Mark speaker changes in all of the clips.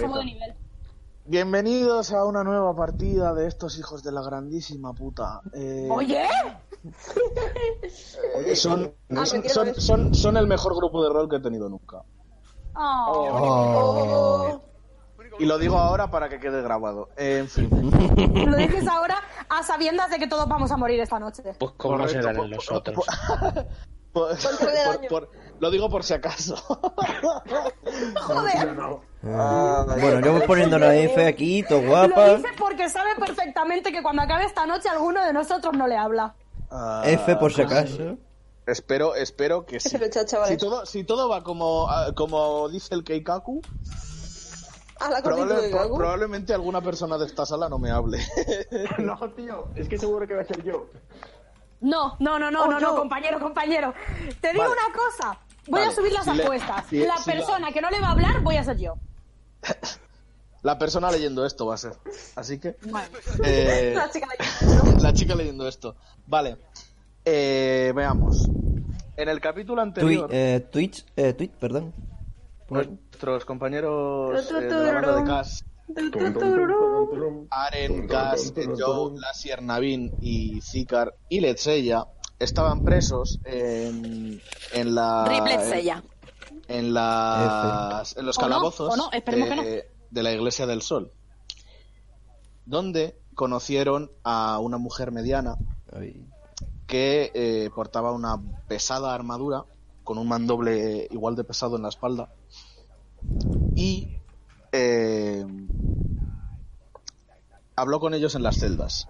Speaker 1: Subo de nivel.
Speaker 2: Bienvenidos a una nueva partida de estos hijos de la grandísima puta. Eh,
Speaker 1: ¡Oye!
Speaker 2: eh, son,
Speaker 3: Ah,
Speaker 2: son,
Speaker 3: me quiero
Speaker 2: son,
Speaker 3: decir.
Speaker 2: son- son el mejor grupo de rol que he tenido nunca.
Speaker 1: Oh.
Speaker 3: Oh.
Speaker 2: Y lo digo ahora para que quede grabado. Eh, en fin.
Speaker 1: Lo dices ahora a sabiendas de que todos vamos a morir esta noche.
Speaker 4: Pues cómo
Speaker 2: Correcto,
Speaker 4: serán
Speaker 2: por-
Speaker 4: los
Speaker 2: por-
Speaker 4: otros.
Speaker 2: por-
Speaker 3: fue de daño.
Speaker 2: por- lo digo por si acaso. Ah,
Speaker 1: ¡Joder!
Speaker 5: Eh, Bueno, yo voy poniendo la F aquí, todo
Speaker 1: Lo
Speaker 5: guapa.
Speaker 1: dice porque sabe perfectamente que cuando acabe esta noche alguno de nosotros no le habla.
Speaker 2: Ah,
Speaker 5: F por si acaso.
Speaker 2: Espero, espero que sí.
Speaker 3: Se lo echa, chavales.
Speaker 2: Si todo, si todo va como, ah, como dice el Keikaku,
Speaker 3: A la
Speaker 2: probable-
Speaker 3: cortina de
Speaker 2: pro-
Speaker 3: Gagu.
Speaker 2: probablemente alguna persona de esta sala no me hable.
Speaker 6: No, tío, es que seguro que va a ser yo.
Speaker 1: No, no, no, no, no, no, compañero, compañero. Te digo
Speaker 2: Vale.
Speaker 1: una cosa. Voy
Speaker 2: Vale,
Speaker 1: a subir las
Speaker 2: si le-
Speaker 1: apuestas.
Speaker 2: si-
Speaker 1: la
Speaker 2: si
Speaker 1: persona que no le va a hablar voy a ser yo.
Speaker 2: La persona leyendo esto va a ser. Así que.
Speaker 1: Bueno.
Speaker 2: eh,
Speaker 3: La chica de-
Speaker 2: la chica leyendo esto. Vale. Eh, veamos. En el capítulo
Speaker 5: Twi-
Speaker 2: anterior,
Speaker 5: eh, pues, Twitch, eh, tweet, perdón.
Speaker 2: nuestros compañeros eh,
Speaker 3: Tu, tu,
Speaker 2: de la banda de
Speaker 3: tururú.
Speaker 2: Cas, Aren, Cas, Joe, Lasier, Navin y Zikar y Letseya estaban presos en, en la. en, las, en los
Speaker 1: O no,
Speaker 2: calabozos
Speaker 1: o no, esperemos
Speaker 2: de,
Speaker 1: que
Speaker 2: de la Iglesia del Sol, donde conocieron a una mujer mediana
Speaker 5: Ay,
Speaker 2: que eh, portaba una pesada armadura con un mandoble igual de pesado en la espalda y eh, habló con ellos en las celdas.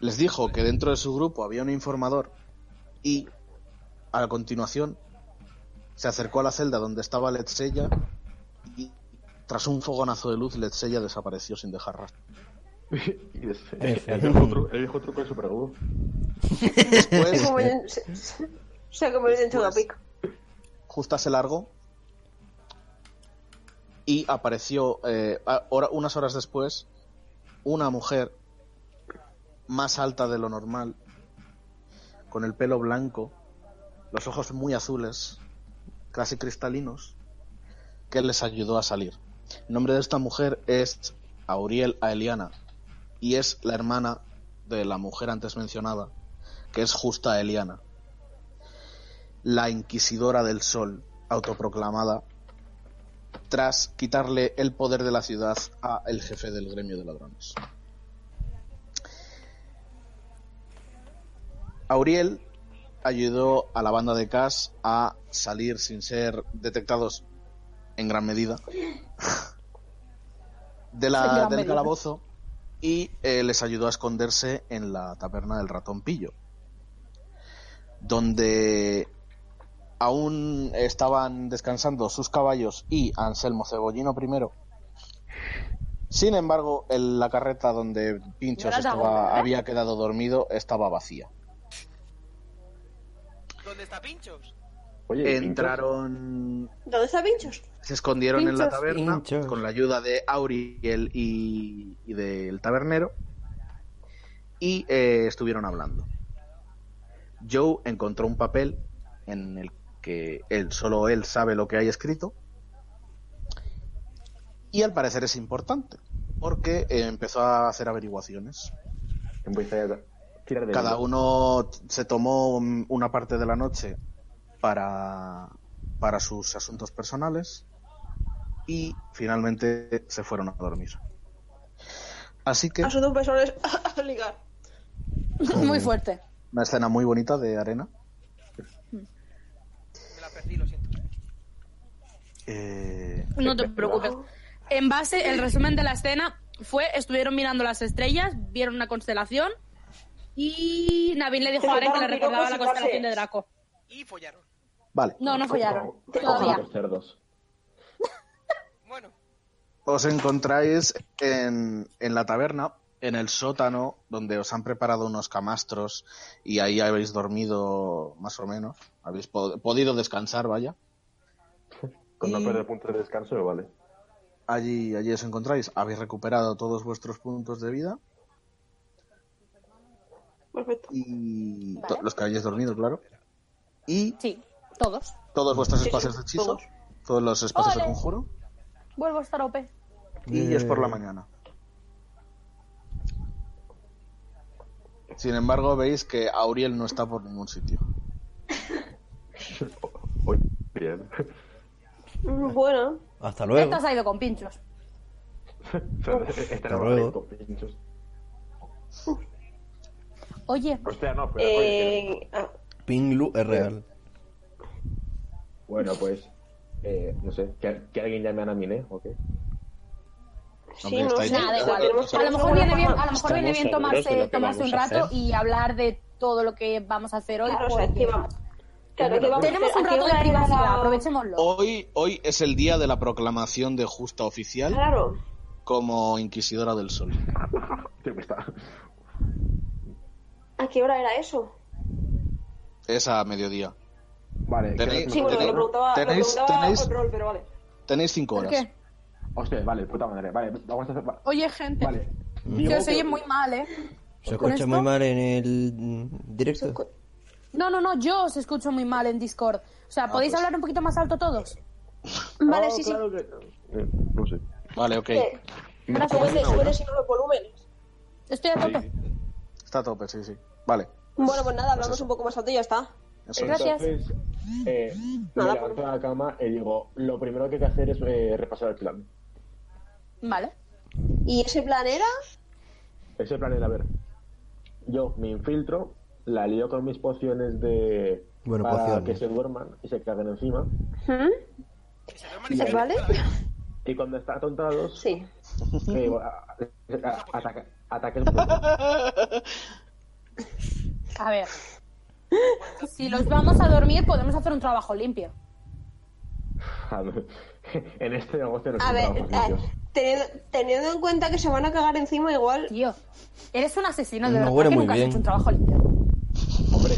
Speaker 2: Les dijo que dentro de su grupo había un informador y a la continuación se acercó a la celda donde estaba Letseya y tras un fogonazo de luz Letseya desapareció sin dejar rastro.
Speaker 6: Y es-
Speaker 5: F.
Speaker 6: El viejo tru- el viejo truco de Super Goku.
Speaker 3: Se
Speaker 2: Después,
Speaker 3: convierte- se- se- Se convierte
Speaker 7: Pues,
Speaker 3: en chugapico.
Speaker 2: justa se largó y apareció eh, a- hora- unas horas después una mujer más alta de lo normal, con el pelo blanco, los ojos muy azules, casi cristalinos, que les ayudó a salir. El nombre de esta mujer es Auriel Aeliana y es la hermana de la mujer antes mencionada, que es Justa Eliana la Inquisidora del Sol, autoproclamada, tras quitarle el poder de la ciudad a el jefe del gremio de ladrones. Auriel ayudó a la banda de Cash a salir sin ser detectados en gran medida de la-
Speaker 1: En gran
Speaker 2: del
Speaker 1: medida.
Speaker 2: calabozo y eh, les ayudó a esconderse en la taberna del ratón pillo donde aún estaban descansando sus caballos y Anselmo Cebollino primero. Sin embargo, en la carreta donde Pinchos
Speaker 1: Yo la
Speaker 2: estaba-
Speaker 1: hago, ¿eh?
Speaker 2: había quedado dormido estaba vacía.
Speaker 8: ¿Dónde está Pinchos?
Speaker 6: Oye,
Speaker 2: Entraron,
Speaker 3: ¿Dónde está Pinchos?
Speaker 2: se escondieron en la
Speaker 5: Pinchos,
Speaker 2: taberna
Speaker 5: pinchos.
Speaker 2: con la ayuda de Auriel y, y del tabernero y eh, estuvieron hablando. Joe encontró un papel en el que él solo él sabe lo que hay escrito y al parecer es importante porque eh, empezó a hacer averiguaciones.
Speaker 6: Empieza a tirar de
Speaker 2: Cada
Speaker 6: hilo.
Speaker 2: uno t- se tomó mm, una parte de la noche para, para sus asuntos personales y finalmente se fueron a dormir. Así que
Speaker 3: Asuntos personales a ligar.
Speaker 1: Muy fuerte.
Speaker 2: una escena muy bonita de arena.
Speaker 8: Me la perdí, lo siento.
Speaker 2: Eh,
Speaker 1: No te preocupes. En base, el resumen de la escena fue, estuvieron mirando las estrellas, vieron una constelación y Navin le dijo a Aren que le recordaba la constelación de Draco.
Speaker 8: Y follaron.
Speaker 2: vale.
Speaker 1: No, no follaron.
Speaker 6: Como- como
Speaker 1: Todavía.
Speaker 6: los cerdos.
Speaker 8: Bueno,
Speaker 2: Os encontráis en, en la taberna, en el sótano, donde os han preparado unos camastros y ahí habéis dormido más o menos. Habéis pod- podido descansar, vaya.
Speaker 6: Con no
Speaker 2: Y-
Speaker 6: perder puntos de descanso, me vale.
Speaker 2: Allí, allí os encontráis. Habéis recuperado todos vuestros puntos de vida
Speaker 3: Perfecto.
Speaker 2: y to- los que habéis dormido, claro. Y
Speaker 1: Sí, todos.
Speaker 2: todos vuestros
Speaker 3: Sí,
Speaker 2: espacios
Speaker 3: sí,
Speaker 2: de hechizo,
Speaker 3: todos.
Speaker 2: todos los espacios de
Speaker 1: Ole.
Speaker 2: conjuro.
Speaker 7: Vuelvo a estar OP.
Speaker 2: y es
Speaker 5: Eh.
Speaker 2: por la mañana. Sin embargo, veis que Auriel no está por ningún sitio.
Speaker 6: Uy, bien.
Speaker 3: Mm, Bueno,
Speaker 5: Hasta
Speaker 7: Esto
Speaker 5: luego.
Speaker 7: se ha ido con pinchos.
Speaker 6: Este era
Speaker 5: luego.
Speaker 6: con pinchos.
Speaker 7: Oye,
Speaker 6: Hostia, no, pero coño,
Speaker 3: eh, ah,
Speaker 5: Pinglu es real.
Speaker 6: que- Bueno, pues. Eh, no sé, ¿que, que alguien llame a Naminé o qué?
Speaker 3: sí, no
Speaker 2: estáis-
Speaker 3: sé.
Speaker 7: nada, da
Speaker 2: eh,
Speaker 7: igual.
Speaker 2: tenemos
Speaker 7: A lo mejor viene bien, a lo mejor viene bien
Speaker 9: Estamos seguros de
Speaker 7: tomarse,
Speaker 9: lo que
Speaker 7: tomarse un
Speaker 9: vamos a
Speaker 7: rato
Speaker 9: hacer.
Speaker 7: y hablar de todo lo que vamos a hacer hoy.
Speaker 3: Claro, o sea,
Speaker 7: porque-
Speaker 3: que vamos- claro, que vamos a
Speaker 7: Tenemos
Speaker 3: hacer-
Speaker 7: un
Speaker 3: ¿a qué
Speaker 7: rato de
Speaker 3: hora era
Speaker 7: privacidad,
Speaker 3: la-
Speaker 7: aprovechémoslo.
Speaker 2: Hoy, hoy es el día de la proclamación de Justa Oficial
Speaker 3: Claro.
Speaker 2: como Inquisidora del Sol. pues
Speaker 6: Tío, que está.
Speaker 3: ¿A qué hora era eso?
Speaker 2: Es a mediodía.
Speaker 6: Vale,
Speaker 2: Tenéis-
Speaker 3: Sí, bueno,
Speaker 2: Tenéis-
Speaker 3: lo preguntaba, lo
Speaker 2: tenéis-
Speaker 3: preguntaba
Speaker 2: tenéis-
Speaker 3: control, pero vale.
Speaker 2: Tenéis cinco
Speaker 7: ¿Por
Speaker 2: horas.
Speaker 7: qué?
Speaker 6: Hostia, vale, puta madre. Vale, vamos a hacer. va-
Speaker 7: Oye, gente,
Speaker 6: Vale.
Speaker 7: que
Speaker 6: Digo
Speaker 7: os oye muy mal, ¿eh?
Speaker 5: Se
Speaker 7: ¿Con
Speaker 5: escucha
Speaker 7: esto?
Speaker 5: muy mal en el mm, directo.
Speaker 7: No, no, no, yo os escucho muy mal en Discord. O sea,
Speaker 9: Ah,
Speaker 7: ¿podéis
Speaker 2: pues.
Speaker 7: hablar un poquito más alto todos?
Speaker 3: Vale, sí, sí.
Speaker 6: Eh, no sé.
Speaker 2: Vale, ok.
Speaker 3: Eh, ahora Suele, suele si no los volúmenes.
Speaker 7: Estoy a tope.
Speaker 2: Está a tope, sí, sí. Vale.
Speaker 3: Bueno, pues nada, hablamos un poco más alto y ya está.
Speaker 2: Eso es.
Speaker 7: Gracias.
Speaker 6: Entonces, eh, me
Speaker 3: Nada,
Speaker 6: levanto
Speaker 3: por-
Speaker 6: de la cama y digo, lo primero que hay que hacer es eh, repasar el plan.
Speaker 7: Vale.
Speaker 3: ¿Y ese plan era?
Speaker 6: Ese plan era, a ver, yo me infiltro, la lío con mis pociones de...
Speaker 5: Bueno,
Speaker 6: para
Speaker 5: pociones.
Speaker 6: que se duerman y se caguen encima.
Speaker 8: Que se duerman y se
Speaker 3: ¿Vale?
Speaker 8: despierten a la vez.
Speaker 6: Y cuando están atontados,
Speaker 3: Sí.
Speaker 6: eh, a- a- ah, ataca- ataques brutales.
Speaker 7: A ver. Si los vamos a dormir, podemos hacer un trabajo limpio.
Speaker 6: en este negocio no
Speaker 3: A ver,
Speaker 6: trabajos
Speaker 3: eh,
Speaker 6: limpios.
Speaker 3: teniendo, teniendo en cuenta que se van a cagar encima igual...
Speaker 7: Tío, eres un asesino de
Speaker 5: No
Speaker 7: verdad
Speaker 5: huele
Speaker 7: que
Speaker 5: muy
Speaker 7: nunca has
Speaker 5: bien.
Speaker 7: hecho un trabajo limpio.
Speaker 6: Hombre,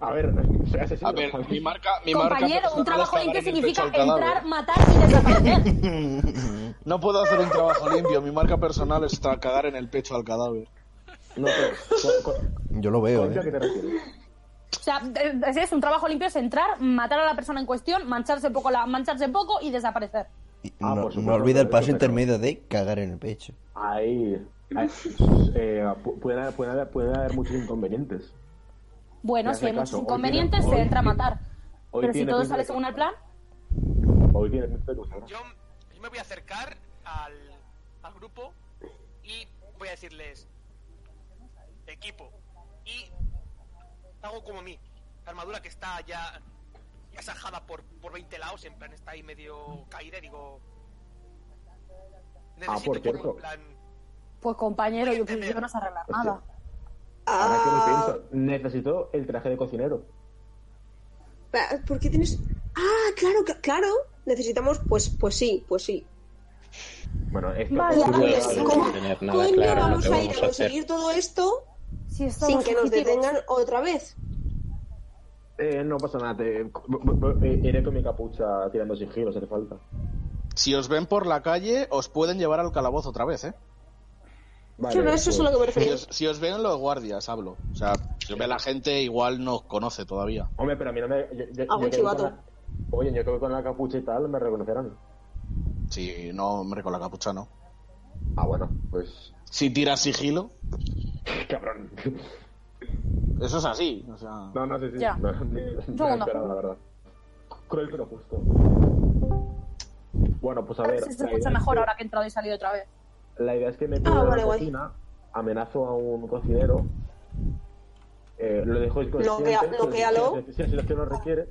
Speaker 6: a, a ver, soy asesino.
Speaker 2: A ver, mi marca, mi marca
Speaker 7: Compañero,
Speaker 2: personal
Speaker 7: un
Speaker 2: es
Speaker 7: trabajo
Speaker 2: cagar
Speaker 7: limpio
Speaker 2: en el
Speaker 7: significa
Speaker 2: pecho al cadáver.
Speaker 7: entrar, matar y desaparecer.
Speaker 2: No puedo hacer un trabajo limpio. Mi marca personal está cagar en el pecho al cadáver.
Speaker 6: No, pero, con- con-
Speaker 5: Yo lo veo,
Speaker 6: ¿Concha, ¿a qué te
Speaker 5: eh.
Speaker 6: refieres?
Speaker 7: O sea, es, es un trabajo limpio es entrar, matar a la persona en cuestión, mancharse poco, la, mancharse poco y desaparecer.
Speaker 5: Y
Speaker 6: Ah,
Speaker 5: no,
Speaker 6: por supuesto,
Speaker 5: no olvida el
Speaker 6: eso
Speaker 5: paso
Speaker 6: te acabo.
Speaker 5: intermedio de cagar en el pecho.
Speaker 6: Ahí. ahí, eh, pu- pueden, haber, pueden haber- pueden haber muchos inconvenientes.
Speaker 7: Bueno,
Speaker 6: Me
Speaker 7: si hay
Speaker 6: hace caso,
Speaker 7: muchos
Speaker 6: hoy
Speaker 7: inconvenientes,
Speaker 6: tiene-
Speaker 7: se
Speaker 6: hoy
Speaker 7: entra a
Speaker 6: tiene-
Speaker 7: matar.
Speaker 6: hoy
Speaker 7: Pero si
Speaker 6: tiene
Speaker 7: todo
Speaker 6: pinta
Speaker 7: sale
Speaker 6: de-
Speaker 7: según el plan,
Speaker 6: Hoy tienes pinta de cruzar.
Speaker 8: Yo, yo me voy a acercar al, al grupo y voy a decirles: Equipo. Y hago como mí. La armadura que está ya, ya sajada por, por 20 lados, en plan está ahí medio caída. y Digo:
Speaker 6: Ah, por
Speaker 8: que, en
Speaker 6: cierto.
Speaker 8: plan,
Speaker 7: pues compañero, yo creo que no se arregla nada.
Speaker 6: Ahora que
Speaker 3: Ah,
Speaker 6: lo pienso, necesito el traje de cocinero.
Speaker 3: pa- eh, ¿Por qué tienes...? Ah, claro, cl- claro. Necesitamos... Pues, pues sí, pues sí. Pues,
Speaker 6: Bueno, esto
Speaker 7: Vale,
Speaker 6: esto-
Speaker 9: a ver,
Speaker 6: esto-
Speaker 9: ¿cómo?
Speaker 3: ¿Cómo
Speaker 9: tener nada
Speaker 3: coño
Speaker 9: claro lo
Speaker 3: vamos
Speaker 9: que
Speaker 3: a ir
Speaker 9: vamos
Speaker 3: a
Speaker 9: a
Speaker 3: conseguir
Speaker 9: hacer.
Speaker 3: todo esto
Speaker 7: Si es todo
Speaker 3: sin que nos
Speaker 7: subjetivo.
Speaker 3: detengan otra vez?
Speaker 6: eh, no pasa nada. te- b- b- b- eh, iré con mi capucha tirando sigilo, si hace falta.
Speaker 2: Si os ven por la calle, os pueden llevar al calabozo otra vez, ¿eh?
Speaker 6: Vale, pues,
Speaker 3: Yo no, eso es a lo que me
Speaker 2: Si
Speaker 3: refería.
Speaker 2: os, si os ven los guardias, hablo. O sea, si os ve la gente, igual no os conoce todavía.
Speaker 6: Hombre, pero a mí no me. Yo, yo-
Speaker 3: Hago
Speaker 6: yo
Speaker 3: un
Speaker 6: que voy con
Speaker 3: chivato.
Speaker 6: la- Oye, yo que voy con la capucha y tal, me reconocerán.
Speaker 2: Si no, hombre, con la capucha no.
Speaker 6: Ah, bueno, pues.
Speaker 2: Si tiras sigilo,
Speaker 6: Cabrón.
Speaker 2: eso es así. O sea,
Speaker 6: No, no, sí, sí.
Speaker 7: Ya.
Speaker 6: No, no, no
Speaker 7: segundo.
Speaker 6: esperaba, la verdad. Cruel pero justo. Bueno, pues a
Speaker 7: A
Speaker 6: ver.
Speaker 7: ver si se
Speaker 6: la idea
Speaker 7: escucha
Speaker 6: es
Speaker 7: mejor
Speaker 6: que-
Speaker 7: ahora que he entrado y salido otra vez.
Speaker 6: La idea es que me
Speaker 3: Ah,
Speaker 6: pido
Speaker 3: vale,
Speaker 6: la
Speaker 3: guay.
Speaker 6: cocina, amenazo a un cocinero, eh, lo dejo inconsciente,
Speaker 3: Noquea-
Speaker 6: si la-
Speaker 3: noquéalo.
Speaker 6: si, la- si la situación lo requiere,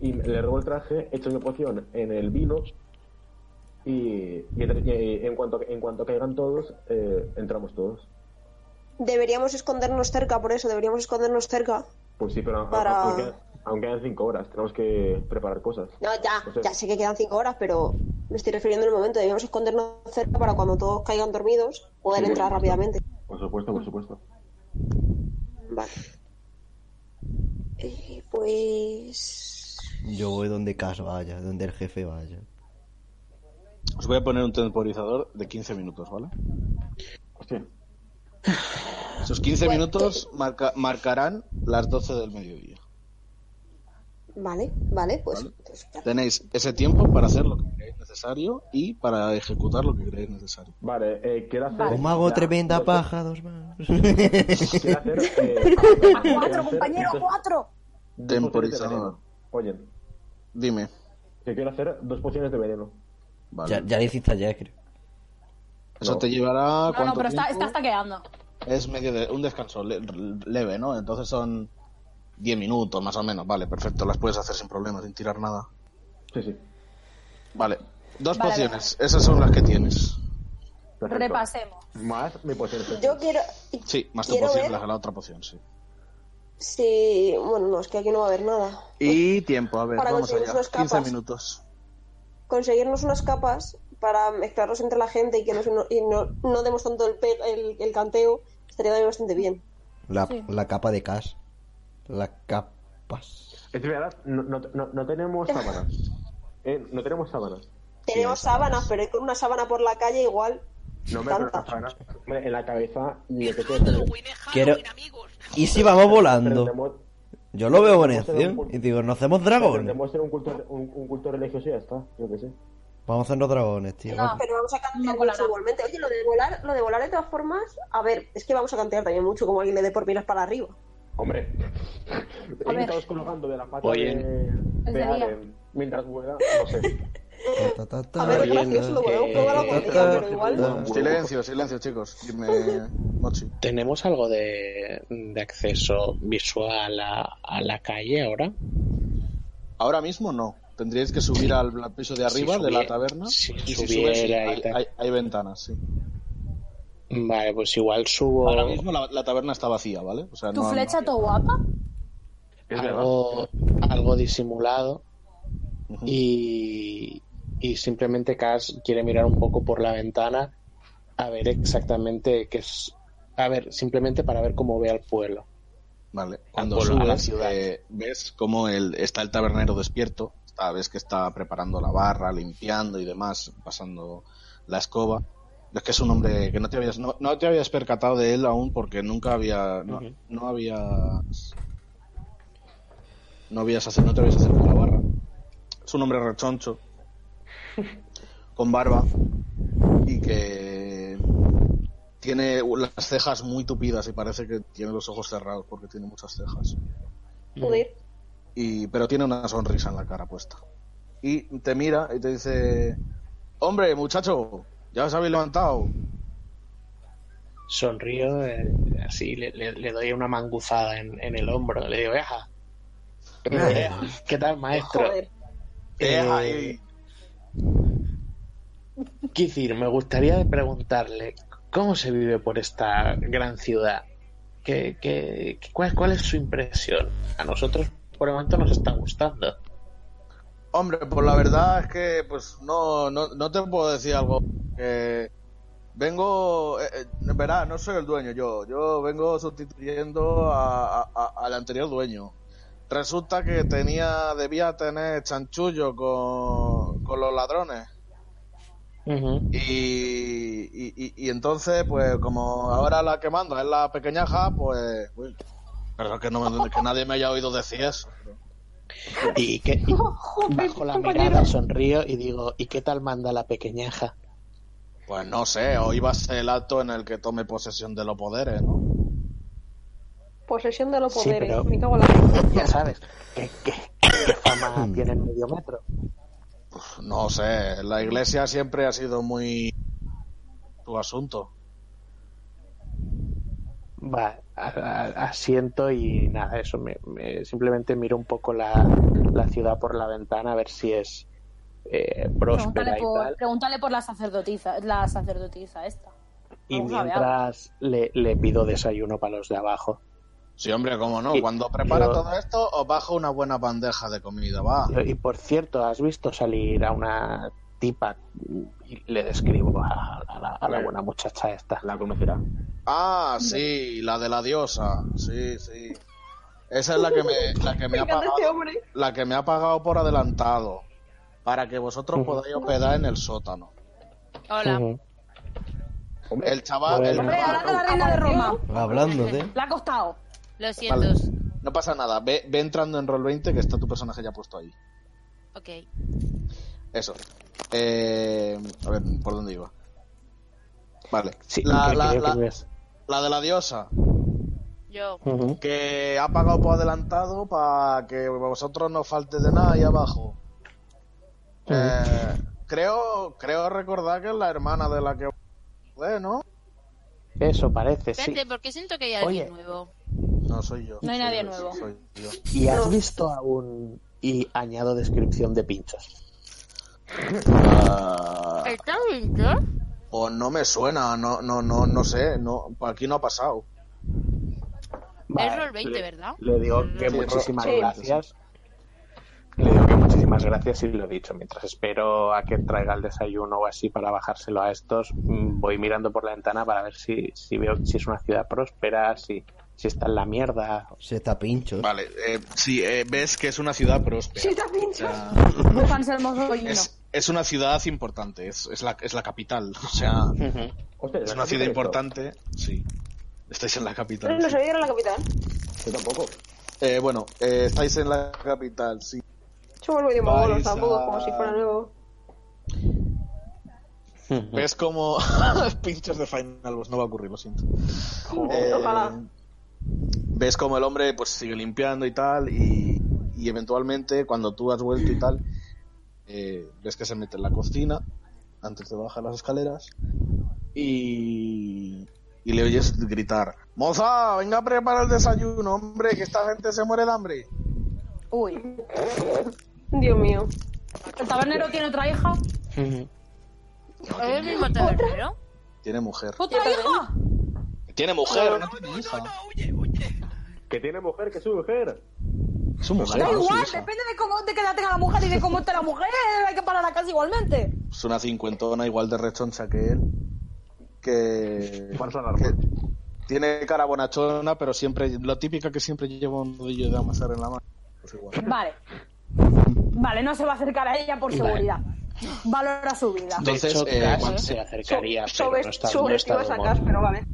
Speaker 6: y me- le robo el traje, echo mi poción en el vino, y, y entre- y- y en, cuanto, en cuanto caigan todos, eh, entramos todos.
Speaker 3: Deberíamos escondernos cerca, por eso, deberíamos escondernos cerca.
Speaker 6: Pues sí, pero a- a-
Speaker 3: Para-
Speaker 6: aunque, aunque quedan cinco horas, tenemos que preparar cosas.
Speaker 3: No, ya,
Speaker 6: Entonces-
Speaker 3: ya sé que quedan cinco horas, pero me estoy refiriendo en el momento. Debíamos escondernos cerca para cuando todos caigan dormidos poder
Speaker 6: Sí,
Speaker 3: entrar
Speaker 6: bueno.
Speaker 3: rápidamente.
Speaker 6: Por supuesto,
Speaker 3: Ah.
Speaker 6: por supuesto.
Speaker 3: Vale. Eh, pues.
Speaker 5: Yo voy donde Cas vaya, donde el jefe vaya.
Speaker 2: os voy a poner un temporizador de 15 minutos, ¿vale?
Speaker 6: Hostia,
Speaker 2: Esos 15 minutos marca- marcarán las 12 del mediodía.
Speaker 3: Vale, vale, pues.
Speaker 2: Vale.
Speaker 3: pues ya.
Speaker 2: Tenéis ese tiempo para hacer lo que creáis necesario y para ejecutar lo que creáis necesario.
Speaker 6: Vale, eh, quiero hacer.
Speaker 5: Un mago
Speaker 6: ya,
Speaker 5: tremenda
Speaker 6: dos-
Speaker 5: paja, dos manos.
Speaker 6: Quiero hacer. eh, quiero
Speaker 4: ¡Cuatro,
Speaker 6: hacer
Speaker 4: compañero,
Speaker 6: dos-
Speaker 9: Ah,
Speaker 4: cuatro!
Speaker 6: dos
Speaker 2: Temporizador.
Speaker 6: pociones de veneno. Oye,
Speaker 2: Dime.
Speaker 6: que quiero hacer dos pociones de veneno.
Speaker 2: Vale.
Speaker 5: ya, ya le hiciste ayer, creo.
Speaker 2: Eso
Speaker 6: No.
Speaker 2: te llevará.
Speaker 1: No, no,
Speaker 2: ¿cuánto
Speaker 1: pero está,
Speaker 2: tiempo?
Speaker 1: está stackeando.
Speaker 2: Es medio de un descanso le- leve, ¿no? Entonces son 10 minutos más o menos. Vale, perfecto. Las puedes hacer sin problema, sin tirar nada.
Speaker 6: Sí, sí.
Speaker 2: Vale. Dos
Speaker 1: Vale,
Speaker 2: pociones. Esas son las que tienes.
Speaker 6: perfecto.
Speaker 1: Repasemos.
Speaker 6: Más mi poción.
Speaker 3: Yo quiero.
Speaker 2: Sí, más tu
Speaker 3: quiero
Speaker 2: poción,
Speaker 3: ver
Speaker 2: la, la otra poción, sí.
Speaker 3: si. Bueno, no, es que aquí no va a haber nada.
Speaker 2: Y tiempo, a ver,
Speaker 3: Para
Speaker 2: vamos
Speaker 3: conseguir
Speaker 2: allá.
Speaker 3: sus
Speaker 2: 15
Speaker 3: capas.
Speaker 2: minutos.
Speaker 3: Conseguirnos unas capas para mezclarnos entre la gente y que nos- no, y no, no demos tanto el, pe- el, el canteo estaría también bastante bien.
Speaker 5: La,
Speaker 1: Sí.
Speaker 5: la capa de Cash. La capas.
Speaker 6: Es verdad, no, no, no, no tenemos sábanas. Eh, no tenemos sábanas.
Speaker 3: Tenemos sábanas, pero ir con una sábana por la calle igual.
Speaker 6: No me
Speaker 3: tanta.
Speaker 6: las sábanas. Hombre, En la cabeza y lo que te
Speaker 8: Halloween, eh,
Speaker 5: Quiero-
Speaker 8: Halloween, amigos.
Speaker 5: ¿Y si vamos volando?
Speaker 6: Pretendemos-
Speaker 5: Yo lo veo en acción. Y digo, ¿no hacemos dragón?
Speaker 6: pretendemos ser un culto, un, un culto religioso y ya está. Yo que sé.
Speaker 5: Vamos a hacernos dragones, tío.
Speaker 1: No.
Speaker 3: Pero vamos a cantear
Speaker 1: No
Speaker 3: mucho
Speaker 1: colará.
Speaker 3: igualmente. Oye, lo de volar, lo de volar de todas formas, a ver, es que vamos a cantear también mucho como alguien le dé por miras para arriba.
Speaker 6: Hombre.
Speaker 1: A ver.
Speaker 6: Estamos colgando de la pata
Speaker 9: Oye.
Speaker 6: de, de
Speaker 1: Enseguida.
Speaker 6: Aren mientras vuela, no sé.
Speaker 5: Ta, ta, ta,
Speaker 3: A ver,
Speaker 9: Oye,
Speaker 3: es gracioso, lo
Speaker 9: que-
Speaker 3: volvemos a probar algún día, pero igual.
Speaker 6: Huevo.
Speaker 2: Silencio, silencio, chicos. Dime, Mochi.
Speaker 9: ¿Tenemos algo de, de acceso visual a, a la calle ahora?
Speaker 2: Ahora mismo no. Tendríais que subir al, al piso de arriba
Speaker 9: Si
Speaker 2: de la
Speaker 9: subie-
Speaker 2: taberna.
Speaker 9: si
Speaker 2: y si
Speaker 9: subiera
Speaker 2: subes,
Speaker 9: y
Speaker 2: hay,
Speaker 9: tal.
Speaker 2: hay- hay ventanas, sí.
Speaker 9: Vale, pues igual subo
Speaker 2: Ahora mismo la, la taberna está vacía, ¿vale? O sea,
Speaker 1: ¿Tu
Speaker 2: no han-
Speaker 1: flecha, todo guapa?
Speaker 6: Es
Speaker 9: algo, algo disimulado
Speaker 2: Ujú.
Speaker 9: y, y simplemente Cass quiere mirar un poco por la ventana a ver exactamente qué es. A ver, simplemente para ver cómo ve al pueblo.
Speaker 2: Vale, cuando
Speaker 9: pueblo, a la
Speaker 2: subes,
Speaker 9: ciudad.
Speaker 2: eh, ves cómo el, está el tabernero despierto, está, ves que está preparando la barra, limpiando y demás, pasando la escoba. Es que es un hombre que no te habías, no, no te habías percatado de él aún porque nunca había, no,
Speaker 9: Ujú.
Speaker 2: no habías, no habías acer- no te habías acercado a la barra. Es un hombre rechoncho, con barba y que tiene las cejas muy tupidas y parece que tiene los ojos cerrados porque tiene muchas cejas.
Speaker 3: Joder.
Speaker 2: Y, pero tiene una sonrisa en la cara puesta. Y te mira y te dice, hombre, muchacho, ya os habéis levantado.
Speaker 9: Sonrío, eh, así le, le- le doy una manguzada en, en el hombro. Le digo, "Eja". Eja, ¿Qué tal, maestro?
Speaker 3: Joder.
Speaker 2: Eja,
Speaker 9: Eh,
Speaker 2: y-
Speaker 9: Kizir, me gustaría preguntarle cómo se vive por esta gran ciudad. ¿Qué, qué- cuál, cuál es su impresión? A nosotros, por el momento, nos está gustando.
Speaker 2: Hombre, pues la verdad es que pues no, no, no te puedo decir algo. que vengo, eh, eh, verá, no soy el dueño yo, yo vengo sustituyendo a- a- a- al anterior dueño. Resulta que tenía, debía tener chanchullo con, con los ladrones. Y, y- y- y entonces, pues como ahora la que manda es la pequeñaja, pues... uy, perdón que, no, me- que nadie me haya oído decir eso.
Speaker 9: Y que y bajo la mirada sonrío y digo, ¿y qué tal manda la pequeñaja?
Speaker 2: Pues no sé, hoy va a ser el acto en el que tome posesión de los poderes, ¿no?
Speaker 3: Posesión de los
Speaker 9: Sí,
Speaker 3: poderes.
Speaker 9: pero-
Speaker 3: ¿eh? Me cago en la.
Speaker 9: Ya sabes, ¿qué, qué, qué fama tiene el medio metro?
Speaker 2: No sé, la iglesia siempre ha sido muy su asunto.
Speaker 9: Va, a- a- asiento y nada, eso. Me, me- simplemente miro un poco la, la ciudad por la ventana a ver si es eh, próspera
Speaker 1: Pregúntale
Speaker 9: y
Speaker 1: por,
Speaker 9: tal.
Speaker 1: pregúntale por la sacerdotisa, la sacerdotisa esta.
Speaker 9: Y
Speaker 1: Vamos a ver
Speaker 9: mientras le, le pido desayuno para los de abajo.
Speaker 2: Sí, hombre, cómo no.
Speaker 9: Y-
Speaker 2: Cuando prepara
Speaker 9: yo-
Speaker 2: todo esto, os bajo una buena bandeja de comida, va.
Speaker 9: Y por cierto, ¿has visto salir a una tipa? Y le describo a, a la, a la buena muchacha esta.
Speaker 6: La conocerá.
Speaker 2: Ah, sí, la de la diosa. Sí, sí. Esa es la que me, la que me, ha
Speaker 3: encanta
Speaker 2: pagado,
Speaker 3: este hombre.
Speaker 2: la que me ha pagado por adelantado. Para que vosotros
Speaker 9: Ujú.
Speaker 2: podáis hospedar en el sótano.
Speaker 1: Hola.
Speaker 9: Ujú.
Speaker 2: El chaval, el
Speaker 9: Bueno.
Speaker 1: Hombre,
Speaker 2: chaval-
Speaker 1: Eh, hablando de la reina de Roma.
Speaker 5: Hablándote.
Speaker 1: La ha costado.
Speaker 7: Lo siento.
Speaker 2: No pasa nada, ve, ve entrando en Roll 20 que está tu personaje ya puesto ahí.
Speaker 4: Ok.
Speaker 2: Eso. Eh, a ver, ¿por dónde iba? Vale.
Speaker 9: Sí,
Speaker 2: la,
Speaker 9: que
Speaker 2: la-
Speaker 9: creo que
Speaker 2: la-
Speaker 9: no es.
Speaker 2: la de la diosa,
Speaker 4: Yo.
Speaker 9: Ujú.
Speaker 2: que ha pagado por adelantado para que vosotros no falte de nada ahí abajo. Eh, creo, creo recordar que es la hermana de la que... Eh, ¿no?
Speaker 9: Eso parece, sí.
Speaker 4: Espérate, porque siento que hay alguien
Speaker 9: Oye.
Speaker 4: nuevo.
Speaker 2: No, soy yo.
Speaker 1: No hay
Speaker 2: Soy
Speaker 1: nadie
Speaker 2: yo,
Speaker 1: nuevo.
Speaker 2: soy yo.
Speaker 9: Y has visto aún. Y añado descripción de pinchos.
Speaker 2: Ah,
Speaker 4: ¿Está bien, yo?
Speaker 2: pues no me suena, no, no, no, no sé, no, por aquí no ha pasado.
Speaker 4: Es
Speaker 9: Vale,
Speaker 4: roll 20, ¿verdad? Mm,
Speaker 9: Le digo que
Speaker 2: Sí,
Speaker 9: muchísimas
Speaker 3: sí, sí,
Speaker 9: gracias. Le digo que muchísimas gracias y lo dicho. Mientras espero a que traiga el desayuno o así para bajárselo a estos, mm, voy mirando por la ventana para ver si, si veo si es una ciudad próspera, si, si está en la mierda.
Speaker 5: Se está pincho.
Speaker 2: Vale, eh, sí, eh, ves que es una ciudad próspera.
Speaker 3: Sí, te
Speaker 2: O sea,
Speaker 1: Bufan ser hermoso pollino.
Speaker 2: es, es una ciudad importante, es, es la, es la capital, o sea,
Speaker 6: Hostia,
Speaker 2: es
Speaker 6: ¿verdad
Speaker 2: una
Speaker 6: que
Speaker 2: ciudad
Speaker 6: esto?
Speaker 2: importante, sí. Estáis en la
Speaker 3: Pero
Speaker 2: capital.
Speaker 3: no
Speaker 2: sí.
Speaker 3: sabía que era la capital.
Speaker 6: Yo tampoco.
Speaker 2: Eh, bueno, eh, estáis en la capital, sí.
Speaker 3: Somos medio mogolos
Speaker 2: Vais
Speaker 3: tampoco,
Speaker 2: a-
Speaker 3: como si fuera nuevo.
Speaker 2: ¿Ves como pinchos de Final Boss? No va a ocurrir, lo siento. Eh,
Speaker 3: Ojalá.
Speaker 2: Ves como el hombre pues sigue limpiando y tal, y, y eventualmente cuando tú has vuelto y tal, eh, ves que se mete en la cocina antes de bajar las escaleras y, y le oyes gritar, moza, venga a preparar el desayuno, hombre, que esta gente se muere de hambre.
Speaker 1: Uy.
Speaker 3: Dios mío.
Speaker 1: ¿El tabernero tiene otra hija?
Speaker 2: No,
Speaker 4: ¿Es el
Speaker 2: tiene,
Speaker 4: mismo tabernero?
Speaker 2: tiene mujer.
Speaker 7: Pues
Speaker 1: ¿Otra hija?
Speaker 2: Tiene mujer, no
Speaker 8: No, no,
Speaker 2: tiene
Speaker 8: no,
Speaker 2: hija.
Speaker 8: no, huye, huye.
Speaker 6: Que tiene mujer, que es su mujer.
Speaker 2: Su mujer,
Speaker 1: Da
Speaker 2: no su
Speaker 1: igual,
Speaker 2: hija.
Speaker 1: depende de cómo te quedaste con la mujer y de cómo esté la mujer. Hay que parar la casa igualmente.
Speaker 2: es una cincuentona igual de rechoncha que él. Que,
Speaker 6: Juan Son
Speaker 2: que
Speaker 6: Árbol.
Speaker 2: tiene cara bonachona, pero siempre, la típica que siempre lleva un nudillo de amasar en la mano. Pues igual.
Speaker 1: Vale. Vale, no se va a acercar a ella por seguridad. Valora su vida.
Speaker 9: De
Speaker 2: Entonces,
Speaker 9: hecho,
Speaker 2: eh,
Speaker 9: Cass
Speaker 2: cuando-
Speaker 9: se acercaría, pero no está, no está
Speaker 3: Sobreestima
Speaker 9: de
Speaker 3: a
Speaker 9: humor.
Speaker 3: Cas, pero vale.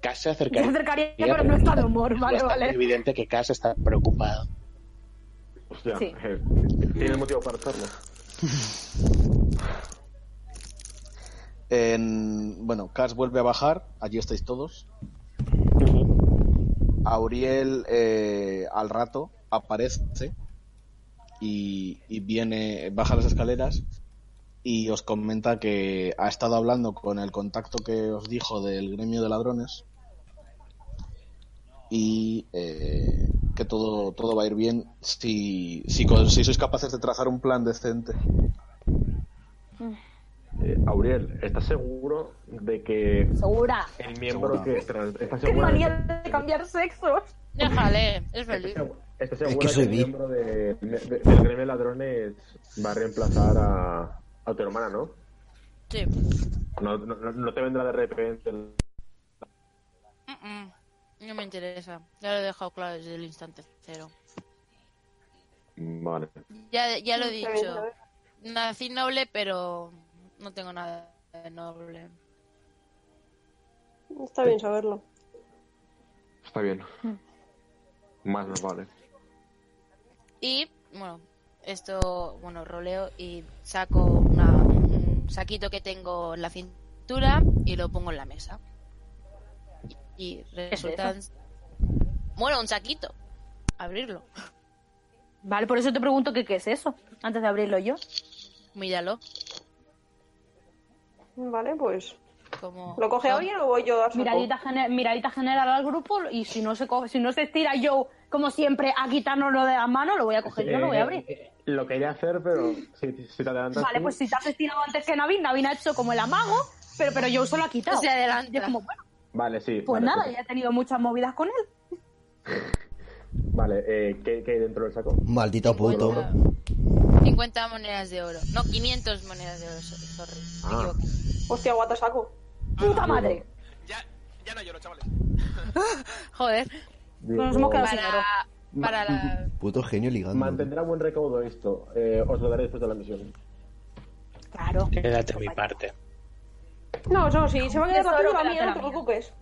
Speaker 9: Cass se acercaría,
Speaker 1: Se acercaría, pero no está de humor, vale,
Speaker 9: Es bastante
Speaker 1: vale.
Speaker 9: evidente que Cass está preocupado.
Speaker 6: Hostia,
Speaker 1: Sí.
Speaker 6: eh, tiene motivo para estarlo.
Speaker 2: En- bueno, Cass vuelve a bajar, allí estáis todos. Auriel eh, al rato aparece y, y viene, baja las escaleras y os comenta que ha estado hablando con el contacto que os dijo del gremio de ladrones y eh, que todo, todo va a ir bien si, si, con- si sois capaces de trazar un plan decente.
Speaker 6: Eh, Auriel, ¿estás seguro de que
Speaker 1: Segura.
Speaker 6: el miembro
Speaker 2: Seguro.
Speaker 6: que. espera, ¿Estás
Speaker 1: Qué
Speaker 6: seguro
Speaker 1: manía de cambiar sexos.
Speaker 4: Déjale, es feliz.
Speaker 6: Estoy seguro
Speaker 5: Es que soy
Speaker 6: el
Speaker 5: bi.
Speaker 6: miembro de- de- del gremio de ladrones va a reemplazar a, a tu hermana, ¿no?
Speaker 4: Sí.
Speaker 6: No, no, no- no te vendrá de repente. el-
Speaker 4: Mm, mm. No me interesa. Ya lo he dejado claro desde el instante cero.
Speaker 6: Vale.
Speaker 4: Ya, ya lo he
Speaker 3: Está bien,
Speaker 4: dicho.
Speaker 3: ¿sabes?
Speaker 4: Nací noble, pero no tengo nada de noble.
Speaker 3: Está bien saberlo.
Speaker 6: Está bien. Más nos vale.
Speaker 4: Y, bueno, esto, bueno, roleo y saco una- un saquito que tengo en la cintura y lo pongo en la mesa. Y resultan... Bueno, un saquito. Abrirlo.
Speaker 1: Vale, por eso te pregunto que qué es eso, antes de abrirlo yo.
Speaker 4: Míralo.
Speaker 3: Vale, pues.
Speaker 4: Como...
Speaker 3: ¿Lo coge
Speaker 4: como-
Speaker 3: alguien o voy yo a saco?
Speaker 1: Miradita, gene- miradita general al grupo y si no se coge, si no se estira yo, como siempre, a quitárnoslo de la mano, lo voy a coger yo, lo voy a abrir.
Speaker 6: Eh, eh, lo quería hacer, pero si, si te adelantas.
Speaker 1: Vale,
Speaker 6: tú-
Speaker 1: pues si te has estirado antes que Navin, Navin ha hecho como el amago, pero, pero yo solo ha quitado.
Speaker 4: Se adelanta.
Speaker 1: Y es como, bueno,
Speaker 6: Vale, sí.
Speaker 1: pues
Speaker 6: vale,
Speaker 1: nada,
Speaker 6: pues-
Speaker 1: ya he tenido muchas movidas con él.
Speaker 6: Vale, eh, ¿qué, qué hay dentro del saco?
Speaker 5: Maldito puto.
Speaker 4: 50 monedas de oro. No, 500 monedas de oro. so- Sorry. Me
Speaker 6: Ah.
Speaker 4: equivoqué.
Speaker 3: Hostia, guata saco. Ah,
Speaker 1: ¡Puta madre!
Speaker 8: Ya, ya no lloro, chavales.
Speaker 4: Joder.
Speaker 1: Nos hemos quedado sin oro.
Speaker 4: Para, para la...
Speaker 5: Puto genio ligando.
Speaker 6: Mantendrá buen recaudo esto. Eh, os lo daré después de la misión.
Speaker 1: Claro.
Speaker 9: Quédate mi parte.
Speaker 3: No, eso sí, se va a quedar
Speaker 1: Eso
Speaker 3: la
Speaker 1: lo
Speaker 3: tuya
Speaker 1: que
Speaker 3: la mía,
Speaker 1: hace la
Speaker 3: no te
Speaker 1: mía.
Speaker 3: preocupes.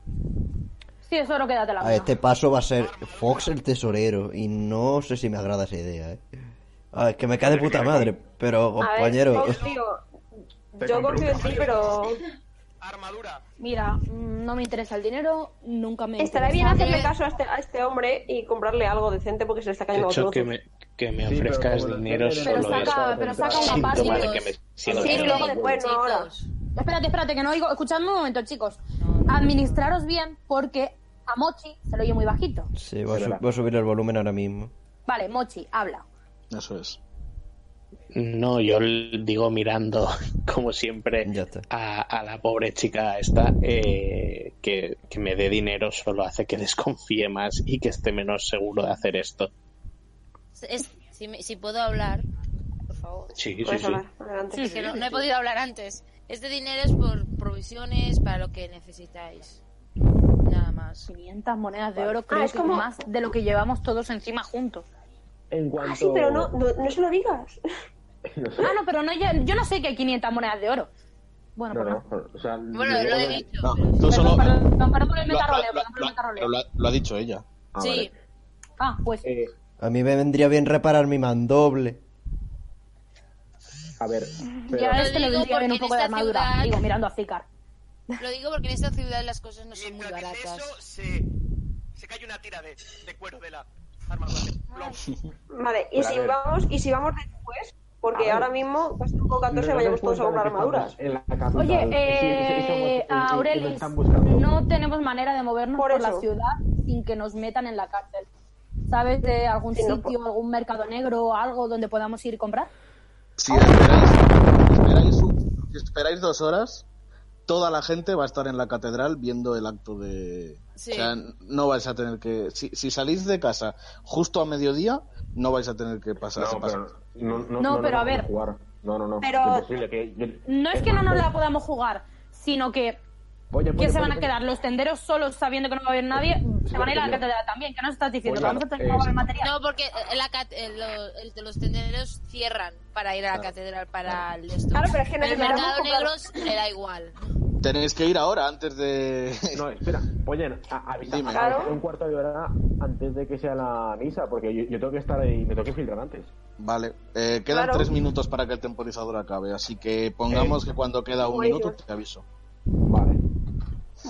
Speaker 7: Sí, eso no quédate la
Speaker 5: A este paso va a ser Fox el tesorero. Y no sé si me agrada esa idea, ¿eh? Ah, es que me cae de puta madre. Pero, compañero.
Speaker 6: Te
Speaker 3: yo
Speaker 6: compro
Speaker 3: confío en
Speaker 6: un
Speaker 3: ti,
Speaker 6: café.
Speaker 3: pero.
Speaker 8: Armadura.
Speaker 7: Mira, mm, no me interesa el dinero, nunca me
Speaker 3: Estará bien
Speaker 7: interesa.
Speaker 3: hacerle caso a este, a este hombre y comprarle algo decente porque se le está
Speaker 9: De
Speaker 3: cayendo
Speaker 9: hecho,
Speaker 3: otro.
Speaker 9: que me, que me
Speaker 6: Sí, pero
Speaker 9: ofrezcas
Speaker 6: como lo
Speaker 9: dinero
Speaker 6: tiene,
Speaker 9: solo
Speaker 7: Pero saca-
Speaker 9: es
Speaker 7: pero saca una
Speaker 9: síntoma
Speaker 7: pasta.
Speaker 9: de que me siento
Speaker 3: Sí,
Speaker 9: bien.
Speaker 3: luego después, no ahora.
Speaker 7: Espérate, espérate, que no oigo. Escuchadme un momento, chicos.
Speaker 4: No, no,
Speaker 7: Administraros bien porque a Mochi se lo oye muy bajito.
Speaker 5: Sí, voy a,
Speaker 6: Es
Speaker 5: su-
Speaker 6: verdad.
Speaker 5: voy a subir el volumen ahora mismo.
Speaker 7: Vale, Mochi, habla.
Speaker 2: Eso es.
Speaker 9: No, yo l- digo mirando, como siempre,
Speaker 5: Ya está.
Speaker 9: a, a la pobre chica esta, eh, que, que me dé dinero solo hace que desconfíe más y que esté menos seguro de hacer esto.
Speaker 4: Es- si, me- si puedo hablar, por favor.
Speaker 9: Sí, sí,
Speaker 3: Puedes
Speaker 9: sí.
Speaker 3: hablar, adelante.
Speaker 4: Es que no, no he podido hablar antes. Este dinero es por provisiones, para lo que necesitáis. Nada más.
Speaker 7: 500 monedas de oro, creo
Speaker 3: es
Speaker 7: que
Speaker 3: como-
Speaker 7: más de lo que llevamos todos encima juntos.
Speaker 6: En cuanto...
Speaker 3: Ah, sí, pero no, no, no se lo digas.
Speaker 7: Ah, no, pero no, lle- yo no sé que hay 500 monedas de oro. Bueno,
Speaker 6: No,
Speaker 7: pues no.
Speaker 6: no, o sea,
Speaker 4: Bueno,
Speaker 6: yo-
Speaker 4: lo he dicho.
Speaker 2: No,
Speaker 4: pero-
Speaker 2: tú solo.
Speaker 7: Perdón, perdón, perdón por el
Speaker 2: Lo,
Speaker 7: metarroleo,
Speaker 2: lo-
Speaker 7: perdón por el
Speaker 2: lo-
Speaker 7: metarroleo.
Speaker 2: pero lo ha- lo ha dicho ella.
Speaker 6: Ah,
Speaker 4: sí,
Speaker 6: vale.
Speaker 7: Ah, pues
Speaker 6: Eh,
Speaker 5: A mí me vendría bien reparar mi mandoble.
Speaker 6: a ver, pero...
Speaker 7: ya este le
Speaker 4: Lo digo
Speaker 7: vendría bien un
Speaker 4: porque
Speaker 7: poco de
Speaker 4: en esta
Speaker 7: armadura.
Speaker 4: ciudad-
Speaker 7: Digo, mirando a Zikar.
Speaker 4: lo digo porque en esta ciudad las cosas no son muy
Speaker 8: Mientras dice
Speaker 4: baratas.
Speaker 8: eso, se, se cae una tira de, de cuero de la armadura.
Speaker 4: Ah.
Speaker 8: Plom.
Speaker 3: Vale, y
Speaker 6: Pero a
Speaker 3: si
Speaker 6: ver.
Speaker 3: vamos, y si vamos después, porque
Speaker 6: A ver.
Speaker 3: ahora mismo va a ser un poco 14
Speaker 6: No
Speaker 3: vayamos
Speaker 6: nos
Speaker 3: todos a comprar
Speaker 6: cuenta de que
Speaker 3: armaduras.
Speaker 6: estamos en la capital.
Speaker 7: Oye,
Speaker 6: Sí, sí, sí, somos-
Speaker 7: eh,
Speaker 6: eh, eh, nos
Speaker 7: Aurelis,
Speaker 6: están buscando.
Speaker 7: no tenemos manera de movernos por,
Speaker 3: Por
Speaker 7: la
Speaker 3: eso.
Speaker 7: ciudad sin que nos metan en la cárcel. ¿Sabes de algún
Speaker 3: Sí, no,
Speaker 7: sitio, algún mercado negro, algo donde podamos ir y comprar?
Speaker 2: Si esperáis, esperáis un- si esperáis dos horas, toda la gente va a estar en la catedral viendo el acto de.
Speaker 4: Sí.
Speaker 2: O sea, no vais a tener que. Si, si salís de casa justo a mediodía, no vais a tener que pasar.
Speaker 6: No,
Speaker 2: pasar.
Speaker 6: pero, no, no,
Speaker 7: No,
Speaker 6: no nos
Speaker 7: pero a
Speaker 6: vamos
Speaker 7: ver.
Speaker 6: jugar. No, no, no.
Speaker 7: Pero-
Speaker 6: Imposible que- yo-
Speaker 7: No es que no
Speaker 6: más, pues-
Speaker 7: nos
Speaker 6: voy-
Speaker 7: la podamos jugar, sino que
Speaker 6: voy a- voy
Speaker 7: ¿Qué se
Speaker 6: voy
Speaker 7: van a
Speaker 6: voy
Speaker 7: quedar? ¿Los tenderos solos sabiendo que no va a haber nadie? Se van a ir a la
Speaker 6: Bueno,
Speaker 7: catedral también. ¿Qué nos estás diciendo? ¿Que
Speaker 6: bueno,
Speaker 7: vamos a tener que mover
Speaker 6: Mm, eh,
Speaker 7: material?
Speaker 4: No, porque la cat- eh, lo- el- los tenderos cierran para ir a la catedral para el esto.
Speaker 3: Claro, pero es que
Speaker 4: el
Speaker 3: necesitamos
Speaker 4: mercado
Speaker 3: comprar-
Speaker 4: negro le da igual.
Speaker 2: Tenéis que ir ahora antes de.
Speaker 6: No, espera, oye, a- avisa
Speaker 2: Dime.
Speaker 6: a-
Speaker 3: Claro.
Speaker 6: un cuarto de hora antes de que sea la misa, porque yo, yo tengo que estar ahí, me tengo que filtrar antes.
Speaker 2: Vale, eh, quedan
Speaker 3: Claro.
Speaker 2: tres minutos para que el temporizador acabe, así que pongamos que cuando queda un
Speaker 3: buenísimo.
Speaker 2: minuto te aviso.
Speaker 6: Vale.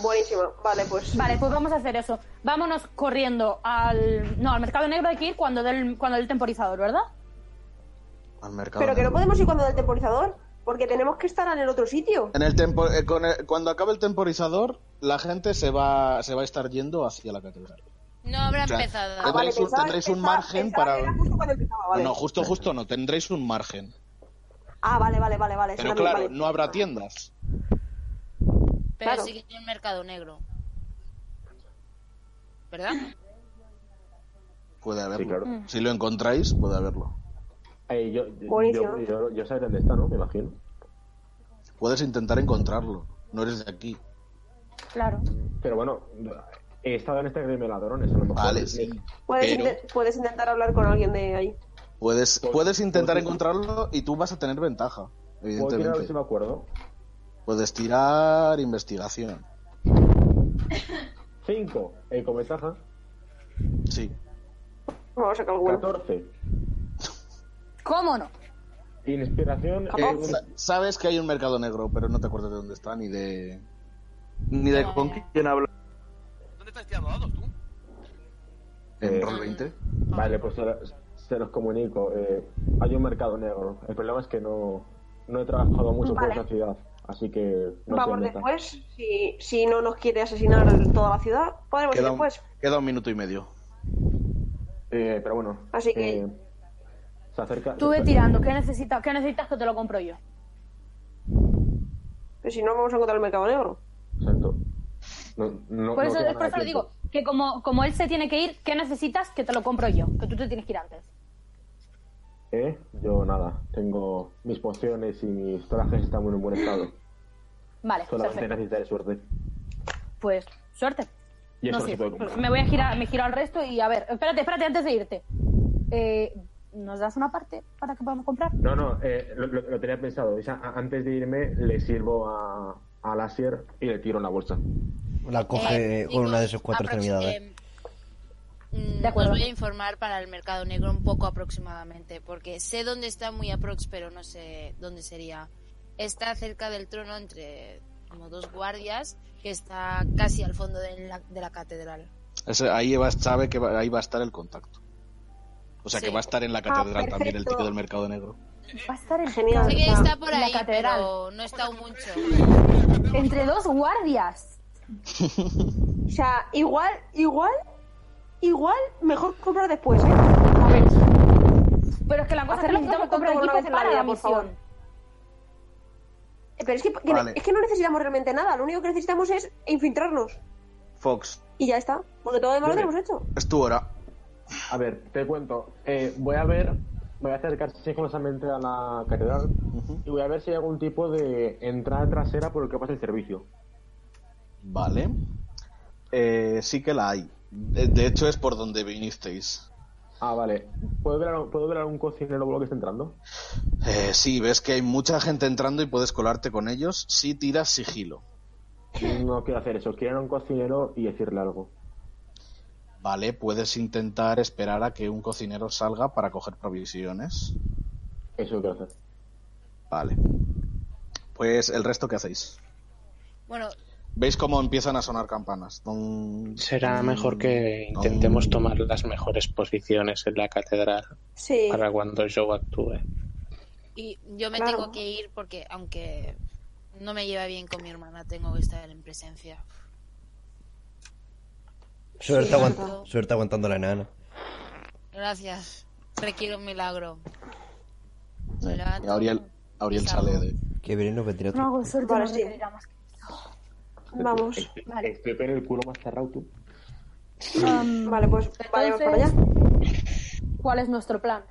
Speaker 3: Buenísimo, vale, pues.
Speaker 7: Vale, pues vamos a hacer eso. Vámonos corriendo al... No, al mercado negro hay que ir cuando del, cuando del temporizador, ¿verdad?
Speaker 2: Al mercado.
Speaker 3: Pero que no
Speaker 2: negro.
Speaker 3: podemos ir cuando del temporizador, porque tenemos que estar en el otro sitio.
Speaker 2: En el tempo- eh, con el- cuando acabe el temporizador, la gente se va, se va a estar yendo hacia la catedral.
Speaker 4: No habrá
Speaker 2: O sea,
Speaker 4: empezado.
Speaker 2: Ah, vale. Tendréis un-
Speaker 3: pensaba-
Speaker 2: tendréis un
Speaker 3: pensaba-
Speaker 2: margen
Speaker 3: pensaba
Speaker 2: para-
Speaker 3: que era justo cuando empezaba, vale.
Speaker 2: No, justo, justo no, tendréis un margen.
Speaker 3: Ah, vale, vale, vale, vale. eso
Speaker 2: Pero
Speaker 3: también,
Speaker 2: claro,
Speaker 3: vale.
Speaker 2: no habrá tiendas.
Speaker 4: Pero
Speaker 3: Claro.
Speaker 4: sí que tiene un mercado negro. ¿Verdad?
Speaker 2: Puede haberlo.
Speaker 6: Sí, claro.
Speaker 7: Mm.
Speaker 2: Si lo encontráis, puede haberlo.
Speaker 6: Eh, yo, yo,
Speaker 3: Buenísimo.
Speaker 6: yo, yo- yo sé dónde está, ¿no? Me imagino.
Speaker 2: Puedes intentar encontrarlo. No eres de aquí.
Speaker 7: Claro.
Speaker 6: Pero bueno, he estado en este gremio de ladrones, a lo mejor.
Speaker 2: Vale, sí.
Speaker 3: Puedes,
Speaker 2: Pero
Speaker 3: inte- puedes intentar hablar con alguien de ahí.
Speaker 2: puedes, puedes intentar
Speaker 6: Pues-
Speaker 2: encontrarlo y tú vas a tener ventaja,
Speaker 6: Puedo tirar a ver si
Speaker 2: evidentemente.
Speaker 6: me acuerdo.
Speaker 2: Puedes tirar investigación.
Speaker 6: Cinco, eh, con ventaja.
Speaker 2: Sí.
Speaker 3: Vamos a sacar alguno.
Speaker 6: 14.
Speaker 7: ¿Cómo no?
Speaker 6: Inspiración.
Speaker 2: Eh,
Speaker 6: eh,
Speaker 2: sa- sabes que hay un mercado negro, pero no te acuerdas de dónde está ni de ni de con quién habla.
Speaker 8: ¿Dónde estás tirando dados tú?
Speaker 2: En
Speaker 6: Eh,
Speaker 2: Roll 20.
Speaker 6: Vale, pues se, lo- se los comunico. eh, hay un mercado negro. El problema es que no, no he trabajado mucho
Speaker 3: Vale.
Speaker 6: por esa ciudad, así que no
Speaker 3: Vamos
Speaker 6: sé dónde está.
Speaker 3: después. Si, si no nos quiere asesinar toda la ciudad, podemos ir
Speaker 2: Queda un,
Speaker 3: después.
Speaker 2: queda un minuto y medio.
Speaker 6: Eh, pero bueno.
Speaker 3: Así que-
Speaker 6: eh, se acerca.
Speaker 7: Tú
Speaker 6: se
Speaker 7: ve
Speaker 6: acerca-
Speaker 7: tirando. ¿Qué necesitas? ¿Qué necesitas que te lo compro yo?
Speaker 3: Pero si no, vamos a encontrar el mercado negro.
Speaker 6: Exacto. No, no,
Speaker 7: Por
Speaker 6: no
Speaker 7: eso,
Speaker 6: queda
Speaker 7: por
Speaker 6: nada
Speaker 7: eso
Speaker 6: de
Speaker 7: le
Speaker 6: tiempo.
Speaker 7: digo que como, como él se tiene que ir, ¿qué necesitas que te lo compro yo? Que tú te tienes que ir antes.
Speaker 6: Eh, yo nada. Tengo mis pociones y mis trajes están en un buen estado.
Speaker 7: Vale,
Speaker 6: Solamente
Speaker 7: perfecto.
Speaker 6: necesitaré suerte.
Speaker 7: Pues, suerte.
Speaker 6: Y eso
Speaker 7: No
Speaker 6: no
Speaker 7: sé,
Speaker 6: se puede comprar.
Speaker 7: me voy a girar, me giro al resto y a ver, espérate, espérate, antes de irte. Eh, ¿Nos das una parte para que podamos comprar?
Speaker 6: No, no, eh, lo, lo- lo tenía pensado. O sea, a- antes de irme, le sirvo a, a Lasier y le tiro en la bolsa.
Speaker 5: La coge
Speaker 4: Eh,
Speaker 5: con una de
Speaker 4: chicos,
Speaker 5: sus cuatro
Speaker 4: aproxi-
Speaker 5: extremidades.
Speaker 4: eh, mm,
Speaker 1: De acuerdo.
Speaker 4: Os voy a informar para el mercado negro un poco aproximadamente, porque sé dónde está muy aprox, pero no sé dónde sería. Está cerca del trono entre como dos guardias, que está casi al fondo de la, de la catedral.
Speaker 2: Ese- ahí va- sabe que va- ahí va a estar el contacto. O sea que
Speaker 4: Sí.
Speaker 2: va a estar en la catedral también el
Speaker 7: perfecto.
Speaker 2: tío del mercado negro.
Speaker 7: Va a estar el
Speaker 3: Genial.
Speaker 4: Sé que
Speaker 3: Ah,
Speaker 4: está por
Speaker 7: la
Speaker 4: ahí,
Speaker 7: catedral.
Speaker 4: pero no está mucho.
Speaker 7: Entre dos guardias.
Speaker 3: O sea, igual, igual, igual, mejor comprar después, ¿eh? A ver,
Speaker 7: Pero es que la cosa es que
Speaker 3: Hacerlo
Speaker 7: necesitamos
Speaker 3: todo
Speaker 7: comprar
Speaker 3: por una
Speaker 7: equipos
Speaker 3: vez en la
Speaker 7: para la
Speaker 3: vida, por favor.
Speaker 7: misión.
Speaker 3: pero es que, que-
Speaker 2: Vale.
Speaker 3: es que no necesitamos realmente nada, lo único que necesitamos es infiltrarnos.
Speaker 2: Fox,
Speaker 3: Y ya está, porque todo lo demás lo
Speaker 6: Bien.
Speaker 3: tenemos hecho.
Speaker 2: es tu hora.
Speaker 6: A ver, te cuento. Eh, voy a ver, voy a acercar sigilosamente a la catedral y voy a ver si hay algún tipo de entrada trasera por el que pasa el servicio.
Speaker 2: Vale. Eh, sí que la hay. De, de hecho es por donde vinisteis.
Speaker 6: Ah, vale. ¿Puedo ver a, ¿puedo ver a un cocinero por lo que está entrando?
Speaker 2: Eh, sí, ves que hay mucha gente entrando y puedes colarte con ellos si tiras sigilo.
Speaker 6: No quiero hacer eso. Quiero ir a un cocinero y decirle algo.
Speaker 2: Vale, puedes intentar esperar a que un cocinero salga para coger provisiones.
Speaker 6: Eso quiero hacer.
Speaker 2: Vale. Pues el resto que hacéis.
Speaker 4: Bueno,
Speaker 2: ¿Veis cómo empiezan a sonar campanas? Dun,
Speaker 9: Será
Speaker 2: dun,
Speaker 9: mejor que
Speaker 2: dun.
Speaker 9: intentemos tomar las mejores posiciones en la catedral
Speaker 3: Sí.
Speaker 9: para cuando yo actúe.
Speaker 4: y yo me
Speaker 3: Claro.
Speaker 4: tengo que ir porque, aunque no me lleva bien con mi hermana, tengo que estar en presencia.
Speaker 5: Suerte,
Speaker 3: Sí,
Speaker 5: aguant-
Speaker 3: claro.
Speaker 5: suerte aguantando la enana.
Speaker 4: Gracias. Requiero un milagro. Me
Speaker 2: Eh,
Speaker 4: levanto.
Speaker 2: y Auriel, Auriel sale de...
Speaker 5: Que bien nos vendría
Speaker 7: No
Speaker 5: otro.
Speaker 7: hago suerte,
Speaker 3: Vale,
Speaker 7: no
Speaker 3: sí.
Speaker 7: requerirá más que-
Speaker 3: Vamos.
Speaker 7: Vale.
Speaker 6: Estoy con el culo más cerrado tú.
Speaker 7: Um,
Speaker 3: Vale, pues vayamos para allá.
Speaker 7: ¿Cuál es nuestro plan?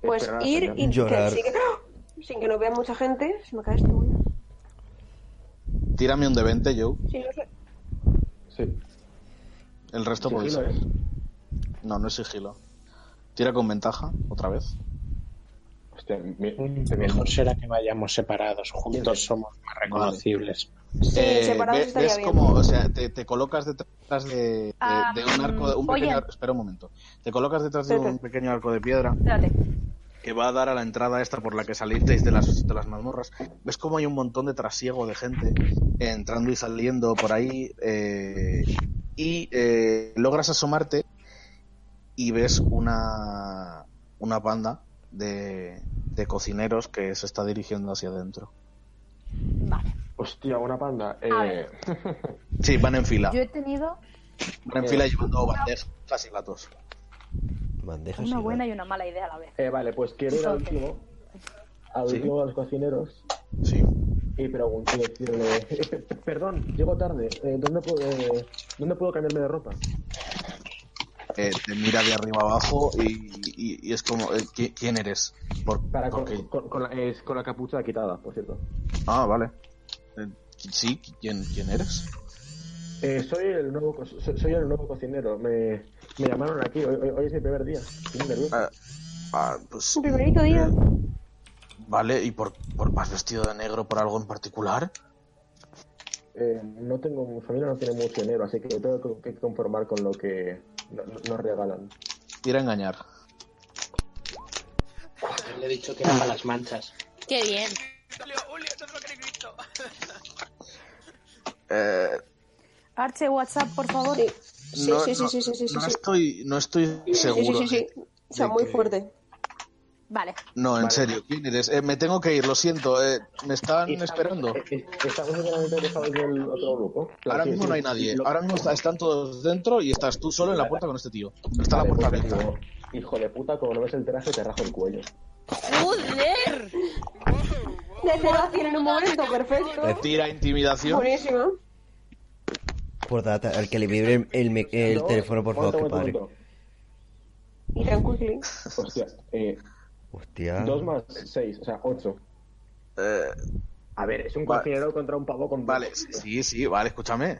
Speaker 3: Pues
Speaker 6: Esperar a
Speaker 3: ir
Speaker 6: salir.
Speaker 3: y
Speaker 5: Llorar.
Speaker 3: Que, sí que- sin que nos vea mucha gente, se me cae este moño.
Speaker 2: Tírame un de 20, Joe.
Speaker 3: Sí, no sé.
Speaker 6: Sí.
Speaker 2: El resto por
Speaker 6: Sigilo, ¿eh?
Speaker 2: No, no es sigilo. Tira con ventaja, otra vez.
Speaker 6: Hostia, mi-
Speaker 9: Mejor será que vayamos separados. Juntos somos más reconocibles.
Speaker 3: Sí,
Speaker 2: Eh,
Speaker 3: separados
Speaker 2: ve-
Speaker 3: estaría
Speaker 2: ves
Speaker 3: bien.
Speaker 2: como, o sea, te, te colocas detrás de, de-
Speaker 1: Ah,
Speaker 2: de un arco, de- un
Speaker 1: oye.
Speaker 2: pequeño, ar- espera un momento, te colocas detrás de un
Speaker 3: Espérate.
Speaker 2: pequeño arco de piedra
Speaker 1: Espérate.
Speaker 2: que va a dar a la entrada esta por la que salisteis de las, de las mazmorras. Ves como hay un montón de trasiego de gente entrando y saliendo por ahí eh, y eh, logras asomarte y ves una, una banda de, de cocineros que se está dirigiendo hacia adentro.
Speaker 7: Vale.
Speaker 6: Hostia, una panda. Eh,
Speaker 7: ver.
Speaker 2: Sí, van en fila.
Speaker 7: Yo he tenido
Speaker 2: Van en fila llevando bandejas y platos.
Speaker 5: Bandejas
Speaker 7: una
Speaker 5: y
Speaker 7: buena y una mala idea a la vez.
Speaker 6: eh, vale, pues quiero ir al
Speaker 7: Entonces.
Speaker 6: último. Al
Speaker 2: Sí.
Speaker 6: último de los cocineros
Speaker 2: Sí.
Speaker 6: y pregunto y decirle: eh, Perdón, llego tarde. eh, ¿dónde, puedo, eh, ¿Dónde puedo cambiarme de ropa?
Speaker 2: Eh, te mira de arriba abajo y, y- y es como, eh, ¿qui- ¿quién eres? Por-
Speaker 6: Para con,
Speaker 2: porque-
Speaker 6: con- con la, es con la capucha quitada, por cierto.
Speaker 2: Ah, vale. Eh, sí, ¿quién, ¿quién eres?
Speaker 6: Eh, soy el nuevo co- so- soy el nuevo cocinero. Me, me llamaron aquí. Hoy, hoy- hoy es mi primer día. Estoy nervioso.
Speaker 2: Ah, ah, pues...
Speaker 3: Un primerito día.
Speaker 2: eh, vale, ¿y por, por vas vestido de negro por algo en particular?
Speaker 6: Eh, no tengo mi familia no tiene mucho dinero, así que tengo co- que conformar con lo que no- no- nos regalan.
Speaker 2: Tira a engañar.
Speaker 9: Le he dicho que era para las manchas.
Speaker 4: Qué bien.
Speaker 8: Julio, Julio, no te lo crees, Cristo.
Speaker 2: Eh,
Speaker 7: Arche, WhatsApp, por favor.
Speaker 3: Sí, sí,
Speaker 2: no-
Speaker 3: sí, sí,
Speaker 2: no-
Speaker 3: sí, sí, sí, sí,
Speaker 2: no
Speaker 3: sí.
Speaker 2: estoy, no estoy seguro.
Speaker 3: Sí, sí, sí,
Speaker 2: de-
Speaker 3: sí. O sea,
Speaker 2: de
Speaker 3: muy
Speaker 2: que-
Speaker 3: fuerte.
Speaker 7: Vale.
Speaker 2: No, en
Speaker 6: Vale.
Speaker 2: serio, ¿quién eres? Eh, me tengo que ir, lo siento. eh, me están esperando.
Speaker 6: Eh, eh, Estamos en la mitad que sabes del otro grupo.
Speaker 2: Ahora
Speaker 6: Sí,
Speaker 2: mismo
Speaker 6: sí.
Speaker 2: no hay nadie.
Speaker 6: Lo-
Speaker 2: Ahora mismo está- están todos dentro y estás tú solo en la puerta con este tío. Está la
Speaker 6: Vale,
Speaker 2: puerta
Speaker 6: pues,
Speaker 2: abierta.
Speaker 6: digo, Hijo de puta, como no ves el traje, te rajo el cuello.
Speaker 4: ¡Joder!
Speaker 3: De cero a cien en un momento,
Speaker 5: Eh,
Speaker 3: perfecto.
Speaker 2: Tira intimidación.
Speaker 3: Buenísimo.
Speaker 5: Por data, al que le vibre el, mic- el
Speaker 6: No,
Speaker 5: teléfono, por favor, que
Speaker 6: momento,
Speaker 5: padre.
Speaker 6: momento,
Speaker 3: Y tan quickly.
Speaker 6: momento. Hostia, eh,
Speaker 5: Hostia.
Speaker 6: dos más seis, o sea, ocho.
Speaker 2: Eh,
Speaker 6: A ver, es un
Speaker 2: Vale.
Speaker 6: cocinero contra un pavo con.
Speaker 2: vale, sí, sí, vale, escúchame.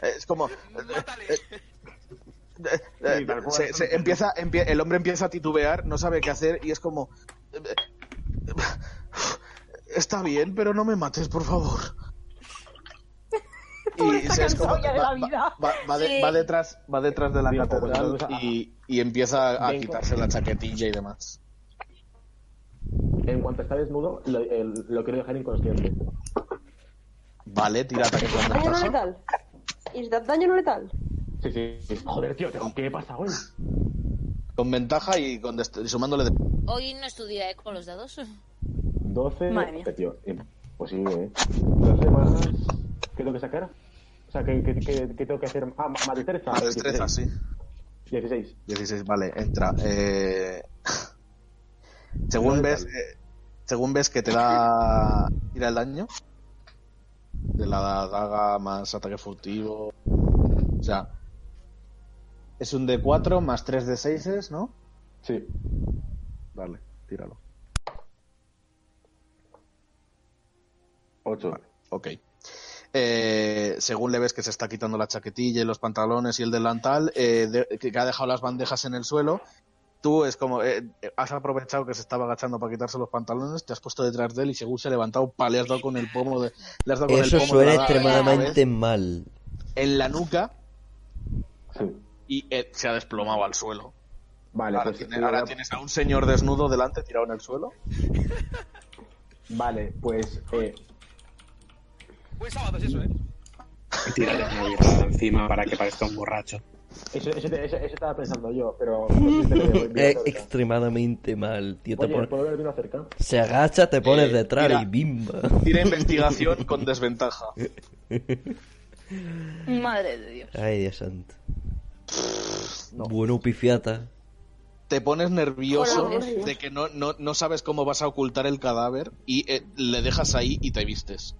Speaker 2: Eh, Es como. eh,
Speaker 8: Mátale.
Speaker 2: eh, eh,
Speaker 6: Sí, tal cual.
Speaker 2: se- se empieza, empie- el hombre empieza a titubear, no sabe qué hacer y es como. eh, eh, Está bien, pero no me mates, por favor.
Speaker 7: Pobre,
Speaker 2: y
Speaker 7: está
Speaker 2: se
Speaker 7: cansado
Speaker 2: escapa-
Speaker 7: ya de
Speaker 2: va-
Speaker 7: la vida.
Speaker 2: va- va- va de-
Speaker 4: Sí.
Speaker 2: va detrás va detrás de la
Speaker 6: Bien,
Speaker 2: catedral
Speaker 6: pues, entonces,
Speaker 2: y, y empieza a
Speaker 6: Ven con-
Speaker 2: quitarse la chaquetilla y demás.
Speaker 6: En cuanto está desnudo, lo, el- lo quiero dejar inconsciente.
Speaker 2: Vale, tira ataque con
Speaker 3: Daño no
Speaker 2: ventaja.
Speaker 3: letal. ¿Y da- daño no letal?
Speaker 6: Sí, sí. sí. Joder, tío, tengo- ¿qué pasa hoy?
Speaker 2: Con ventaja y, con dest- y sumándole de-
Speaker 4: Hoy no estudia ¿eh? con los dados.
Speaker 6: 12.
Speaker 7: Madre mía.
Speaker 6: Joder, eh, tío, imposible, ¿eh? 12 más. ¿Qué tengo que sacar? O sea, ¿qué, qué, qué- qué tengo que hacer? Ah, ma- más destreza.
Speaker 2: más destreza, sí.
Speaker 6: 16.
Speaker 2: 16, vale, entra. Eh, según ves eh, según ves que te da tira el daño de la daga más ataque furtivo. O sea, es un D4 más 3 D6, ¿no?
Speaker 6: Sí.
Speaker 2: Vale, tíralo.
Speaker 6: 8.
Speaker 2: Ok. Eh, según le ves que se está quitando la chaquetilla y los pantalones y el delantal, eh, de- que ha dejado las bandejas en el suelo, tú es como, eh, eh, has aprovechado que se estaba agachando para quitarse los pantalones, te has puesto detrás de él y según se ha levantado, pa, le has dado con el pomo de, le has dado con el
Speaker 5: Eso
Speaker 2: pomo de
Speaker 5: suena
Speaker 2: la daga
Speaker 5: extremadamente mal.
Speaker 2: en la nuca
Speaker 6: Sí.
Speaker 2: y eh, se ha desplomado al suelo.
Speaker 6: Vale,
Speaker 2: ahora,
Speaker 6: pues.
Speaker 2: tiene-
Speaker 6: le
Speaker 2: ahora
Speaker 6: voy a-
Speaker 2: tienes a un señor desnudo delante tirado en el suelo.
Speaker 6: Vale, pues. Eh,
Speaker 8: Buen sábado es eso, ¿eh?
Speaker 9: Tírale una birra encima para que parezca un borracho.
Speaker 6: eso, eso, te- eso- eso estaba pensando yo, pero. no sé si te lo voy a
Speaker 5: Eh,
Speaker 6: enviar ahorita.
Speaker 5: extremadamente mal, tío. Te
Speaker 6: Oye,
Speaker 5: pon-
Speaker 6: ¿puedo ver vino cerca?
Speaker 5: Se agacha, te pones
Speaker 2: Eh,
Speaker 5: detrás
Speaker 2: pues- mira.
Speaker 5: y bimba.
Speaker 2: Tira investigación con desventaja.
Speaker 1: Madre de Dios.
Speaker 5: Ay, Dios santo. Bueno, pifiata.
Speaker 2: te pones nervioso
Speaker 3: Hola, Borja.
Speaker 2: de que no, no, no sabes cómo vas a ocultar el cadáver y eh, le dejas ahí y te vistes.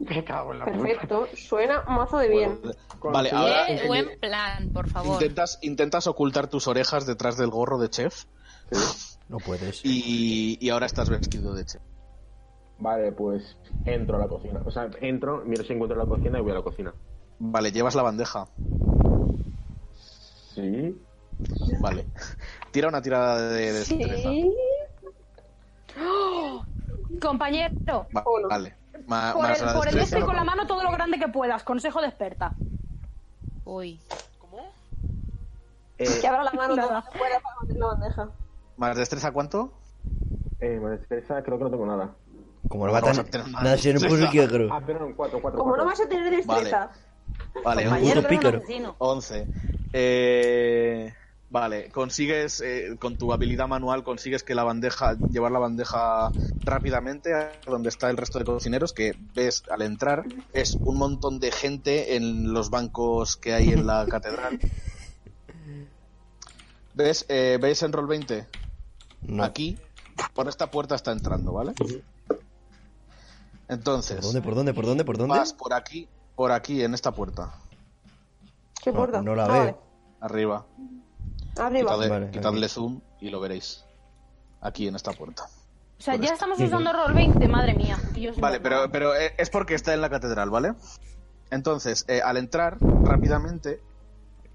Speaker 9: Me cago en la
Speaker 3: Perfecto. Suena mazo de bien.
Speaker 2: Vale, ahora
Speaker 4: Qué
Speaker 2: eh,
Speaker 4: buen plan, por favor.
Speaker 2: intentas, intentas ocultar tus orejas detrás del gorro de chef
Speaker 5: No puedes.
Speaker 2: y, y ahora estás vestido de chef.
Speaker 6: Vale, pues entro a la cocina. O sea, entro, miro si encuentro la cocina y voy a la cocina.
Speaker 2: Vale, llevas la bandeja.
Speaker 6: Sí.
Speaker 2: Vale. Tira una tirada de destreza.
Speaker 3: Sí.
Speaker 7: Compañero,
Speaker 2: Va-
Speaker 3: Hola.
Speaker 2: vale. Ma-
Speaker 7: por
Speaker 2: Ah, más
Speaker 7: el,
Speaker 2: la
Speaker 7: por el este
Speaker 2: destreza.
Speaker 7: y con la mano todo lo grande que puedas. Consejo de experta.
Speaker 4: Uy.
Speaker 8: ¿Cómo?
Speaker 3: Que abra la mano
Speaker 7: Nada.
Speaker 3: toda fuera para meter la bandeja.
Speaker 2: ¿Más destreza cuánto?
Speaker 6: Eh, más destreza, creo que no tengo nada.
Speaker 5: Como lo
Speaker 2: no
Speaker 5: va
Speaker 2: vas a tener nada.
Speaker 5: Nada, si no puedo que
Speaker 6: Ah,
Speaker 5: creo.
Speaker 6: pero un 4, 4.
Speaker 3: Como no vas a tener destreza.
Speaker 2: Vale,
Speaker 5: Un puto pícaro.
Speaker 2: 11. Eh, vale, consigues, eh, con tu habilidad manual, consigues que la bandeja, llevar la bandeja rápidamente a donde está el resto de cocineros, que ves al entrar, es un montón de gente en los bancos que hay en la catedral. ¿Ves, eh, ¿Veis en Roll 20?
Speaker 5: No.
Speaker 2: Aquí, por esta puerta está entrando, ¿vale? Entonces,
Speaker 5: ¿Por dónde, por dónde, por dónde, por dónde?
Speaker 2: vas por aquí, por aquí, en esta puerta,
Speaker 3: ¿Qué
Speaker 5: No,
Speaker 3: puerta?
Speaker 5: no la
Speaker 3: Ah,
Speaker 5: veo.
Speaker 2: arriba.
Speaker 3: vale. Arriba.
Speaker 2: Quitadle,
Speaker 5: Vale,
Speaker 2: quitadle
Speaker 5: vale.
Speaker 2: zoom y lo veréis. Aquí en esta puerta.
Speaker 7: O sea,
Speaker 2: Por
Speaker 7: ya
Speaker 2: esto.
Speaker 7: estamos usando roll 20, madre mía. Y yo soy
Speaker 2: Vale,
Speaker 7: normal.
Speaker 2: pero, pero eh, es porque está en la catedral, ¿vale? Entonces, eh, al entrar rápidamente,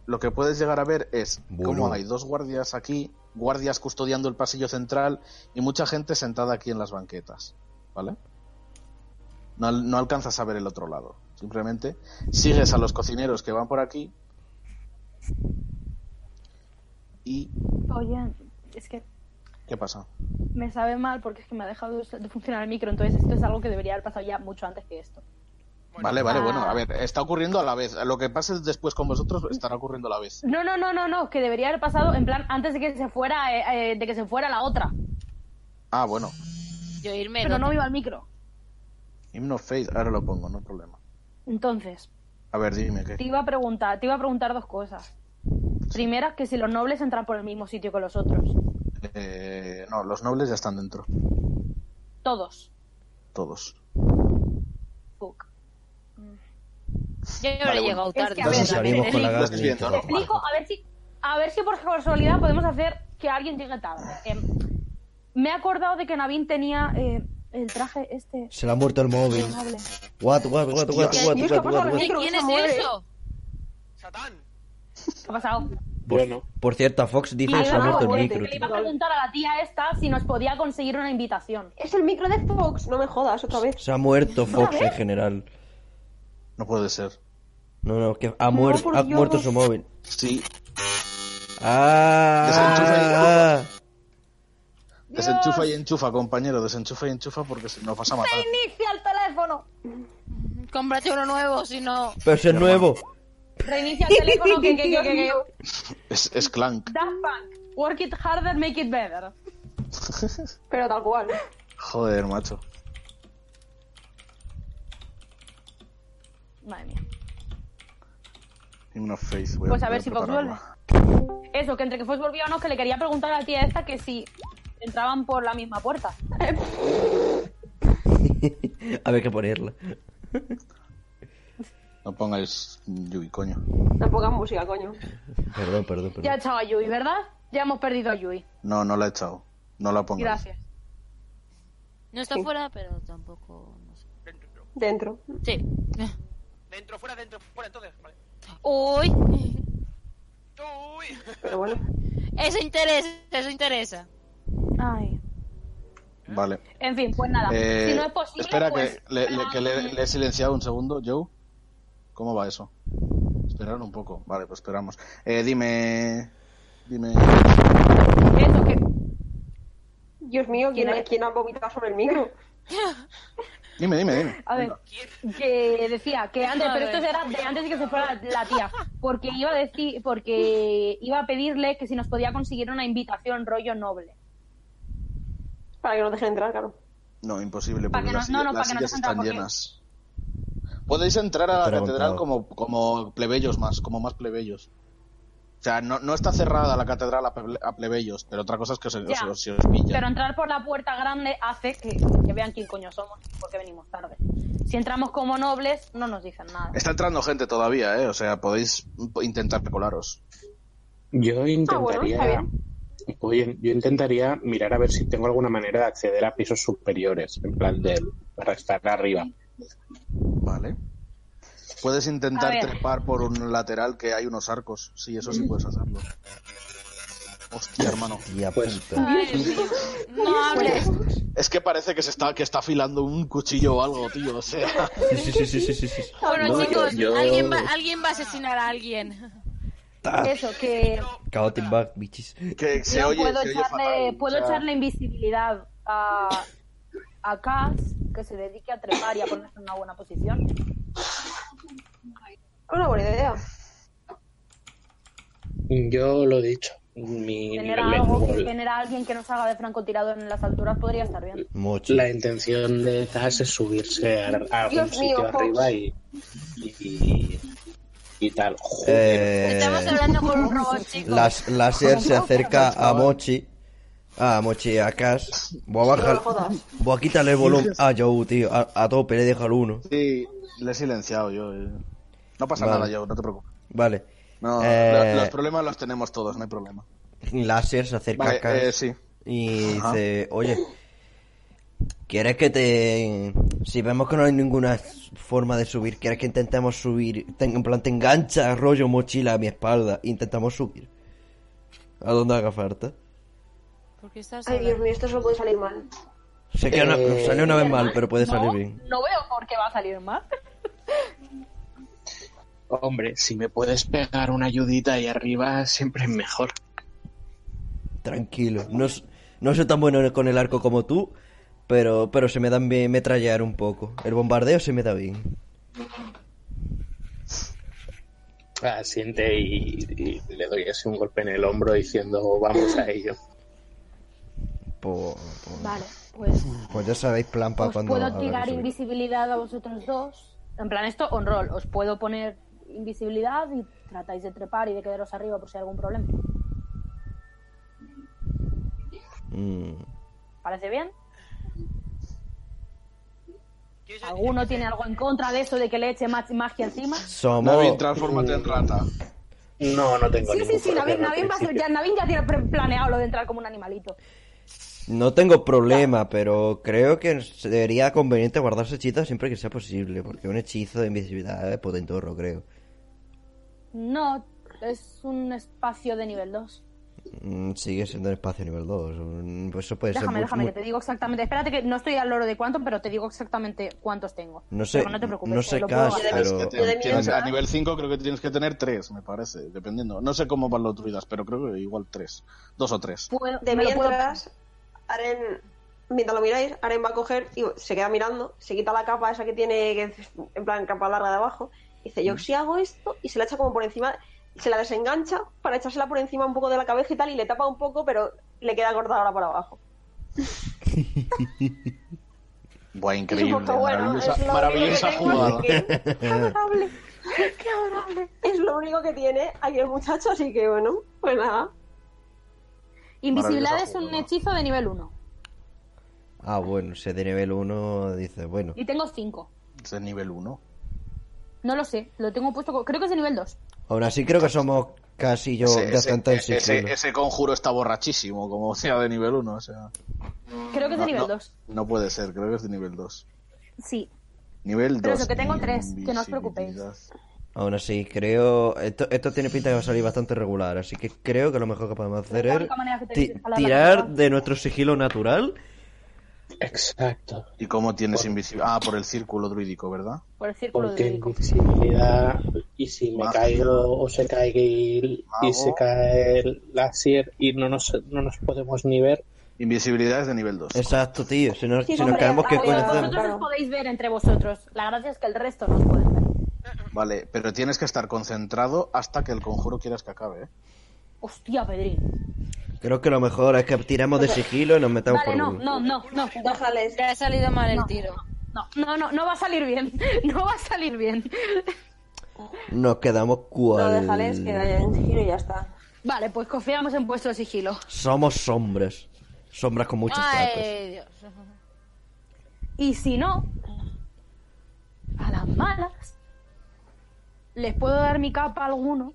Speaker 2: lo que puedes llegar a ver es
Speaker 5: Bueno.
Speaker 2: cómo hay dos guardias aquí, guardias custodiando el pasillo central y mucha gente sentada aquí en las banquetas, ¿vale? No, al- no alcanzas a ver el otro lado. Simplemente sigues a los cocineros que van por aquí y...
Speaker 7: Oye, es que
Speaker 2: ¿Qué pasa?
Speaker 7: me sabe mal porque es que me ha dejado de funcionar el micro. Entonces, esto es algo que debería haber pasado ya mucho antes que esto.
Speaker 2: vale, vale,
Speaker 7: Ah.
Speaker 2: bueno, a ver, está ocurriendo a la vez. Lo que pase después con vosotros estará ocurriendo a la vez.
Speaker 7: No, no, no, no, no. Que debería haber pasado en plan antes de que se fuera, eh, eh, de que se fuera la otra.
Speaker 2: Ah, bueno,
Speaker 4: Yo irme.
Speaker 7: Pero
Speaker 4: loca.
Speaker 7: no iba al micro.
Speaker 2: Hymn of Faith, ahora lo pongo, no hay problema.
Speaker 7: Entonces,
Speaker 2: A ver, dime qué.
Speaker 7: te iba a preguntar, te iba a preguntar dos cosas. Primera, que si los nobles entran por el mismo sitio que los otros.
Speaker 2: Eh, no, los nobles ya están dentro,
Speaker 7: Todos.
Speaker 2: todos.
Speaker 7: Fuck.
Speaker 4: Yo habré
Speaker 2: Vale, bueno.
Speaker 4: llegado
Speaker 7: que, a
Speaker 4: tarde.
Speaker 7: ver,
Speaker 5: Entonces salimos con la
Speaker 2: Lo estoy
Speaker 5: garganta.
Speaker 2: viendo, ¿no?
Speaker 7: Te explico, a ver si, a ver si por casualidad podemos hacer que alguien llegue tarde. Em, me he acordado de que Navin tenía eh, el traje este
Speaker 5: Se le ha muerto el móvil.
Speaker 7: noble.
Speaker 5: What, what, what, what,
Speaker 2: Hostia,
Speaker 5: what, what,
Speaker 3: Dios, ¿qué ha pasado?
Speaker 5: what, what?
Speaker 4: ¿Y quién
Speaker 3: se
Speaker 4: es
Speaker 3: mueve.
Speaker 4: eso?
Speaker 8: ¡Satán!
Speaker 7: ¿Qué ha pasado?
Speaker 5: Por, por cierto, a Fox dice que se le ha muerto el
Speaker 3: Acuérdate
Speaker 5: micro.
Speaker 7: Le iba a
Speaker 5: tío.
Speaker 7: preguntar a la tía esta si nos podía conseguir una invitación.
Speaker 3: Es el micro de Fox. No me jodas otra vez.
Speaker 5: Se ha muerto Fox en general.
Speaker 2: No puede ser.
Speaker 5: No, no, que ha,
Speaker 3: No,
Speaker 5: muerto,
Speaker 3: por
Speaker 5: ha
Speaker 3: Dios.
Speaker 5: muerto su móvil.
Speaker 2: Sí,
Speaker 5: Ah,
Speaker 2: desenchufa y enchufa, compañero, desenchufa y enchufa porque se nos vas a matar.
Speaker 7: Reinicia el teléfono.
Speaker 4: Cómprate uno nuevo, si no.
Speaker 5: pero ese es nuevo.
Speaker 7: Reinicia el teléfono que, que, que, que, que.
Speaker 2: Es, es Clank.
Speaker 7: Daft Punk. Work it harder, make it better.
Speaker 3: Pero tal cual.
Speaker 2: Joder, macho.
Speaker 7: Madre mía.
Speaker 2: Himno Face, voy
Speaker 7: Pues a
Speaker 2: voy
Speaker 7: ver si Vox
Speaker 2: prepararla.
Speaker 7: Eso, que entre que Fox volvía o no, que le quería preguntar a la tía esta que si entraban por la misma puerta.
Speaker 5: a ver qué ponerla.
Speaker 2: No pongáis Yui, coño.
Speaker 3: No pongas música, coño.
Speaker 5: Perdón, perdón, perdón.
Speaker 7: Ya ha echado a Yui, ¿verdad? Ya hemos perdido a Yui.
Speaker 2: No, no la he echado. No la pongáis.
Speaker 7: Gracias.
Speaker 4: No está fuera, pero tampoco. No sé.
Speaker 8: Dentro,
Speaker 3: Dentro.
Speaker 4: Sí.
Speaker 8: dentro, fuera, dentro, fuera, entonces. Vale.
Speaker 4: Uy.
Speaker 8: Uy.
Speaker 3: Pero bueno.
Speaker 4: Eso interesa, eso interesa.
Speaker 7: Ay.
Speaker 2: Vale.
Speaker 7: En fin, pues nada.
Speaker 2: Eh,
Speaker 7: si no es posible,
Speaker 2: espera,
Speaker 7: pues,
Speaker 2: que, le, le-
Speaker 7: ah,
Speaker 2: que le- le he silenciado un segundo, Joe. ¿Cómo va eso? Esperar un poco. Vale, pues esperamos. Eh, dime. Dime.
Speaker 7: Eso, que...
Speaker 3: Dios mío, ¿quién, ha- quién ha vomitado sobre el micro?
Speaker 2: Dime, dime, dime.
Speaker 7: A ver, que decía que antes,
Speaker 4: A
Speaker 7: pero esto
Speaker 4: ver.
Speaker 7: era de antes de que se fuera la, la tía, porque iba a decir, porque iba a pedirle que si nos podía conseguir una invitación rollo noble.
Speaker 3: Para que no dejen entrar, claro.
Speaker 2: No, imposible,
Speaker 7: Pa'
Speaker 2: porque
Speaker 7: que no-
Speaker 2: las,
Speaker 7: no,
Speaker 2: silla-
Speaker 7: no, pa'
Speaker 2: las
Speaker 7: que no
Speaker 2: sillas
Speaker 7: te entra,
Speaker 2: están
Speaker 7: porque-
Speaker 2: llenas. Podéis entrar a la
Speaker 5: Entra
Speaker 2: catedral
Speaker 5: montado.
Speaker 2: como, como plebeyos más, como más plebeyos. O sea, no, no está cerrada la catedral a, pleble- a plebeyos, pero otra cosa es que os, os-
Speaker 7: Ya.
Speaker 2: os- si os pilla.
Speaker 7: Pero entrar por la puerta grande hace que, que vean quién coño somos, porque venimos tarde. Si entramos como nobles, no nos dicen nada.
Speaker 2: Está entrando gente todavía, ¿eh? O sea, podéis po- intentar colaros.
Speaker 9: Yo
Speaker 3: Ah,
Speaker 9: intentaría.
Speaker 3: bueno,
Speaker 9: Oye, yo intentaría mirar a ver si tengo alguna manera de acceder a pisos superiores, en plan de para estar arriba.
Speaker 2: Vale. Puedes
Speaker 7: A
Speaker 2: intentar
Speaker 7: ver.
Speaker 2: trepar por un lateral que hay unos arcos. Sí, eso sí puedes hacerlo. Hostia, hermano.
Speaker 5: Tía
Speaker 9: Pues-
Speaker 7: ah.
Speaker 5: puta.
Speaker 4: No hables.
Speaker 2: Es que parece que se está, que está afilando un cuchillo o algo, tío. O sea.
Speaker 5: Sí, sí, sí, sí, sí, sí, sí.
Speaker 4: Bueno,
Speaker 9: No, yo-
Speaker 4: chicos,
Speaker 9: yo-
Speaker 4: Alguien, va, alguien va a asesinar a alguien.
Speaker 2: Ah.
Speaker 7: Eso, que
Speaker 5: Chaotic back, bitches.
Speaker 2: Que se
Speaker 7: yo
Speaker 2: oye,
Speaker 7: puedo,
Speaker 2: se oye
Speaker 7: echarle,
Speaker 2: fatal,
Speaker 7: puedo
Speaker 2: o sea,
Speaker 7: echarle invisibilidad a, a Cass, que se dedique a trepar y a ponerse en una buena posición.
Speaker 3: una buena idea.
Speaker 9: Yo lo he dicho. Mi
Speaker 7: Tener
Speaker 9: le-
Speaker 7: algo,
Speaker 9: le-
Speaker 7: tener a alguien que nos haga de francotirador en las alturas podría estar bien.
Speaker 5: Mochi.
Speaker 9: la intención de Zaz es subirse a, a algún
Speaker 3: Dios mío,
Speaker 9: sitio
Speaker 3: Fox.
Speaker 9: arriba y, y, y tal. Joder,
Speaker 5: Eh,
Speaker 4: Estamos hablando con un robot, chicos.
Speaker 5: las, láser se acerca a Mochi. A Mochi, a Cash. Voy a bajar.
Speaker 3: No jodas.
Speaker 5: Voy a quitarle el volumen a Joe, tío. A, a tope, le dejo al uno.
Speaker 2: Sí, le he silenciado yo. eh. No pasa
Speaker 5: Vale.
Speaker 2: nada, yo, no te preocupes.
Speaker 5: Vale.
Speaker 2: No,
Speaker 5: Eh,
Speaker 2: lo- los problemas los tenemos todos, no hay problema.
Speaker 5: Láser se acerca
Speaker 2: Vale,
Speaker 5: a Cash.
Speaker 2: eh, sí.
Speaker 5: Y
Speaker 2: Ajá.
Speaker 5: dice, oye, ¿quieres que te... Si vemos que no hay ninguna forma de subir, ¿quieres que intentemos subir? Ten- en plan, te engancha rollo mochila a mi espalda. Intentamos subir. A donde haga falta.
Speaker 4: ¿Por qué estás
Speaker 3: Ay, Dios mío, esto solo puede salir mal.
Speaker 5: Sé que no-
Speaker 9: Eh,
Speaker 5: salió una vez mal, pero puede salir bien.
Speaker 7: No veo por qué va a salir mal.
Speaker 9: hombre, si me puedes pegar una ayudita ahí arriba, siempre es mejor.
Speaker 5: Tranquilo. No, s- no soy tan bueno con el arco como tú, pero, pero se me dan bien metrallar un poco. El bombardeo se me da bien.
Speaker 9: Asiente y, y le doy así un golpe en el hombro diciendo, vamos a ello.
Speaker 5: Pues,
Speaker 7: Vale, pues
Speaker 5: pues ya sabéis plan para
Speaker 7: os
Speaker 5: cuando...
Speaker 7: puedo
Speaker 5: habrá que
Speaker 7: tirar
Speaker 5: subir.
Speaker 7: invisibilidad a vosotros dos. En plan, esto on roll. Os puedo poner invisibilidad y tratáis de trepar y de quedaros arriba por si hay algún problema.
Speaker 5: Mm.
Speaker 7: ¿Parece bien?
Speaker 8: ¿Quieres-
Speaker 7: ¿Alguno tiene algo en contra de eso de que le eche ma- magia encima?
Speaker 5: Somos...
Speaker 2: David, transfórmate en rata.
Speaker 9: No, no tengo
Speaker 7: Sí, sí,
Speaker 9: ningún
Speaker 7: sí, Navin,
Speaker 9: problema al
Speaker 7: Navin, va a ser-
Speaker 9: principio.
Speaker 7: ya, Navin ya tiene pre- planeado lo de entrar como un animalito.
Speaker 5: No tengo problema, pero creo que sería conveniente guardarse hechizos siempre que sea posible, porque un hechizo de invisibilidad es potentorro, creo.
Speaker 7: No, es un espacio de nivel 2.
Speaker 5: Mm, Sigue siendo el espacio nivel 2. Eso puede ser.
Speaker 7: Déjame,
Speaker 5: muy-
Speaker 7: déjame,
Speaker 5: muy-
Speaker 7: que te digo exactamente. Espérate que no estoy al loro de cuánto, pero te digo exactamente cuántos tengo.
Speaker 5: No sé,
Speaker 7: Pero no te preocupes.
Speaker 5: no
Speaker 7: que
Speaker 5: sé,
Speaker 7: lo puedo
Speaker 5: Cash,
Speaker 7: hacer.
Speaker 5: pero-
Speaker 2: Es que te-
Speaker 3: Yo de
Speaker 2: tienes-
Speaker 3: mierda.
Speaker 2: a nivel 5 creo que tienes que tener 3, me parece, dependiendo. No sé cómo van los druidas, pero creo que igual 3. 2 o 3.
Speaker 7: Puedo-
Speaker 3: De
Speaker 7: me lo puedo-
Speaker 3: mientras, Aren, mientras lo miráis, Aren va a coger y se queda mirando, se quita la capa esa que tiene, que es en plan capa larga de abajo, y dice, yo si hago esto, y se la echa como por encima, se la desengancha para echársela por encima un poco de la cabeza y tal, y le tapa un poco, pero le queda cortada ahora por abajo.
Speaker 2: Buah,
Speaker 3: Es un
Speaker 2: increíble.
Speaker 3: poco bueno,
Speaker 2: maravillosa
Speaker 3: es lo
Speaker 2: maravillosa
Speaker 3: único
Speaker 2: jugada.
Speaker 3: que tengo, así que- ¡Qué adorable! ¡Qué adorable! Es lo único que tiene aquí el muchacho, así que bueno, pues nada.
Speaker 7: Invisibilidad es
Speaker 2: Maravillosa
Speaker 7: un
Speaker 2: jugada.
Speaker 7: hechizo de nivel 1.
Speaker 5: Ah, bueno, si es de nivel 1, dice, bueno.
Speaker 7: Y tengo 5.
Speaker 2: Es de nivel 1.
Speaker 7: No lo sé, lo tengo puesto. co- Creo que es de nivel 2.
Speaker 5: Aún así, creo que somos casi yo
Speaker 2: Ese, ese-
Speaker 5: decentes en
Speaker 2: ese-
Speaker 5: sigilo.
Speaker 2: ese conjuro está borrachísimo, como sea de nivel 1. O sea,
Speaker 7: Creo que es de
Speaker 5: Ah,
Speaker 2: No,
Speaker 7: nivel
Speaker 2: no.
Speaker 7: 2.
Speaker 2: no puede ser, creo que es de nivel 2.
Speaker 7: Sí.
Speaker 2: Nivel 2.
Speaker 7: Pero eso, que tengo tres, que no os preocupéis.
Speaker 5: Aún así, creo. Esto, esto tiene pinta que va a salir bastante regular, así que creo que lo mejor que podemos
Speaker 7: Es
Speaker 5: hacer
Speaker 7: la
Speaker 5: es
Speaker 7: única manera que te-
Speaker 5: ti-
Speaker 7: a la
Speaker 5: tirar
Speaker 7: larga.
Speaker 5: de nuestro sigilo natural.
Speaker 9: Exacto.
Speaker 2: ¿Y cómo tienes invisibilidad? Ah, por el círculo druídico, ¿verdad?
Speaker 7: Por el círculo
Speaker 9: Porque
Speaker 7: de
Speaker 9: invisibilidad, y si me
Speaker 2: Magia.
Speaker 9: caigo o se cae Gil, y
Speaker 2: Mago.
Speaker 9: se cae el láser y no nos, no nos podemos ni ver,
Speaker 2: Invisibilidad es de nivel 2.
Speaker 5: Exacto, tío. Si nos,
Speaker 3: Sí,
Speaker 5: si nos
Speaker 3: hombre,
Speaker 5: caemos, ¿qué
Speaker 3: ah,
Speaker 5: coño
Speaker 3: bueno,
Speaker 5: hacemos?
Speaker 7: Vosotros os
Speaker 3: Claro.
Speaker 7: podéis ver entre vosotros. La gracia es que el resto no os pueden ver.
Speaker 2: Vale, pero tienes que estar concentrado hasta que el conjuro quieras que acabe. ¿eh?
Speaker 7: Hostia, Pedrín.
Speaker 5: Creo que lo mejor es que tiramos de sigilo y nos metamos
Speaker 7: Vale,
Speaker 5: por
Speaker 7: no,
Speaker 5: culo.
Speaker 7: no, no, no.
Speaker 3: Déjales.
Speaker 4: Ya ha salido mal el tiro.
Speaker 7: No, no, no, no va a salir bien. No va a salir bien.
Speaker 5: Nos quedamos
Speaker 3: No,
Speaker 5: cual.
Speaker 3: déjales, que vayan en giro y ya está.
Speaker 7: Vale, pues confiamos en vuestro sigilo.
Speaker 5: Somos sombras. Sombras con muchas patas.
Speaker 4: Ay, Dios.
Speaker 7: Y si no, a las malas, les puedo dar mi capa a alguno.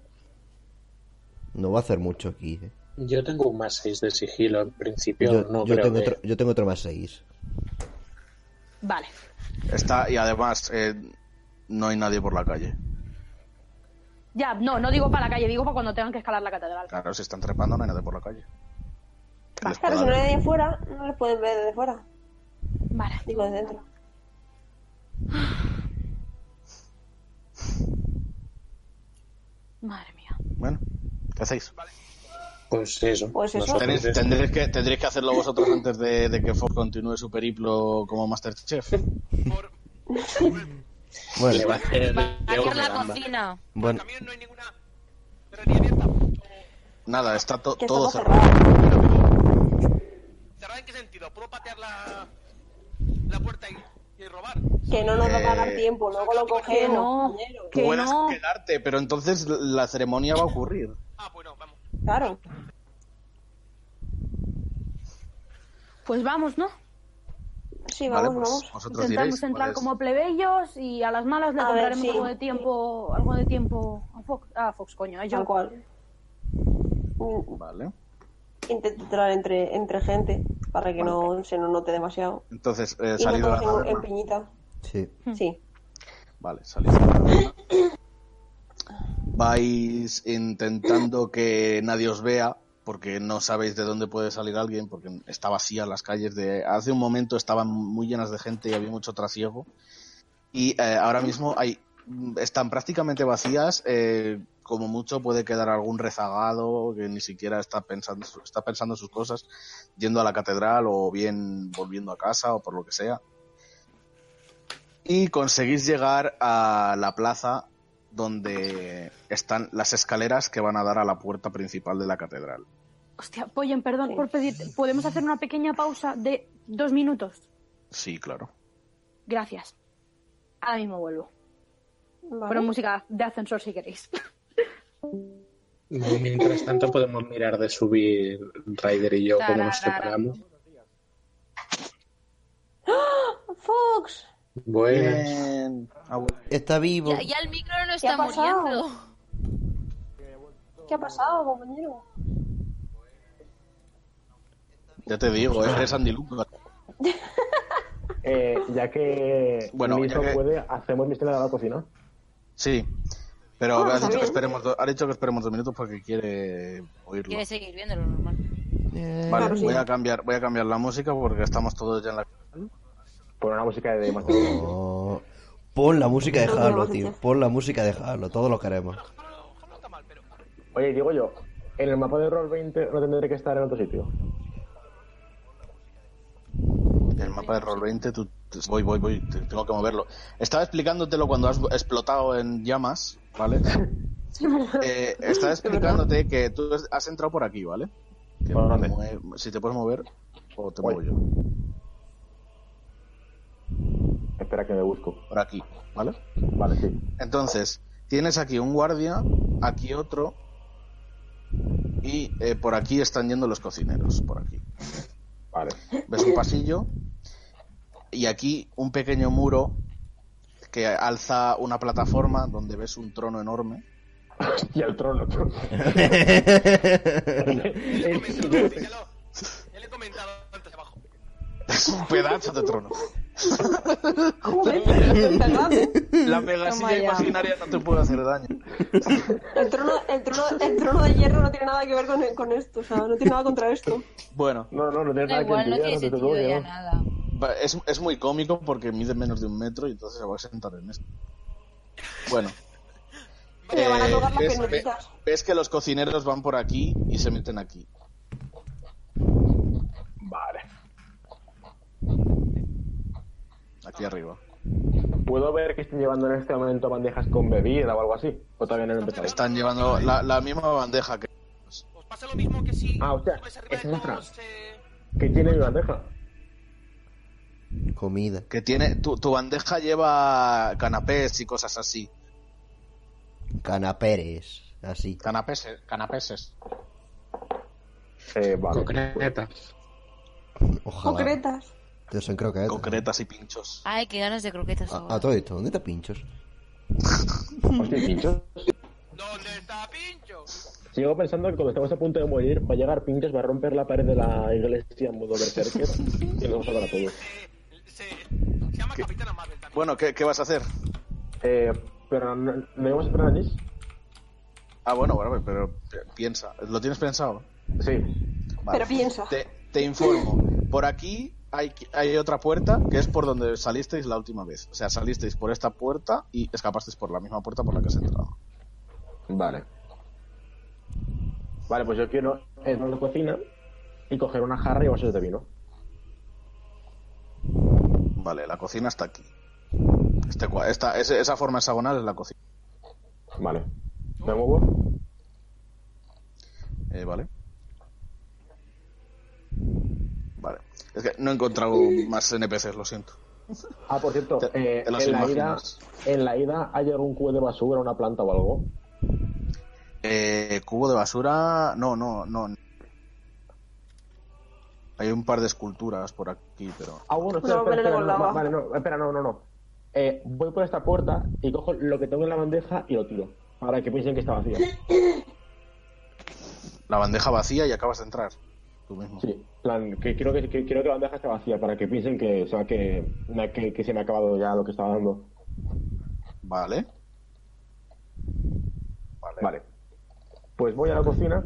Speaker 5: No va a hacer mucho aquí. eh.
Speaker 9: yo tengo un más 6 de sigilo en principio,
Speaker 5: Yo,
Speaker 9: no
Speaker 5: yo
Speaker 9: creo
Speaker 5: tengo
Speaker 9: que-
Speaker 5: otro, yo tengo otro más 6.
Speaker 7: Vale.
Speaker 2: Está, y además, eh, no hay nadie por la calle.
Speaker 7: Ya, no, no digo para la calle, digo para cuando tengan que escalar la catedral.
Speaker 2: Claro, si están trepando, no hay nadie por la calle. Que les pueda
Speaker 3: Claro, si no
Speaker 2: ver.
Speaker 3: hay nadie fuera, no les pueden ver desde fuera,
Speaker 7: Vale.
Speaker 3: digo desde dentro.
Speaker 7: Madre mía.
Speaker 2: Bueno, ¿qué hacéis?
Speaker 9: Pues eso.
Speaker 3: Pues eso.
Speaker 9: nosotros
Speaker 2: Tenéis-
Speaker 9: es-
Speaker 2: tendréis, que, tendréis que hacerlo vosotros antes de, de que Fox continúe su periplo como Masterchef.
Speaker 8: Por,
Speaker 5: Bueno,
Speaker 9: le va a hacer- le va
Speaker 4: Por
Speaker 9: a-
Speaker 4: la cocina.
Speaker 8: por el
Speaker 5: bueno,
Speaker 8: camino no hay ninguna ferrería abierta. O-
Speaker 2: Nada, está to-
Speaker 3: Que
Speaker 2: todo
Speaker 3: estamos
Speaker 2: cerrado.
Speaker 3: cerrados.
Speaker 8: ¿Cerrada en qué sentido? ¿Puedo patear la, la puerta y, y robar?
Speaker 3: Que no nos va a
Speaker 2: Eh,
Speaker 3: dar tiempo, luego lo
Speaker 7: Que
Speaker 3: cogemos.
Speaker 7: no,
Speaker 3: compañero.
Speaker 2: Tú
Speaker 7: que
Speaker 2: puedes
Speaker 7: no.
Speaker 2: quedarte, pero entonces la ceremonia va a ocurrir.
Speaker 8: Ah, bueno, vamos.
Speaker 3: Claro.
Speaker 7: Pues vamos, ¿no?
Speaker 3: Sí,
Speaker 2: Vale,
Speaker 3: vamos,
Speaker 2: pues
Speaker 3: vamos.
Speaker 2: vosotros diréis.
Speaker 7: Intentamos entrar
Speaker 2: cuál es.
Speaker 7: como plebeyos y a las malas le
Speaker 3: A ver,
Speaker 7: compraremos
Speaker 3: sí.
Speaker 7: algo de tiempo, algo de tiempo a Fox, a Fox coño, ¿eh? a
Speaker 3: Tal
Speaker 7: John.
Speaker 3: cual. Mm,
Speaker 2: Vale.
Speaker 3: Intento entrar entre, entre gente para que no se nos note demasiado.
Speaker 2: Entonces, eh,
Speaker 3: Y no
Speaker 2: salido de la
Speaker 3: todos en, en
Speaker 2: taberna.
Speaker 3: piñita.
Speaker 5: sí.
Speaker 3: Sí.
Speaker 2: Vale, salís. de la taberna. Vais intentando que nadie os vea porque no sabéis de dónde puede salir alguien porque está vacía las calles de hace un momento estaban muy llenas de gente y había mucho trasiego y eh, ahora mismo hay están prácticamente vacías eh, como mucho puede quedar algún rezagado que ni siquiera está pensando está pensando sus cosas yendo a la catedral o bien volviendo a casa o por lo que sea y conseguís llegar a la plaza donde están las escaleras que van a dar a la puerta principal de la catedral.
Speaker 7: Hostia, Pollen, perdón
Speaker 3: Sí.
Speaker 7: por pedirte. ¿Podemos hacer una pequeña pausa de dos minutos?
Speaker 2: Sí, claro.
Speaker 7: Gracias. Ahora mismo vuelvo.
Speaker 3: Vale.
Speaker 7: Pero música de ascensor si queréis.
Speaker 9: Mientras tanto podemos mirar de subir Ryder y yo como nos
Speaker 4: Tararara.
Speaker 9: separamos.
Speaker 3: Fox,
Speaker 9: Buenas.
Speaker 2: Bien. Ah, bueno.
Speaker 5: Está vivo.
Speaker 4: Ya, ya el micro no
Speaker 3: ¿Qué ha
Speaker 4: está
Speaker 3: pasado?
Speaker 4: muriendo.
Speaker 3: ¿qué ha pasado, compañero?
Speaker 2: Ya te digo, ¿eh? eres Andy Lucas.
Speaker 6: Eh, ya que
Speaker 2: Bueno,
Speaker 6: Liso
Speaker 2: ya que-
Speaker 6: puede, hacemos mi escena de la cocina.
Speaker 2: Sí. Pero has
Speaker 3: Ah, está
Speaker 2: dicho, que
Speaker 3: bien.
Speaker 2: esperemos do- ha dicho que esperemos dos minutos porque quiere oírlo.
Speaker 4: Quiere seguir viendo lo normal.
Speaker 2: Vale,
Speaker 3: Claro, sí.
Speaker 2: voy, a cambiar, voy a cambiar la música porque estamos todos ya en la...
Speaker 6: Por una música de Mateo.
Speaker 5: No. Oh. Pon la música de
Speaker 3: No, no,
Speaker 5: Halo,
Speaker 3: no,
Speaker 5: tío.
Speaker 3: no.
Speaker 5: Pon la música de Halo. Todos lo queremos.
Speaker 8: Ojalá, ojalá no está mal, pero.
Speaker 6: Oye, digo yo, en el mapa de Roll 20 no tendré que estar en otro sitio.
Speaker 2: El mapa de Roll20, tú- tú- voy, voy, voy, te- tengo que moverlo. Estaba explicándotelo cuando has explotado en llamas, ¿vale? Eh, estaba explicándote que tú has- has entrado por aquí, ¿vale? Que
Speaker 6: ¿Por
Speaker 2: me
Speaker 6: dónde?
Speaker 2: mue- Si te puedes mover, o te
Speaker 6: Voy.
Speaker 2: muevo yo.
Speaker 6: Espera que me busco.
Speaker 2: Por aquí, ¿vale?
Speaker 6: Vale, sí.
Speaker 2: Entonces, tienes aquí un guardia, aquí otro, y eh, por aquí están yendo los cocineros, por aquí.
Speaker 6: Vale.
Speaker 2: ves un pasillo y aquí un pequeño muro que alza una plataforma donde ves un trono enorme.
Speaker 6: y al trono.
Speaker 8: Ya le he
Speaker 6: Eh,
Speaker 8: comentado antes, ya lo- ya le he comentado antes abajo.
Speaker 2: Es un pedazo de trono.
Speaker 3: Joder, ¿es verdad?
Speaker 2: La
Speaker 3: Toma
Speaker 2: megasilla
Speaker 3: ya.
Speaker 2: imaginaria no te puede hacer daño.
Speaker 3: El trono, el, trono, el trono de hierro no tiene nada que ver con, con esto, o sea, no tiene nada contra esto.
Speaker 2: Bueno,
Speaker 6: No, no, no tiene
Speaker 4: Da
Speaker 6: nada
Speaker 4: igual,
Speaker 6: que
Speaker 4: no
Speaker 6: envidiar,
Speaker 4: tiene
Speaker 6: te
Speaker 4: sentido
Speaker 6: preocupes,
Speaker 4: ya
Speaker 6: ¿no?
Speaker 4: nada.
Speaker 2: va- es, es muy cómico porque mide menos de un metro y entonces se va a sentar en esto. Bueno. eh,
Speaker 3: Le van a tocar las
Speaker 2: ves,
Speaker 3: piernitas.
Speaker 2: ve- ves que los cocineros van por aquí y se meten aquí.
Speaker 6: Vale.
Speaker 2: Aquí arriba.
Speaker 6: ¿Puedo ver que estén llevando en este momento bandejas con bebida o algo así? ¿O todavía no han empezado?
Speaker 2: Están llevando la, la misma bandeja que
Speaker 8: Os pasa lo mismo que si
Speaker 6: Ah, o sea,
Speaker 8: subes arriba
Speaker 6: es
Speaker 8: de
Speaker 6: otra.
Speaker 8: todos, eh,
Speaker 6: ¿Qué tiene mi bandeja?
Speaker 5: Comida.
Speaker 2: Que tiene, tu, tu bandeja lleva canapés y cosas así.
Speaker 5: Canaperes. Así.
Speaker 2: Canapés, canapeses.
Speaker 6: Eh, vale.
Speaker 9: Concretas.
Speaker 5: Ojalá.
Speaker 3: Concretas.
Speaker 5: Tío, son croquetas.
Speaker 2: Concretas y pinchos.
Speaker 4: Ay, qué ganas de croquetas
Speaker 5: A,
Speaker 4: ahora.
Speaker 5: a todo esto. ¿Dónde está pinchos?
Speaker 6: Hostia, pinchos.
Speaker 8: ¿Dónde está Pincho?
Speaker 6: Sigo pensando que cuando estamos a punto de morir, va a llegar pinchos, va a romper la pared de la iglesia en modo berserker y nos va a salvar a todos.
Speaker 8: Eh, se, se llama Capitana Marvel también.
Speaker 2: Bueno, ¿qué, qué vas a hacer?
Speaker 6: Eh, pero no, no íbamos a esperar a Nis.
Speaker 2: Ah, bueno, bueno, pero piensa. ¿Lo tienes pensado?
Speaker 6: Sí.
Speaker 2: Vale.
Speaker 3: Pero piensa.
Speaker 2: Te, te informo. Por aquí hay, hay otra puerta que es por donde salisteis la última vez. O sea, salisteis por esta puerta y escapasteis por la misma puerta por la que has entrado.
Speaker 6: Vale. Vale, pues yo quiero entrar a la cocina y coger una jarra y vasos de vino.
Speaker 2: Vale, la cocina está aquí. Este, cua- esta, ese- esa forma hexagonal es la cocina.
Speaker 6: Vale. ¿Me muevo?
Speaker 2: Eh, vale. Vale. Es que no he encontrado más NPCs, lo siento.
Speaker 6: Ah, por cierto,
Speaker 2: Te-
Speaker 6: eh,
Speaker 2: te los
Speaker 6: en, la ida,
Speaker 2: imaginas.
Speaker 6: en la ida hay algún cubo de basura, una planta o algo.
Speaker 2: Eh, cubo de basura. No, no, no. Hay un par de esculturas por aquí, pero.
Speaker 6: Ah, bueno, espera,
Speaker 3: No,
Speaker 6: espera,
Speaker 3: pero
Speaker 6: espera,
Speaker 3: no
Speaker 6: no,
Speaker 3: volaba.
Speaker 6: vale, no, espera, no, no, no. Eh, voy por esta puerta y cojo lo que tengo en la bandeja y lo tiro. Para que piensen que está vacía.
Speaker 2: La bandeja vacía y acabas de entrar. Tú mismo.
Speaker 6: Sí, en plan, que quiero que, que quiero que la bandeja esté vacía para que piensen que, o sea, que, que, que se me ha acabado ya lo que estaba dando.
Speaker 2: Vale.
Speaker 6: Vale. Pues voy a la cocina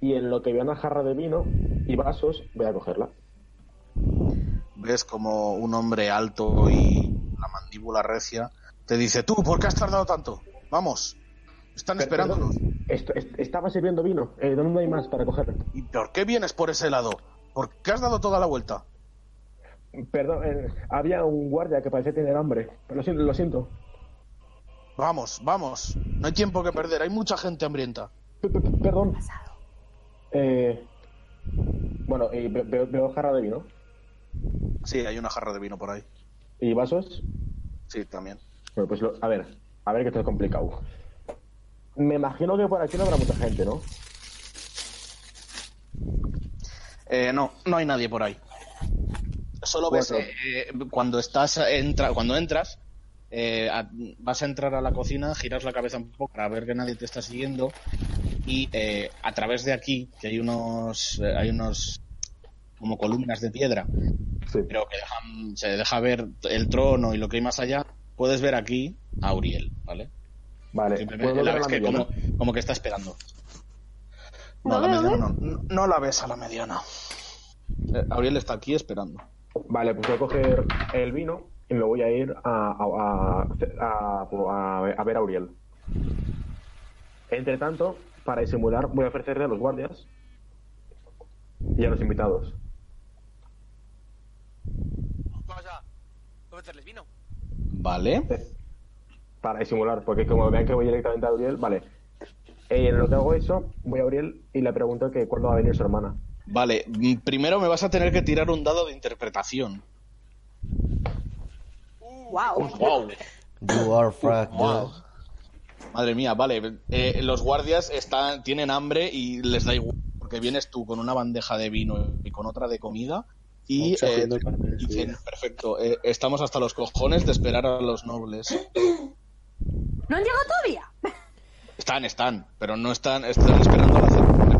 Speaker 6: y en lo que veo una jarra de vino y vasos, voy a cogerla.
Speaker 2: Ves como un hombre alto y la mandíbula recia te dice: Tú, ¿por qué has tardado tanto? Vamos. Están esperándonos.
Speaker 6: Est- est- estaba sirviendo vino. Eh, ¿Dónde hay más para coger?
Speaker 2: ¿Y por qué vienes por ese lado? ¿Por qué has dado toda la vuelta?
Speaker 6: Perdón, eh, había un guardia que parecía tener hambre. Lo siento, lo siento.
Speaker 2: Vamos, vamos. No hay tiempo que perder. Hay mucha gente hambrienta.
Speaker 6: P- p- p- Perdón. Eh, bueno, y ve- veo, veo jarra de vino.
Speaker 2: Sí, hay una jarra de vino por ahí.
Speaker 6: ¿Y vasos?
Speaker 2: Sí, también.
Speaker 6: Bueno, pues lo- a ver, a ver que esto es complicado. Me imagino que por aquí no habrá mucha gente, ¿no?
Speaker 2: Eh, no, no hay nadie por ahí. Solo ves
Speaker 6: Bueno.
Speaker 2: eh, eh, cuando estás entra, cuando entras, eh, a- vas a entrar a la cocina, giras la cabeza un poco para ver que nadie te está siguiendo y eh, a través de aquí que hay unos eh, hay unos como columnas de piedra,
Speaker 6: Sí.
Speaker 2: pero que dejan, se deja Eh, ver el trono y lo que hay más allá. Puedes ver aquí a Uriel, ¿vale?
Speaker 6: Vale,
Speaker 10: Simplemente
Speaker 6: ¿puedo
Speaker 10: la
Speaker 6: ver
Speaker 10: ves
Speaker 6: la
Speaker 10: que
Speaker 6: mediana?
Speaker 10: como, como que está esperando.
Speaker 2: No, la
Speaker 3: ¿Dónde,
Speaker 2: mediana no. No la ves a la mediana. Eh, Auriel está aquí esperando.
Speaker 6: Vale, pues voy a coger el vino y me voy a ir a, a, a- a- a ver a Uriel. Entre tanto, para disimular, voy a ofrecerle a los guardias y a los invitados.
Speaker 8: Vas a ofrecerles vino.
Speaker 2: Vale.
Speaker 6: Para disimular, porque como vean que voy directamente a Uriel, vale. Eh, en lo que hago eso, voy a Uriel y le pregunto que cuándo va a venir su hermana.
Speaker 2: Vale, mm, primero me vas a tener que tirar un dado de interpretación.
Speaker 3: Wow.
Speaker 2: ¡Wow!
Speaker 5: You are frack, dude.
Speaker 2: Wow. Madre mía, vale. eh, los guardias están, tienen hambre y les da igual. Porque vienes tú con una bandeja de vino y con otra de comida. Y
Speaker 10: Mucho
Speaker 2: eh,
Speaker 10: haciendo carne en su
Speaker 2: dicen,
Speaker 10: vida.
Speaker 2: perfecto, eh, estamos hasta los cojones de esperar a los nobles.
Speaker 7: ¿No han llegado todavía?
Speaker 2: Están, están, pero no están, están esperando la ceremonia.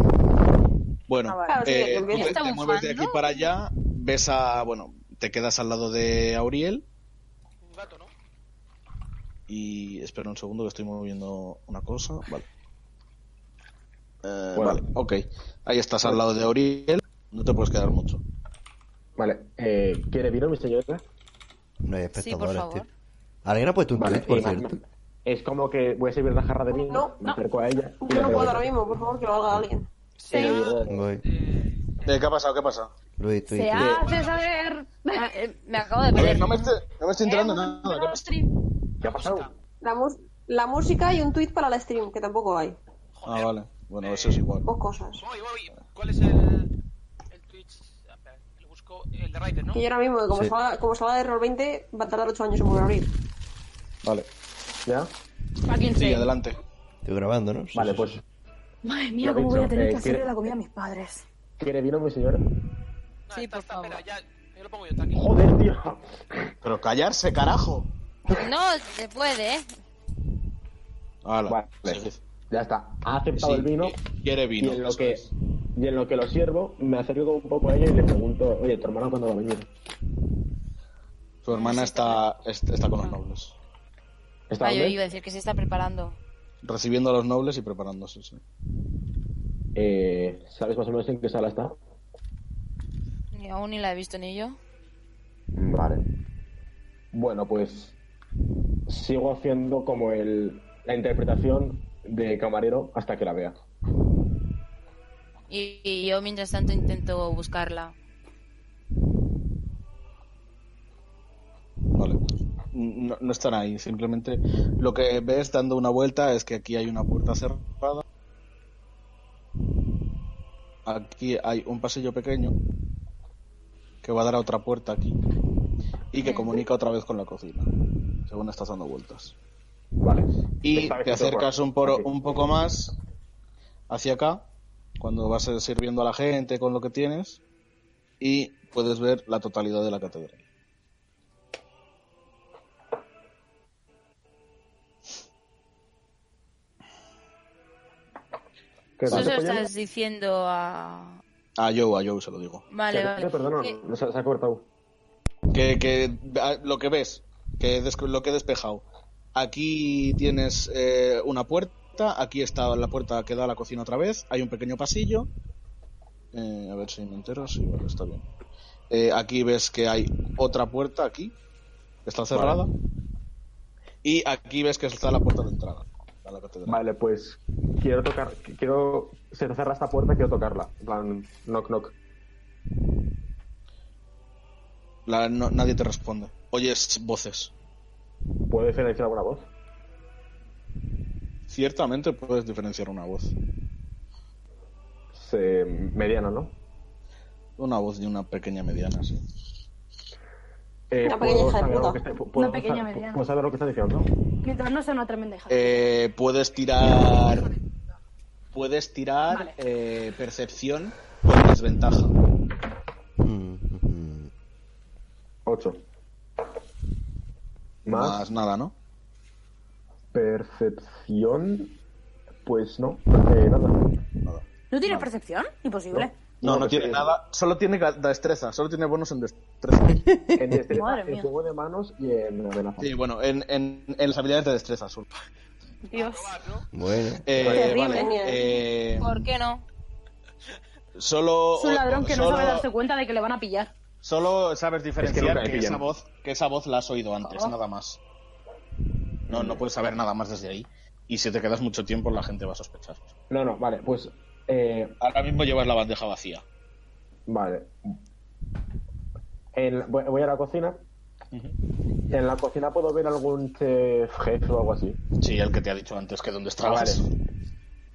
Speaker 2: Bueno,
Speaker 3: Ah, vale.
Speaker 2: eh,
Speaker 3: Claro, sí,
Speaker 2: tú te,
Speaker 4: está
Speaker 2: te mueves de aquí
Speaker 4: bufando.
Speaker 2: para allá, ves a, bueno, te quedas al lado de Auriel
Speaker 8: Un gato, ¿no?
Speaker 2: y espera un segundo que estoy moviendo una cosa, vale. Eh,
Speaker 6: Bueno.
Speaker 2: Vale, ok. Ahí estás al lado de Auriel, no te puedes quedar mucho.
Speaker 6: Vale, eh, ¿quiere vino, mi señora?
Speaker 5: No hay
Speaker 4: Sí, por
Speaker 5: espectadores,
Speaker 4: favor.
Speaker 5: tío. Alguien ha puesto un
Speaker 6: Vale,
Speaker 5: tweet, por
Speaker 6: eh,
Speaker 5: cierto.
Speaker 6: Es como que voy a servir la jarra de vino,
Speaker 3: No,
Speaker 6: me
Speaker 3: no.
Speaker 6: acerco a ella. y
Speaker 3: Yo
Speaker 6: le
Speaker 3: no puedo
Speaker 6: pregunto.
Speaker 3: ahora mismo, por favor, que lo haga alguien.
Speaker 8: Se
Speaker 6: Y le
Speaker 8: llama,
Speaker 6: digo,
Speaker 5: Voy.
Speaker 8: eh,
Speaker 2: Eh, ¿Qué ha pasado? ¿Qué pasa?
Speaker 5: Luis, tweet,
Speaker 7: Se
Speaker 5: tweet.
Speaker 7: hace saber.
Speaker 4: Ah, eh, me acabo de
Speaker 2: A
Speaker 4: perder.
Speaker 2: ver, Eh, no me estoy, no me estoy enterando
Speaker 7: Hemos
Speaker 2: nada. ¿qué
Speaker 7: empezado
Speaker 2: pasa?
Speaker 7: stream.
Speaker 6: ¿Qué ha pasado?
Speaker 3: La, mus- la música y un tweet para la stream, que tampoco hay.
Speaker 2: Ah,
Speaker 8: joder.
Speaker 2: vale. Bueno, eso es igual.
Speaker 3: Dos cosas.
Speaker 8: Voy, voy. ¿Cuál es el, el Twitch? A ver, lo busco. El de Raiden, ¿no?
Speaker 3: Que yo ahora mismo, como,
Speaker 5: Sí.
Speaker 3: salga, como salga de error 20, va a tardar 8 años en volver a abrir.
Speaker 6: Vale. ¿Ya?
Speaker 7: Fucking
Speaker 2: Sí,
Speaker 7: sí.
Speaker 2: adelante.
Speaker 5: Estoy grabando, ¿no? Sí,
Speaker 6: Vale,
Speaker 5: sí, sí.
Speaker 6: pues.
Speaker 7: Madre mía,
Speaker 6: Lo
Speaker 7: cómo voy
Speaker 6: dicho,
Speaker 7: a tener
Speaker 6: eh,
Speaker 7: que hacerle
Speaker 6: quiere-
Speaker 7: la comida a mis padres.
Speaker 6: ¿Quiere vino, mi señora?
Speaker 8: No,
Speaker 4: Sí,
Speaker 8: Ah, está-
Speaker 4: por
Speaker 8: está,
Speaker 4: favor.
Speaker 8: espera, ya, yo lo pongo yo, tranquilo.
Speaker 6: Joder, tío.
Speaker 2: Pero callarse, carajo.
Speaker 4: No se puede, ¿eh?
Speaker 2: Hala,
Speaker 6: Vale.
Speaker 2: seguid.
Speaker 6: Ya está. Ha aceptado
Speaker 2: Sí,
Speaker 6: el vino.
Speaker 2: Quiere vino.
Speaker 6: y, en lo
Speaker 2: eso
Speaker 6: que,
Speaker 2: es.
Speaker 6: y en lo que lo sirvo, me acerco un poco a ella y le pregunto, oye, ¿tu hermana cuándo va a venir?
Speaker 2: Su hermana está, est- está con los nobles.
Speaker 6: ¿Está
Speaker 4: Ah, yo
Speaker 6: dónde?
Speaker 4: iba a decir que se está preparando.
Speaker 2: Recibiendo a los nobles y preparándose. sí.
Speaker 6: Eh, ¿Sabes más o menos en qué sala está?
Speaker 4: Ni aún ni la he visto ni yo.
Speaker 6: Vale. Bueno, pues sigo haciendo como el, la interpretación de camarero hasta que la vea.
Speaker 4: Y, y yo mientras tanto intento buscarla.
Speaker 2: Vale. No, no están ahí. Simplemente lo que ves dando una vuelta es que aquí hay una puerta cerrada. Aquí hay un pasillo pequeño que va a dar a otra puerta aquí y que comunica otra vez con la cocina, según estás dando vueltas.
Speaker 6: Vale.
Speaker 2: Y
Speaker 6: Esta vez
Speaker 2: te
Speaker 6: sí puedo.
Speaker 2: acercas un, poro-
Speaker 6: Aquí.
Speaker 2: un poco más hacia acá, cuando vas eh, sirviendo a la gente con lo que tienes, y puedes ver la totalidad de la catedral.
Speaker 6: ¿Qué
Speaker 4: Eso
Speaker 6: pasa,
Speaker 4: se lo
Speaker 6: coño?
Speaker 4: estás diciendo a...
Speaker 2: A Joe, a Joe se lo digo.
Speaker 4: Vale,
Speaker 6: Se-
Speaker 4: vale.
Speaker 6: Perdona,
Speaker 4: Que-
Speaker 6: no, se, se ha cortado.
Speaker 2: Que, que- a- lo que ves, que des- lo que he despejado. Aquí tienes eh, una puerta, aquí está la puerta que da a la cocina otra vez, hay un pequeño pasillo. Eh, a ver si me entero, sí, vale, está bien. Eh, aquí ves que hay otra puerta aquí, que está cerrada. Y aquí ves que está la puerta de entrada a la catedral.
Speaker 6: Vale, pues quiero tocar, quiero, se cerra esta puerta, quiero tocarla. En plan, knock, knock.
Speaker 2: La- no- nadie te responde. Oyes voces.
Speaker 6: ¿Puedo diferenciar alguna voz?
Speaker 2: Ciertamente puedes diferenciar una voz.
Speaker 6: Se, mediana, ¿no?
Speaker 2: Una voz de una pequeña mediana, sí.
Speaker 6: Eh,
Speaker 3: Una
Speaker 6: ¿puedo
Speaker 3: pequeña hija de
Speaker 6: saber lo
Speaker 3: puta.
Speaker 6: que está- puedo
Speaker 7: Una pequeña
Speaker 6: sa-
Speaker 7: mediana.
Speaker 6: ¿Puedo saber lo que está diciendo?
Speaker 7: Mientras no sea una tremenda hija.
Speaker 2: Eh, puedes tirar. Puedes tirar eh, percepción con desventaja.
Speaker 5: Mm, mm, mm.
Speaker 6: Ocho.
Speaker 2: Más,
Speaker 6: Más
Speaker 2: nada, ¿no?
Speaker 6: percepción, pues no, eh, nada.
Speaker 2: Nada.
Speaker 7: ¿No tienes percepción? Imposible.
Speaker 2: No, no
Speaker 6: que
Speaker 2: tiene
Speaker 6: pues sí.
Speaker 2: nada. Solo tiene ga- destreza. Solo tiene bonos en destreza.
Speaker 6: En, destreza,
Speaker 7: Madre
Speaker 6: en
Speaker 7: mía.
Speaker 6: juego de manos y en amenaza.
Speaker 2: Sí, bueno, en, en, en las habilidades de destreza solo.
Speaker 7: Dios.
Speaker 8: probar, ¿no?
Speaker 5: Bueno.
Speaker 2: Eh,
Speaker 3: Terrible.
Speaker 2: vale, eh,
Speaker 4: ¿Por qué no?
Speaker 2: solo,
Speaker 7: Es un ladrón que no
Speaker 2: solo-
Speaker 7: sabe darse cuenta de que le van a pillar.
Speaker 2: Solo sabes diferenciar
Speaker 6: nunca me
Speaker 2: que,
Speaker 6: pillan.
Speaker 2: esa voz, que esa voz la has oído antes, nada más. No, no puedes saber nada más desde ahí. Y si te quedas mucho tiempo, la gente va a sospechar.
Speaker 6: No, no, vale, pues. Eh,
Speaker 2: Ahora mismo llevas la bandeja vacía.
Speaker 6: Vale. En- voy voy a la cocina. En la cocina puedo ver algún chef jefe o algo así.
Speaker 2: Sí, el que te ha dicho antes que dónde
Speaker 6: Ah, vale.
Speaker 2: trabajas.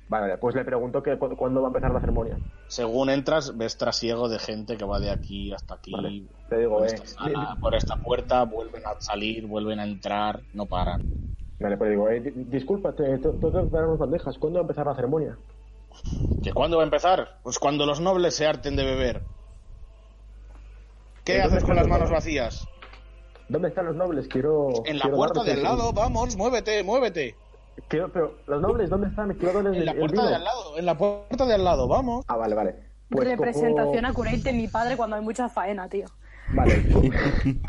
Speaker 6: Vale, pues le pregunto que cu- cuándo va a empezar la ceremonia.
Speaker 2: Según entras, ves trasiego de gente que va de aquí hasta aquí.
Speaker 6: Vale. Te digo,
Speaker 2: Por
Speaker 6: eh.
Speaker 2: esta, sala, por esta puerta, vuelven a salir, vuelven a entrar, no paran.
Speaker 6: Vale, pues le digo, eh, di- disculpa, te- te- tengo que preparar unas bandejas. ¿Cuándo va a empezar la ceremonia?
Speaker 2: ¿Que cuándo va a empezar? Pues cuando los nobles se harten de beber. ¿Qué
Speaker 6: Entonces,
Speaker 2: haces con las
Speaker 6: ¿cuándo?
Speaker 2: manos vacías?
Speaker 6: ¿Dónde están los nobles? Quiero.
Speaker 2: En la
Speaker 6: Pues quiero
Speaker 2: puerta
Speaker 6: darles
Speaker 2: del
Speaker 6: el-
Speaker 2: lado, vamos, muévete, muévete.
Speaker 6: Quiero, pero, ¿los nobles dónde están? Quiero darles
Speaker 2: En la
Speaker 6: el- el
Speaker 2: puerta
Speaker 6: vino.
Speaker 2: de al lado, en la puerta de al lado, vamos.
Speaker 6: Ah, vale, vale. Pues cojo-
Speaker 7: Representación accurate de mi padre cuando hay mucha faena, tío.
Speaker 6: Vale,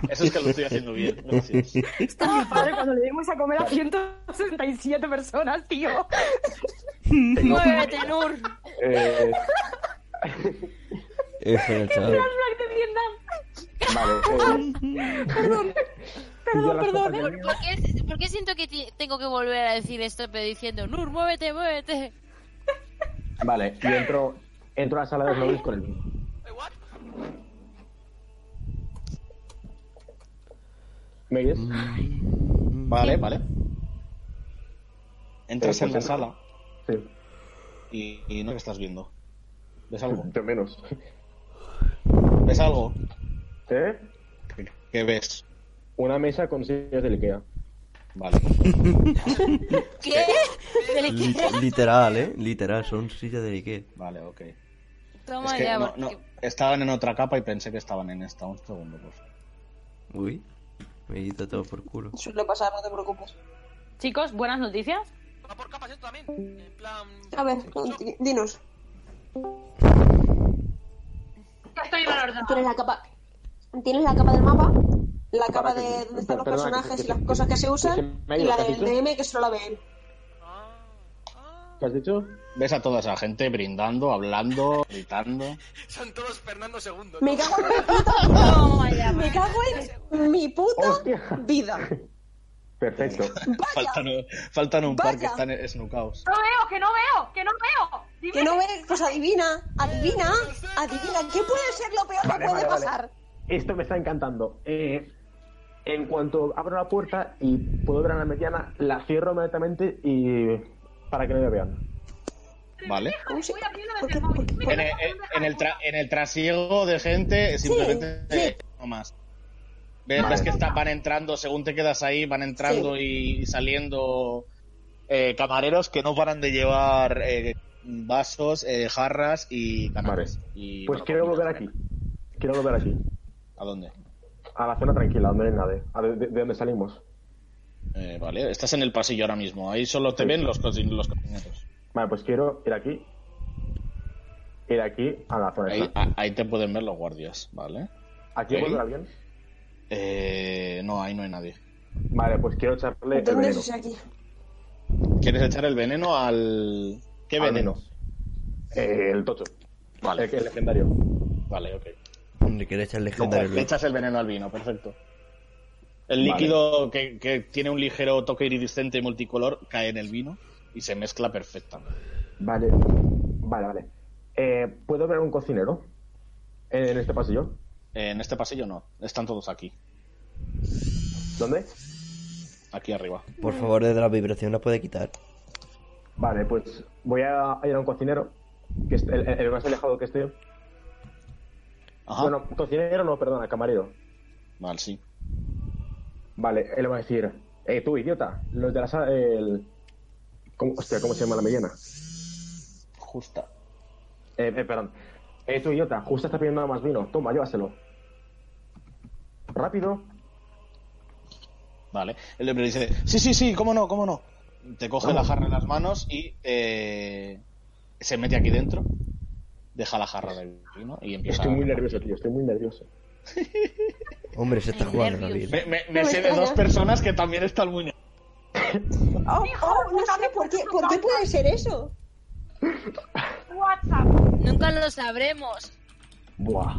Speaker 2: Eso es que lo estoy haciendo bien, gracias.
Speaker 7: Esto es mi padre cuando le dimos a comer a 167 personas, tío.
Speaker 4: Muévete, Nur.
Speaker 6: eh,
Speaker 5: F en el chat.
Speaker 7: Flashback de Vietnam.
Speaker 6: vale. eh, pillo
Speaker 7: Perdón, ¿eh?
Speaker 6: las
Speaker 7: perdón.
Speaker 6: copas de vino.
Speaker 4: ¿Por qué, por qué siento que ti- tengo que volver a decir esto, pero diciendo, Nur, muévete, muévete?
Speaker 6: Vale, y entro, entro a la sala de los nobles con el vino.
Speaker 8: Eh, what?
Speaker 6: ¿Me oyes?
Speaker 2: Vale, vale. Entras
Speaker 6: Eh,
Speaker 2: en la
Speaker 6: pues entro.
Speaker 2: sala
Speaker 6: Sí,
Speaker 2: y, y no te estás viendo. ¿Ves algo?
Speaker 6: de menos.
Speaker 2: ¿Ves algo?
Speaker 6: ¿Eh?
Speaker 2: ¿Qué- ¿Qué ves?
Speaker 6: Una mesa con sillas de Ikea.
Speaker 2: Vale.
Speaker 4: ¿Qué?
Speaker 5: Li- literal, ¿eh? Literal, son sillas de Ikea.
Speaker 2: Vale, ok.
Speaker 4: Toma
Speaker 2: Es que
Speaker 4: ya,
Speaker 2: no,
Speaker 4: porque-
Speaker 2: no, estaban en otra capa y pensé que estaban en esta. Un segundo, por favor.
Speaker 5: Uy, me he ido todo por culo.
Speaker 3: Suele pasar, no te preocupes.
Speaker 7: Chicos, buenas noticias.
Speaker 8: Va por capas esto también. En plan.
Speaker 3: A ver, di- dinos.
Speaker 7: Estoy mal ordenado.
Speaker 3: Tienes la capa. Tienes la capa del mapa, la capa de
Speaker 6: que-
Speaker 3: donde están los
Speaker 6: perdona, que-
Speaker 3: personajes
Speaker 6: que-
Speaker 3: y las cosas que se
Speaker 6: que
Speaker 3: usan,
Speaker 6: se me ha
Speaker 3: y
Speaker 6: ido,
Speaker 3: la
Speaker 6: ¿qué has
Speaker 3: del
Speaker 6: dicho?
Speaker 3: DM que solo la ve él.
Speaker 8: Ah, ah.
Speaker 6: ¿Qué has dicho?
Speaker 2: Ves a toda esa gente brindando, hablando, gritando.
Speaker 8: Son todos Fernando II. ¿no?
Speaker 3: Me cago en mi puta
Speaker 4: Toma ya,
Speaker 3: Me cago en mi puta
Speaker 6: Hostia.
Speaker 3: vida.
Speaker 6: Perfecto.
Speaker 2: Faltan, faltan un par que
Speaker 3: Vaya.
Speaker 2: están esnucaos.
Speaker 7: No veo, que no veo, que no veo. Dime.
Speaker 3: Que no ves, pues adivina, adivina, adivina. ¿Qué puede ser lo peor
Speaker 6: Vale,
Speaker 3: que puede
Speaker 6: vale, vale.
Speaker 3: pasar?
Speaker 6: Esto me está encantando. Eh, en cuanto abro la puerta y puedo ver a la mediana, la cierro inmediatamente y. para que no me vean.
Speaker 2: Vale.
Speaker 3: ¿Cómo se-
Speaker 7: Voy abriendo
Speaker 3: ¿Por
Speaker 7: desde
Speaker 3: qué-
Speaker 7: el
Speaker 3: por
Speaker 7: móvil.
Speaker 3: qué-
Speaker 7: Mira,
Speaker 2: En el, eh,
Speaker 7: me deja
Speaker 2: en el tra- en el trasiego de gente, simplemente
Speaker 3: sí.
Speaker 2: eh, no más. Ves,
Speaker 6: Vale.
Speaker 2: ves que está- van entrando, según te quedas ahí, van entrando y, y saliendo eh, camareros que no paran de llevar eh, vasos, eh, jarras y canapés. Y,
Speaker 6: Pues
Speaker 2: bueno,
Speaker 6: quiero
Speaker 2: comida.
Speaker 6: volver aquí. Quiero volver aquí.
Speaker 2: ¿A dónde?
Speaker 6: A la zona tranquila, donde no hay nadie. A de, de- de donde salimos.
Speaker 2: Eh, vale, estás en el pasillo ahora mismo. Ahí solo te ven los, co- los cocineros.
Speaker 6: Vale, pues quiero ir aquí. Ir aquí a la zona.
Speaker 2: Ahí,
Speaker 6: esta.
Speaker 2: a- ahí te pueden ver los guardias, ¿vale?
Speaker 6: ¿Aquí
Speaker 2: ahí.
Speaker 6: puedo ver a alguien?
Speaker 2: Eh, no, ahí no hay nadie.
Speaker 6: Vale, pues quiero echarle el
Speaker 3: ¿Dónde
Speaker 6: veneno.
Speaker 3: es aquí?
Speaker 2: ¿Quieres echar el veneno al. ¿Qué
Speaker 6: Al
Speaker 2: veneno?
Speaker 6: menos. Eh, el tocho.
Speaker 2: Vale.
Speaker 6: El, el legendario.
Speaker 2: Vale, ok.
Speaker 5: Le quiero echar legendario.
Speaker 2: Le echas el veneno al vino, perfecto. El líquido que, que tiene un ligero toque iridiscente y multicolor cae en el vino y se mezcla perfectamente.
Speaker 6: Vale. Vale, vale. Eh, ¿Puedo ver a un cocinero? En este pasillo.
Speaker 2: En este pasillo no, están todos aquí,
Speaker 6: ¿Dónde?
Speaker 2: aquí arriba.
Speaker 5: Por favor, desde la vibración la puede quitar.
Speaker 6: Vale, pues voy a ir a un cocinero. Que es el, el más alejado que estoy.
Speaker 2: Ajá.
Speaker 6: Bueno, cocinero no, perdona, camarero.
Speaker 2: Vale, sí.
Speaker 6: Vale, él va a decir: Eh, tú, idiota. Los de la sala. El... ¿Cómo, hostia, ¿cómo se llama la mediana?
Speaker 2: Justa.
Speaker 6: Eh, eh, perdón. Eh, tú, idiota. Justo está pidiendo más vino. Toma, llévaselo. Rápido.
Speaker 2: Vale. El hombre dice, sí, sí, sí, cómo no, cómo no. Te coge
Speaker 6: Vamos.
Speaker 2: la jarra en las manos y eh, se mete aquí dentro, deja la jarra del vino y empieza
Speaker 6: Estoy
Speaker 2: a...
Speaker 6: muy nervioso, tío. Estoy muy nervioso.
Speaker 5: Hombre, se está
Speaker 4: Ay,
Speaker 5: jugando la
Speaker 4: nervios.
Speaker 5: vida.
Speaker 2: Me, me- me
Speaker 3: No me
Speaker 2: sé de
Speaker 3: extraña.
Speaker 2: dos personas que también están muy...
Speaker 3: Oh, oh, no sé por qué, por qué puede ser eso.
Speaker 7: WhatsApp.
Speaker 4: Nunca lo sabremos.
Speaker 6: Buah.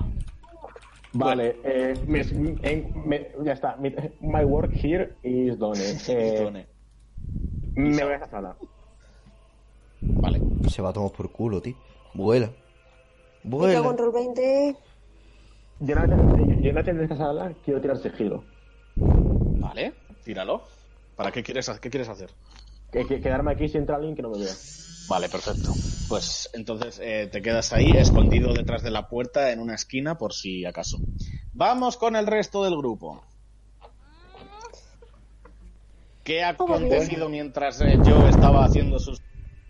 Speaker 6: Vale, eh, me- en- me- ya está. Mi- my work here is done. Eh,
Speaker 10: Perdone.
Speaker 6: Me voy a esa sala.
Speaker 10: Vale.
Speaker 5: Se va a tomar por culo, tío. Vuela.
Speaker 3: Yo
Speaker 5: Vuela.
Speaker 3: control 20.
Speaker 6: Yo en la- eh, yo en la tienda de esta sala quiero tirar sigilo.
Speaker 10: Vale. Tíralo.
Speaker 2: ¿Para qué quieres, ha- qué quieres hacer?
Speaker 6: Que, que- quedarme aquí si entra alguien que no me vea.
Speaker 2: Vale, perfecto. Pues entonces eh, te quedas ahí, escondido detrás de la puerta, en una esquina, por si acaso. Vamos con el resto del grupo. ¿Qué ha acontecido mientras eh, yo estaba haciendo sus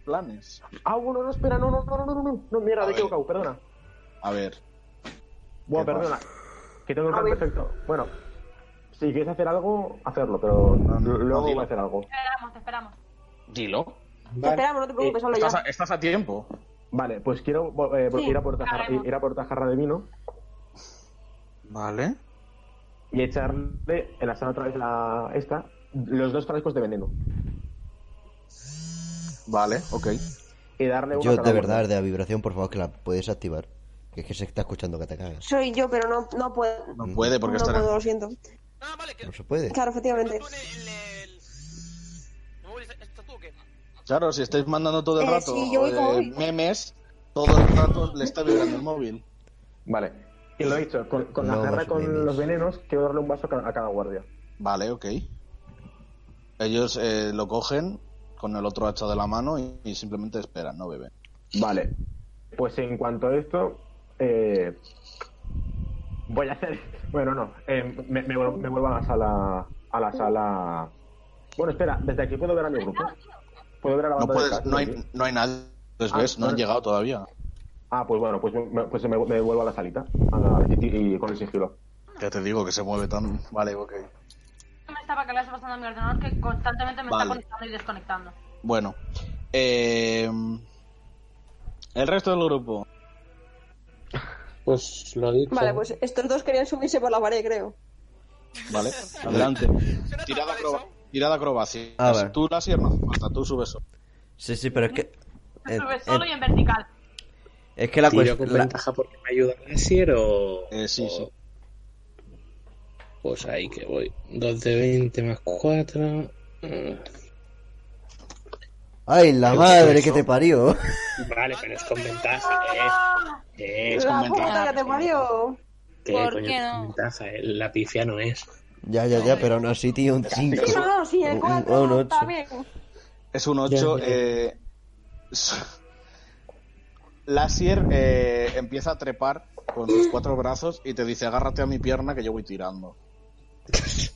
Speaker 2: planes?
Speaker 6: Ah, bueno, no, espera, no, no, no, no, no, no, no, mierda, me he equivocado, perdona.
Speaker 2: A ver.
Speaker 6: Buah,
Speaker 2: ¿Qué
Speaker 6: perdona. Que tengo el
Speaker 3: A
Speaker 6: plan
Speaker 3: ver.
Speaker 6: perfecto. Bueno, si quieres hacer algo, hacerlo, pero l- luego
Speaker 2: dilo.
Speaker 6: voy a hacer algo.
Speaker 7: Te esperamos, te esperamos.
Speaker 2: Dilo.
Speaker 3: Te esperamos, no te preocupes, habla
Speaker 2: Estás a,
Speaker 3: ya.
Speaker 2: estás a tiempo.
Speaker 6: Vale, pues quiero vo- eh,
Speaker 7: Sí,
Speaker 6: ir, a por otra jarra,
Speaker 7: hablaremos.
Speaker 6: ir a por otra jarra de vino
Speaker 2: Vale.
Speaker 6: y echarle en la sala otra vez la esta los dos frascos de veneno
Speaker 2: Vale, ok.
Speaker 6: y darle una
Speaker 5: Yo,
Speaker 6: cada
Speaker 5: de
Speaker 6: uno.
Speaker 5: verdad, de la vibración, por favor, que la puedes activar. Que es que se está escuchando que te cagas.
Speaker 3: Soy yo, pero no, no puedo.
Speaker 2: No puede porque
Speaker 3: no
Speaker 2: estará.
Speaker 3: puedo, lo siento.
Speaker 8: Ah, vale, que
Speaker 5: No se puede.
Speaker 3: Claro, efectivamente.
Speaker 8: tú en el... en el- ¿Me mueves esto tú o qué?
Speaker 2: Claro, si estáis mandando todo el
Speaker 3: Eh,
Speaker 2: rato
Speaker 3: sí, yo voy
Speaker 2: eh,
Speaker 3: como voy.
Speaker 2: memes, todo el rato le está vibrando el móvil.
Speaker 6: Vale. Y lo he dicho, con, con
Speaker 5: No
Speaker 6: la jarra
Speaker 5: más
Speaker 6: con
Speaker 5: memes.
Speaker 6: los venenos quiero darle un vaso a ca- a cada guardia.
Speaker 2: Vale, ok. Ellos eh, lo cogen con el otro hacha de la mano y, y simplemente esperan, no beben.
Speaker 6: Vale. Pues en cuanto a esto, eh, voy a hacer. Bueno, no. eh, me, me vuelvo, me vuelvo a la sala. A la sala. Bueno, espera, desde aquí puedo ver a mi grupo. Puedo ver a la
Speaker 2: No
Speaker 6: banda de
Speaker 2: puedes,
Speaker 6: cast-
Speaker 2: no hay, no hay nadie. Entonces
Speaker 6: Ah,
Speaker 2: ves, no han
Speaker 6: vale.
Speaker 2: llegado todavía.
Speaker 6: Ah, pues bueno, pues, me, pues me, me vuelvo a la salita. a la- y, y con el sigilo.
Speaker 2: Ya te digo que se mueve tan. Vale, ok.
Speaker 7: Me estaba que le está pasando a mi ordenador que constantemente me
Speaker 2: Vale.
Speaker 7: está conectando y desconectando.
Speaker 2: Bueno. Eh, el resto del grupo.
Speaker 9: Pues lo he dicho.
Speaker 3: Vale, pues estos dos querían subirse por la pared, creo.
Speaker 2: Vale,
Speaker 5: Eh,
Speaker 2: adelante.
Speaker 8: Suena tan
Speaker 2: Tirada,
Speaker 8: mal
Speaker 2: acroba-
Speaker 8: eso.
Speaker 2: tirada acrobacia.
Speaker 5: A ver.
Speaker 2: Tú la sierra, hasta tú subes solo.
Speaker 5: Sí, sí, pero es que.
Speaker 7: Se
Speaker 5: en-
Speaker 7: sube
Speaker 5: en-
Speaker 7: solo y en vertical.
Speaker 5: es que la
Speaker 9: ¿Tiro
Speaker 5: cuestión.
Speaker 9: con ventaja porque me ayuda Glacier o...?
Speaker 2: Eh, sí,
Speaker 9: o-
Speaker 2: sí.
Speaker 9: Pues ahí que voy. 2 de 20 más 4...
Speaker 5: ¡Ay, la madre que te parió!
Speaker 9: Vale, pero es con ventaja, ¿eh? Es
Speaker 3: la
Speaker 9: con
Speaker 3: puta
Speaker 9: ventaja.
Speaker 3: que te parió.
Speaker 9: ¿Qué
Speaker 4: ¿Por
Speaker 9: coño
Speaker 4: qué
Speaker 9: es
Speaker 4: no?
Speaker 9: con ventaja? eh, La pifia no es.
Speaker 5: ya, ya, ya, pero aún así, tío, un 5.
Speaker 3: Sí, no, no, sí, el
Speaker 5: Un-
Speaker 3: 4
Speaker 5: un ocho.
Speaker 3: está bien.
Speaker 2: Es un 8.
Speaker 9: Ya, ya.
Speaker 2: Eh, Lasier eh, empieza a trepar con sus cuatro brazos y te dice agárrate a mi pierna que yo voy tirando.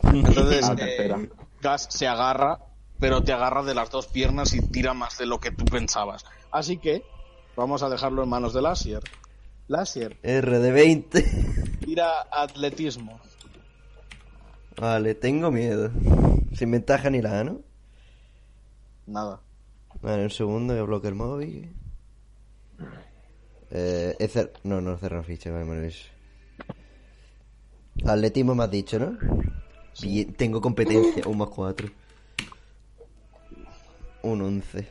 Speaker 2: Entonces
Speaker 6: A la
Speaker 2: eh,
Speaker 6: tercera.
Speaker 2: Gas se agarra, pero te agarra de las dos piernas y tira más de lo que tú pensabas. Así que vamos a dejarlo en manos de Lasier. Lasier,
Speaker 5: R de 20.
Speaker 2: tira atletismo.
Speaker 5: Vale, tengo miedo. Sin ventaja ni nada, ¿no?
Speaker 2: Nada.
Speaker 5: Vale, un segundo, que bloqueo el móvil. Eh, he cer- No, no cerrar ficha, vale, me lo he dicho. Atletismo me has dicho, ¿no? Bien, tengo competencia, un más cuatro. Un once.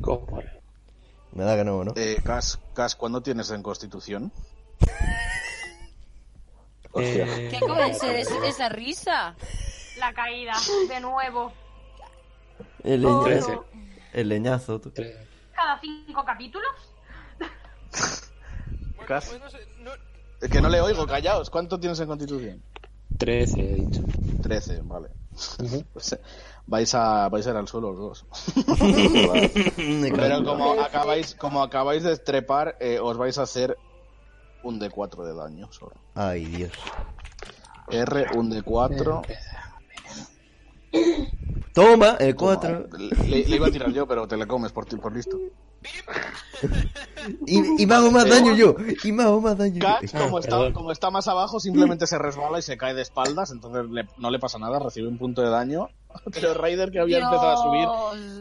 Speaker 9: ¿Cómo?
Speaker 5: Me da que no, ¿no?
Speaker 2: Eh, Gas, Gas, ¿cuándo tienes en constitución?
Speaker 6: Hostia.
Speaker 4: ¿Qué acaba de ser es- esa risa?
Speaker 7: La caída, de nuevo.
Speaker 5: El,
Speaker 3: Oh,
Speaker 5: leña-
Speaker 9: Trece.
Speaker 5: el leñazo, tú.
Speaker 9: Tres.
Speaker 7: Cada cinco capítulos.
Speaker 8: Bueno,
Speaker 2: Cas.
Speaker 8: pues no sé, no-
Speaker 2: Es que no le oigo, callaos. ¿Cuánto tienes en constitución?
Speaker 9: Trece, he dicho.
Speaker 2: 13, vale.
Speaker 9: Ujú.
Speaker 2: Pues, eh, vais a vais a ir al suelo los dos.
Speaker 5: Me
Speaker 2: Pero
Speaker 5: cago.
Speaker 2: como acabáis como acabáis de trepar, eh, os vais a hacer un D4 de daño solo.
Speaker 5: Ay, Dios.
Speaker 2: R un D4.
Speaker 5: Toma, eh, el 4.
Speaker 2: Le, le iba a tirar yo, pero te la comes por ti- por listo.
Speaker 5: ah, Y, y me hago más daño yo. Y me hago más daño yo. Ah,
Speaker 2: Cax, como está
Speaker 9: perdón.
Speaker 2: como está más abajo, simplemente se resbala y se cae de espaldas, entonces le- no le pasa nada, recibe un punto de daño. Pero Raider que había empezado a subir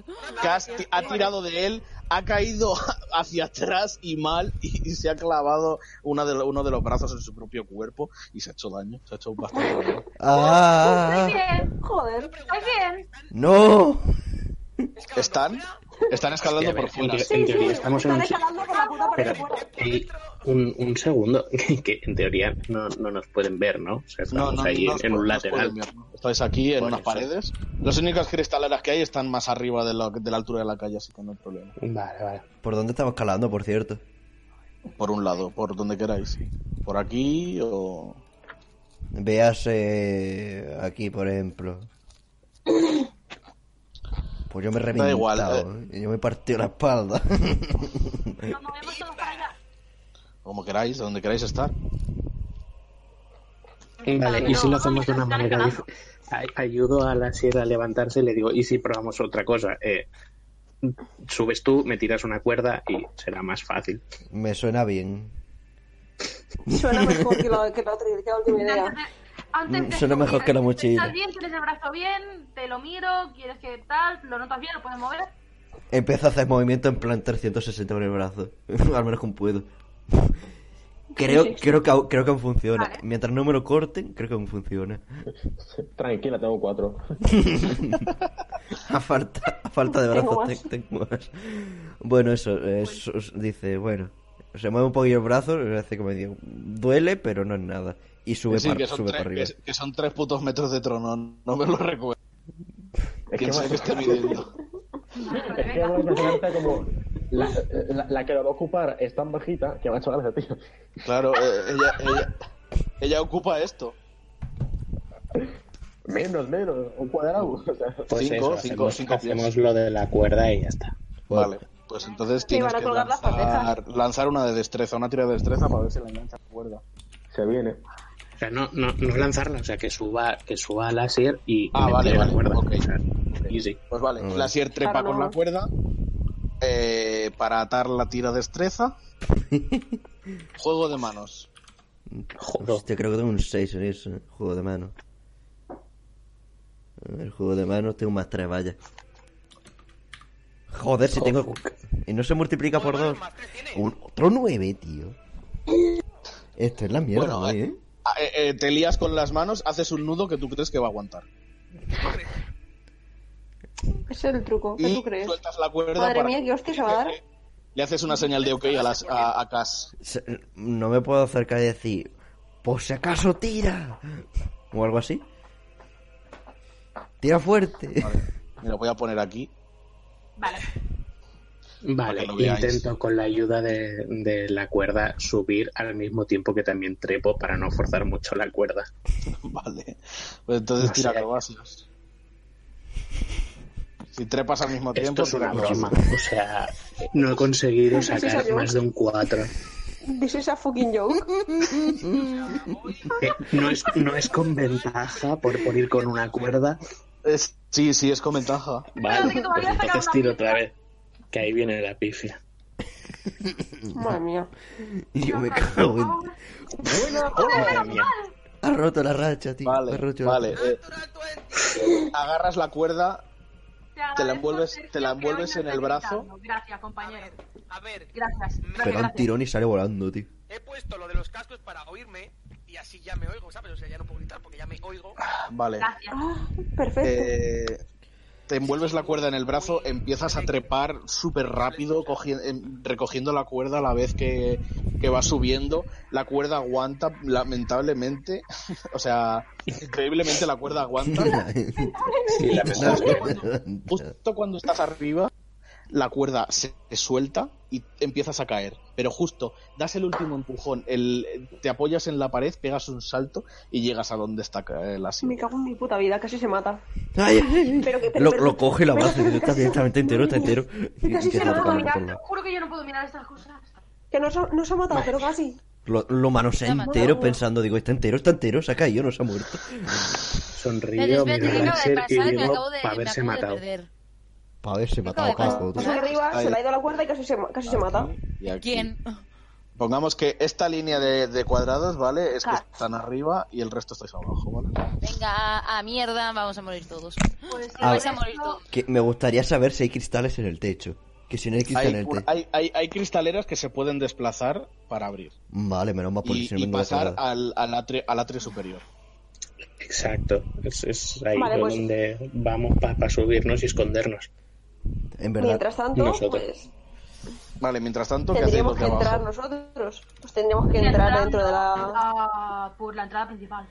Speaker 4: subir.
Speaker 2: Cass ti- ha tirado de él, ha caído hacia atrás y mal y, y se ha clavado una de lo- uno de los brazos en su propio cuerpo y se ha hecho daño. Se ha hecho bastante daño.
Speaker 5: Ah,
Speaker 7: Muy bien,
Speaker 3: Joder.
Speaker 7: muy bien.
Speaker 5: no.
Speaker 2: Están, están escalando por fuera.
Speaker 9: en, teoría estamos en un
Speaker 3: Están escalando por la puta pared
Speaker 9: Espera,
Speaker 3: fuera.
Speaker 9: eh, un, un segundo, que, que en teoría no, no nos pueden ver, ¿no? O sea,
Speaker 2: No,
Speaker 9: estamos
Speaker 2: no,
Speaker 9: ahí
Speaker 2: no
Speaker 9: en,
Speaker 2: os
Speaker 9: en
Speaker 2: pod-
Speaker 9: un
Speaker 2: no os podéis
Speaker 9: lateral.
Speaker 2: ver, ¿no? Estáis aquí en
Speaker 9: Por
Speaker 2: unas
Speaker 9: eso.
Speaker 2: paredes. Las únicas cristaleras que hay están más arriba de, lo- de la altura de la calle, así que no hay problema.
Speaker 9: Vale, vale.
Speaker 5: ¿Por dónde estamos calando, por cierto?
Speaker 2: Por un lado, por donde queráis. Por aquí o...
Speaker 5: Véase eh, aquí, por ejemplo. Pues yo me he
Speaker 2: Da
Speaker 5: reventado.
Speaker 2: igual,
Speaker 5: ¿eh? Yo me he partido la espalda.
Speaker 7: Nos movemos todos para allá.
Speaker 2: como queráis, donde queráis estar.
Speaker 9: Vale, Eh, y si lo hacemos de una manera dif- ay- ayudo a la sierra a levantarse y le digo, ¿y si probamos otra cosa? Eh, subes tú, me tiras una cuerda y será más fácil.
Speaker 5: me suena bien.
Speaker 3: Suena mejor que la, que la otra que la última idea.
Speaker 7: Antes de- antes
Speaker 5: Mm,
Speaker 7: de
Speaker 5: suena
Speaker 7: subir,
Speaker 5: mejor que la mochila.
Speaker 7: ¿Estás bien? ¿Tienes el brazo bien? ¿Te lo miro? ¿Quieres que tal? ¿Lo notas bien? ¿Lo puedes mover?
Speaker 5: Empiezo a hacer movimiento en plan 360 con el brazo. Al menos como puedo. Creo, creo, que, aún- creo que aún funciona.
Speaker 7: Vale.
Speaker 5: Mientras no me lo corten, creo que aún funciona.
Speaker 6: Tranquila, tengo cuatro.
Speaker 5: A falta, a falta de
Speaker 3: Tengo
Speaker 5: brazos
Speaker 3: más.
Speaker 5: te- tengo más. Bueno, eso, eso dice, bueno, se mueve un poquillo el brazo, hace como digo, duele, pero no es nada. Y sube,
Speaker 2: Sí,
Speaker 5: para-
Speaker 2: que son,
Speaker 5: sube para
Speaker 2: tres,
Speaker 5: arriba.
Speaker 2: que- que son tres putos metros de trono, no me lo recuerdo.
Speaker 6: Es que
Speaker 2: ¿Quién sabe este
Speaker 6: hemos-
Speaker 2: qué está midiendo?
Speaker 7: Vale,
Speaker 6: Es que
Speaker 7: venga.
Speaker 6: hemos descubierto como la, la- la que lo va a ocupar es tan bajita que va a hecho la tío.
Speaker 2: Claro, eh, ella, ella, ella ocupa esto.
Speaker 6: Menos, menos, un cuadrado. O sea,
Speaker 9: Pues
Speaker 2: Cinco,
Speaker 9: eso,
Speaker 2: cinco,
Speaker 9: hacemos,
Speaker 2: cinco pies.
Speaker 9: hacemos lo de la cuerda y ya está.
Speaker 5: Bueno,
Speaker 2: Vale, pues entonces
Speaker 3: Que
Speaker 2: tienes
Speaker 3: van a
Speaker 2: que
Speaker 3: colgar las
Speaker 2: lanzar, lanzar una de destreza, una tira de destreza para ver si la engancha la cuerda.
Speaker 6: se viene.
Speaker 9: O sea, no, no, no lanzarla, o sea, que suba, que suba a láser y
Speaker 2: Ah,
Speaker 9: me
Speaker 2: vale,
Speaker 9: tire la
Speaker 2: vale,
Speaker 9: cuerda.
Speaker 2: ok.
Speaker 9: O sea, easy.
Speaker 2: Pues vale,
Speaker 5: Vale.
Speaker 2: la Sier trepa
Speaker 3: Claro,
Speaker 2: con
Speaker 3: no.
Speaker 2: la cuerda eh, para atar la tira destreza. Juego de manos.
Speaker 9: Joder.
Speaker 5: Hostia, creo que tengo un 6 en eso, ¿eh? juego de mano. A ver, juego de mano, tengo más 3, vaya. Joder, si tengo... Y no se multiplica por 2.
Speaker 8: Más tres tiene.
Speaker 5: Otro 9, tío. Esto es la mierda,
Speaker 2: Bueno,
Speaker 5: hoy, ¿eh?
Speaker 2: Ah, eh, eh, te lías con las manos, haces un nudo que tú crees que va a aguantar.
Speaker 3: Es el truco, ¿qué tú
Speaker 2: Y
Speaker 3: crees?
Speaker 2: sueltas la cuerda
Speaker 3: Madre
Speaker 2: para-
Speaker 3: mía, qué hostia se va a dar.
Speaker 2: Le haces una señal de ok a, las, a, a Cass.
Speaker 5: Se- No me puedo acercar y decir, por si acaso tira. O algo así. Tira fuerte.
Speaker 2: Me lo voy a poner aquí.
Speaker 7: Vale.
Speaker 9: Vale,
Speaker 2: Para que lo veáis.
Speaker 9: intento con la ayuda de, de la cuerda subir al mismo tiempo que también trepo para no forzar mucho la cuerda.
Speaker 2: Vale. Pues entonces
Speaker 9: No
Speaker 2: tira
Speaker 9: sé.
Speaker 2: acrobacias. Si trepas al mismo tiempo,
Speaker 9: Esto es una
Speaker 2: tira acrobacias.
Speaker 9: broma. O sea, Eh, no he conseguido sacar más de un 4.
Speaker 3: This is a fucking joke.
Speaker 9: no, es, no es con ventaja por, por ir con una cuerda.
Speaker 2: Es- sí, sí, es con ventaja.
Speaker 9: Vale, pues entonces tiro otra vez. Que ahí viene la pifia.
Speaker 3: Madre mía.
Speaker 5: Y yo me cago en...
Speaker 9: Madre mía.
Speaker 5: Ha roto la racha, tío. Ha
Speaker 2: Vale,
Speaker 5: roto la-
Speaker 2: vale. eh, agarras la cuerda,
Speaker 7: agradezco,
Speaker 2: la envuelves-
Speaker 7: Sergio,
Speaker 2: te la
Speaker 7: que hoy
Speaker 2: envuelves
Speaker 7: no
Speaker 2: en el
Speaker 7: estés
Speaker 2: brazo.
Speaker 7: gritando. Gracias, compañero.
Speaker 8: A ver,
Speaker 7: Gracias.
Speaker 5: Pega
Speaker 7: gracias,
Speaker 5: un
Speaker 7: gracias.
Speaker 5: tirón y sale volando, tío.
Speaker 8: he puesto lo de los cascos para oírme y así ya me oigo, ¿sabes? O sea, ya no puedo gritar porque ya me oigo.
Speaker 2: Ah, Vale.
Speaker 7: Gracias.
Speaker 3: Ah, Perfecto.
Speaker 2: Eh, te envuelves la cuerda en el brazo, empiezas a trepar súper rápido, cogi- em, recogiendo la cuerda a la vez que, que va subiendo. La cuerda aguanta, lamentablemente. O sea, increíblemente la cuerda aguanta.
Speaker 9: Sí, la mejor.
Speaker 5: Pues,
Speaker 2: Justo cuando estás arriba, la cuerda se te suelta y empiezas a caer. Pero justo, das el último empujón, el, te apoyas en la pared, pegas un salto y llegas a donde está eh, la silla.
Speaker 3: Me cago en mi puta vida, casi se mata.
Speaker 5: Ay, ay,
Speaker 3: Pero que-
Speaker 5: ay.
Speaker 3: pero-
Speaker 5: Lo,
Speaker 3: pero-
Speaker 5: lo coge y lo
Speaker 3: pero-
Speaker 5: abraza y está directamente entero, está entero. Y
Speaker 3: Casi se
Speaker 5: empieza a
Speaker 3: lo
Speaker 5: tocarlo
Speaker 7: Mira,
Speaker 5: por
Speaker 7: te
Speaker 5: la-
Speaker 7: juro que yo no puedo mirar estas cosas.
Speaker 3: Que no se, no se ha matado, pero casi.
Speaker 5: Lo, lo manosea
Speaker 4: Toma.
Speaker 5: entero pensando, digo, está entero, está entero, se ha caído, no se ha muerto.
Speaker 9: Sonrío,
Speaker 4: espérate,
Speaker 9: miro a
Speaker 4: ¿qué acaba
Speaker 9: láser
Speaker 4: de
Speaker 9: y
Speaker 4: pasar? Que
Speaker 9: digo,
Speaker 4: acabo de,
Speaker 9: para
Speaker 4: me
Speaker 9: haberse
Speaker 4: acabo de
Speaker 9: matado.
Speaker 4: perder.
Speaker 5: Para haberse matado a
Speaker 4: acaba de
Speaker 5: Paco, tío.
Speaker 3: Pasa que Pues arriba,
Speaker 2: Ahí. Ah,
Speaker 3: se le ha ido la cuerda y casi se, ma- casi se mata.
Speaker 2: Y aquí-
Speaker 4: ¿Quién?
Speaker 2: Pongamos que esta línea de, de cuadrados, ¿vale? Es que
Speaker 3: Claro.
Speaker 2: están arriba y el resto estáis abajo, ¿vale?
Speaker 4: Venga, a, a mierda, vamos a morir todos.
Speaker 7: Pues,
Speaker 5: A
Speaker 4: vais
Speaker 5: ver.
Speaker 4: a morir todos.
Speaker 5: Que me gustaría saber si hay cristales en el techo. Que si no hay que
Speaker 2: Hay, hay- hay- hay cristaleras que se pueden desplazar para abrir
Speaker 5: Vale, menos mal Ah, por
Speaker 2: y,
Speaker 5: si no
Speaker 2: y
Speaker 5: vengo
Speaker 2: pasar
Speaker 5: cargado.
Speaker 2: al, al, atrio, al atrio superior.
Speaker 9: Exacto. Es, es ahí
Speaker 3: Vale, pues-
Speaker 9: donde vamos para subirnos y escondernos.
Speaker 5: En verdad.
Speaker 3: Mientras tanto,
Speaker 9: Nosotros.
Speaker 3: pues
Speaker 2: Vale, mientras tanto, ¿qué hacéis
Speaker 3: tendríamos
Speaker 2: los de
Speaker 3: que entrar
Speaker 2: abajo?
Speaker 3: nosotros. Pues tendríamos que entrar dentro de la.
Speaker 7: Ah, por la entrada principal.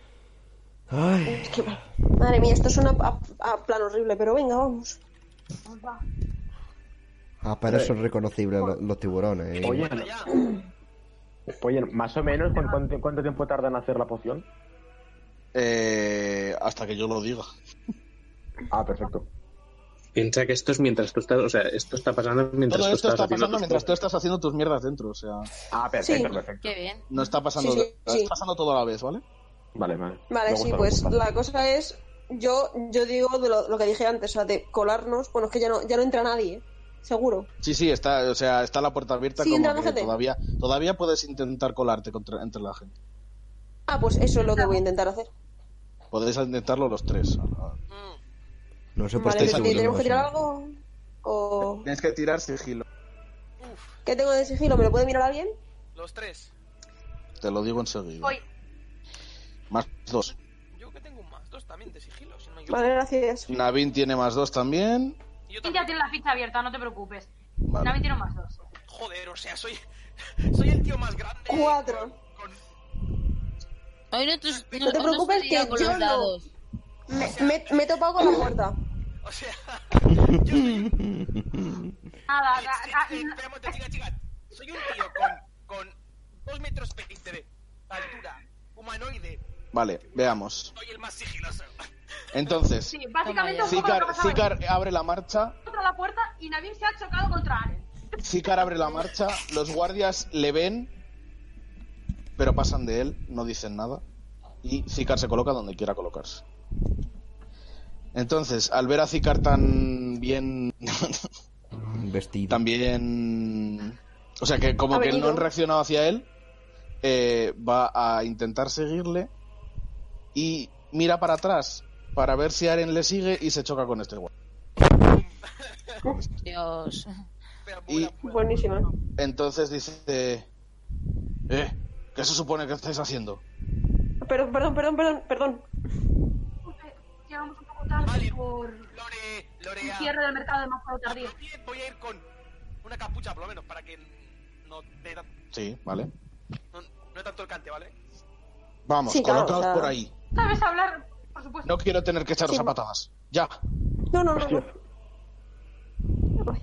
Speaker 5: Ay,
Speaker 3: Es que- Madre mía, esto es una a, a plan horrible, pero venga, vamos.
Speaker 5: apenas son reconocibles lo- los, tiburones. eh.
Speaker 6: Oye,
Speaker 8: Ya,
Speaker 6: oye, más o menos,
Speaker 3: Ah.
Speaker 6: ¿cu- ¿cuánto, cuánto tiempo tarda en hacer la poción?
Speaker 2: Eh, hasta que yo lo diga.
Speaker 6: Ah, perfecto.
Speaker 9: Piensa que esto es mientras tú estás. O sea, esto está pasando mientras
Speaker 2: Todo
Speaker 9: tú
Speaker 2: esto
Speaker 9: estás
Speaker 2: está
Speaker 9: haciendo
Speaker 2: pasando
Speaker 9: tus
Speaker 2: mientras tú
Speaker 9: cosas.
Speaker 2: estás haciendo tus mierdas dentro, o sea,
Speaker 6: Ah, perfecto,
Speaker 3: Sí.
Speaker 6: perfecto.
Speaker 4: Qué bien.
Speaker 2: no está pasando,
Speaker 3: Sí, sí,
Speaker 2: está
Speaker 3: sí.
Speaker 2: pasando todo a la vez, ¿vale?
Speaker 6: Vale, vale.
Speaker 3: Vale,
Speaker 6: Me
Speaker 3: sí,
Speaker 6: gusta, me
Speaker 3: pues
Speaker 6: gusta.
Speaker 3: la cosa es. Yo, yo digo de lo, lo que dije antes, o sea, de colarnos. Bueno, es que ya no, ya no entra nadie, ¿eh? seguro.
Speaker 2: Sí, sí, está, o sea, está la puerta abierta
Speaker 3: Sí,
Speaker 2: como
Speaker 3: entra la
Speaker 2: que
Speaker 3: gente.
Speaker 2: todavía, todavía puedes intentar colarte contra- entre la gente.
Speaker 3: Ah, pues eso es lo que voy a intentar hacer.
Speaker 2: Podéis intentarlo los tres.
Speaker 8: mm,
Speaker 5: no sé por
Speaker 3: Vale,
Speaker 5: qué
Speaker 2: estáis
Speaker 3: pero
Speaker 5: tiburones
Speaker 3: ¿tenemos que
Speaker 5: no
Speaker 3: tirar
Speaker 5: son.
Speaker 3: algo? ¿O
Speaker 2: Tienes que tirar sigilo.
Speaker 3: qué tengo de sigilo? ¿Me lo puede mirar alguien?
Speaker 8: los tres.
Speaker 2: Te lo digo enseguida.
Speaker 7: Voy.
Speaker 2: Más dos.
Speaker 8: Yo que tengo un más dos también de sigilo, si no me equivoco.
Speaker 3: Vale, gracias.
Speaker 2: Navin tiene más dos también.
Speaker 8: Y yo
Speaker 7: Cintia
Speaker 8: también.
Speaker 7: tiene la ficha abierta, no te preocupes.
Speaker 2: Vale.
Speaker 7: Navi tiene más dos.
Speaker 8: Joder, o sea, soy, soy el tío más grande.
Speaker 3: Cuatro.
Speaker 8: Con-
Speaker 4: Hoy no, tus- no-
Speaker 3: te
Speaker 4: hoy
Speaker 3: preocupes
Speaker 4: estoy liado
Speaker 3: que
Speaker 4: con
Speaker 3: yo
Speaker 4: los
Speaker 3: no.
Speaker 4: dados.
Speaker 3: Me, me, me he topado con la puerta.
Speaker 8: o sea, yo soy un
Speaker 7: Nada, ah,
Speaker 8: Eh,
Speaker 7: a-
Speaker 8: eh,
Speaker 7: a-
Speaker 8: eh, espera un momento, chica, chica. Soy un tío con, con dos metros 20 de altura, humanoide.
Speaker 2: Vale, veamos.
Speaker 8: Soy el más sigiloso.
Speaker 2: Entonces,
Speaker 7: sí, básicamente un poco lo que ha
Speaker 2: Zikar,
Speaker 7: pasado
Speaker 2: Zikar abre la marcha.
Speaker 7: es contra la puerta y Navin se ha chocado contra Aren.
Speaker 2: Zikar abre la marcha. Los guardias le ven, pero pasan de él, no dicen nada. Y Zikar se coloca donde quiera colocarse. Entonces, al ver a Zikar tan bien
Speaker 5: Un Vestido.
Speaker 2: también. O sea, que como
Speaker 3: Ha
Speaker 2: que no
Speaker 3: venido.
Speaker 2: han reaccionado hacia él, eh, va a intentar seguirle y mira para atrás para ver si Aren le sigue y se choca con este guardia.
Speaker 4: Dios.
Speaker 8: Pero
Speaker 2: Y-
Speaker 8: vuela, vuela.
Speaker 3: Buenísima.
Speaker 2: Entonces dice: ¿Eh? ¿Qué se supone que estáis haciendo?
Speaker 3: Pero, perdón, perdón, perdón, perdón.
Speaker 7: Disculpe, Llegamos un poco tarde
Speaker 8: Vale.
Speaker 7: por
Speaker 8: Lore,
Speaker 7: el
Speaker 8: Lorea.
Speaker 7: cierre del mercado de Máscara Tardía.
Speaker 8: También Voy a ir con una capucha, por lo menos, para que no dé tan-
Speaker 2: Sí, vale.
Speaker 8: no, no dé tanto el cante, ¿vale?
Speaker 2: Vamos,
Speaker 3: Sí, claro,
Speaker 2: colocaos
Speaker 3: o sea-
Speaker 2: por ahí.
Speaker 7: ¿Sabes hablar? Por supuesto.
Speaker 2: No quiero tener que echaros
Speaker 3: Sí,
Speaker 2: a
Speaker 3: va-
Speaker 2: patadas. Ya.
Speaker 3: No, no, no. no.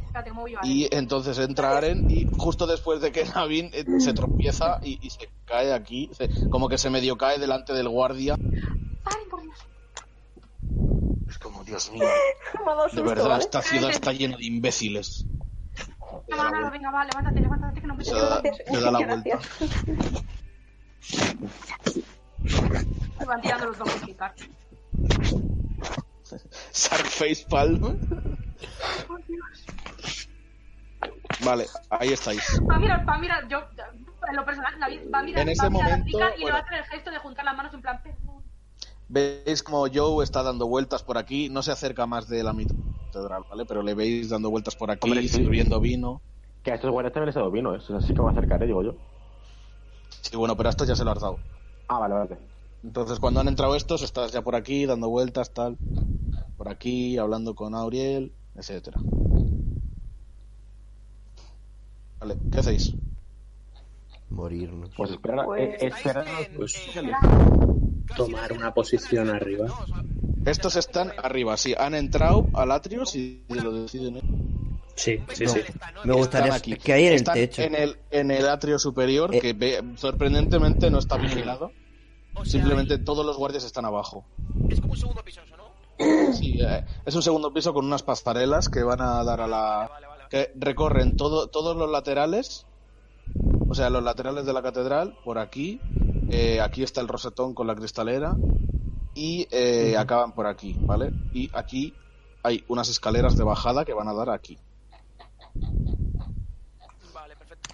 Speaker 7: Espérate, me voy yo, Aren.
Speaker 2: Y entonces entra Aren y justo después de que Navin eh, se tropieza y, y se cae aquí, se- como que se medio cae delante del guardia.
Speaker 7: Aren, por Dios.
Speaker 2: Es como, Dios mío,
Speaker 3: Me ha dado
Speaker 2: de
Speaker 3: susto,
Speaker 2: verdad,
Speaker 3: ¿vale?
Speaker 2: esta ciudad está llena de imbéciles.
Speaker 7: No, no, no, venga, va, levántate, levántate, que no me
Speaker 2: Se da, se da la vuelta.
Speaker 3: Gracias.
Speaker 7: Se van tirando los dos chicas.
Speaker 2: Shark face palm. Vale, ahí estáis.
Speaker 7: Va a mirar, va a mirar, yo, en lo personal, David va a mirar,
Speaker 2: En ese
Speaker 7: va a mirar
Speaker 2: momento,
Speaker 7: a la chica y le va a
Speaker 2: bueno.
Speaker 7: hacer el gesto de juntar las manos en plan, perdón.
Speaker 2: Veis como Joe está dando vueltas por aquí, no se acerca más de la mitad, ¿vale? Pero le veis dando vueltas por aquí,
Speaker 6: Hombre, sí.
Speaker 2: sirviendo vino.
Speaker 6: Que a estos guardias también les he dado vino, ¿eh? Así que me acercaré, digo yo.
Speaker 2: Sí, bueno, pero a esto ya se lo has dado.
Speaker 6: Ah, vale, vale.
Speaker 3: Pues,
Speaker 2: Entonces, cuando han entrado estos, estás ya por aquí, dando vueltas, tal. Por aquí, hablando con Auriel, etcétera. Vale, ¿qué hacéis?
Speaker 5: Morirnos.
Speaker 6: Pues espera,
Speaker 3: Pues-
Speaker 6: eh,
Speaker 8: Estáis
Speaker 6: espera.
Speaker 8: en-
Speaker 9: pues,
Speaker 8: en- casi
Speaker 9: tomar
Speaker 8: en-
Speaker 9: una posición
Speaker 8: en-
Speaker 9: arriba.
Speaker 8: no, o sea,
Speaker 2: Estos
Speaker 8: ya
Speaker 2: están
Speaker 8: como-
Speaker 2: arriba, sí, han entrado al atrio, si lo deciden. ¿eh?
Speaker 9: Sí, sí,
Speaker 8: No.
Speaker 9: sí.
Speaker 5: Me gustaría
Speaker 2: Están aquí.
Speaker 5: que hay en el
Speaker 2: Están
Speaker 5: techo.
Speaker 2: En el, en el atrio superior,
Speaker 5: Eh.
Speaker 2: que ve- sorprendentemente no está vigilado.
Speaker 8: o sea,
Speaker 2: Simplemente todos los guardias están abajo.
Speaker 8: Es como un segundo piso, eso, ¿no?
Speaker 2: Sí, eh, es un segundo piso con unas pastarelas que van a dar a la,
Speaker 8: Vale, vale, vale.
Speaker 2: que recorren todo, todos los laterales, o sea, los laterales de la catedral, por aquí, eh, aquí está el rosetón con la cristalera, y eh, acaban por aquí, ¿vale? Y aquí hay unas escaleras de bajada que van a dar aquí.
Speaker 8: Vale, perfecto.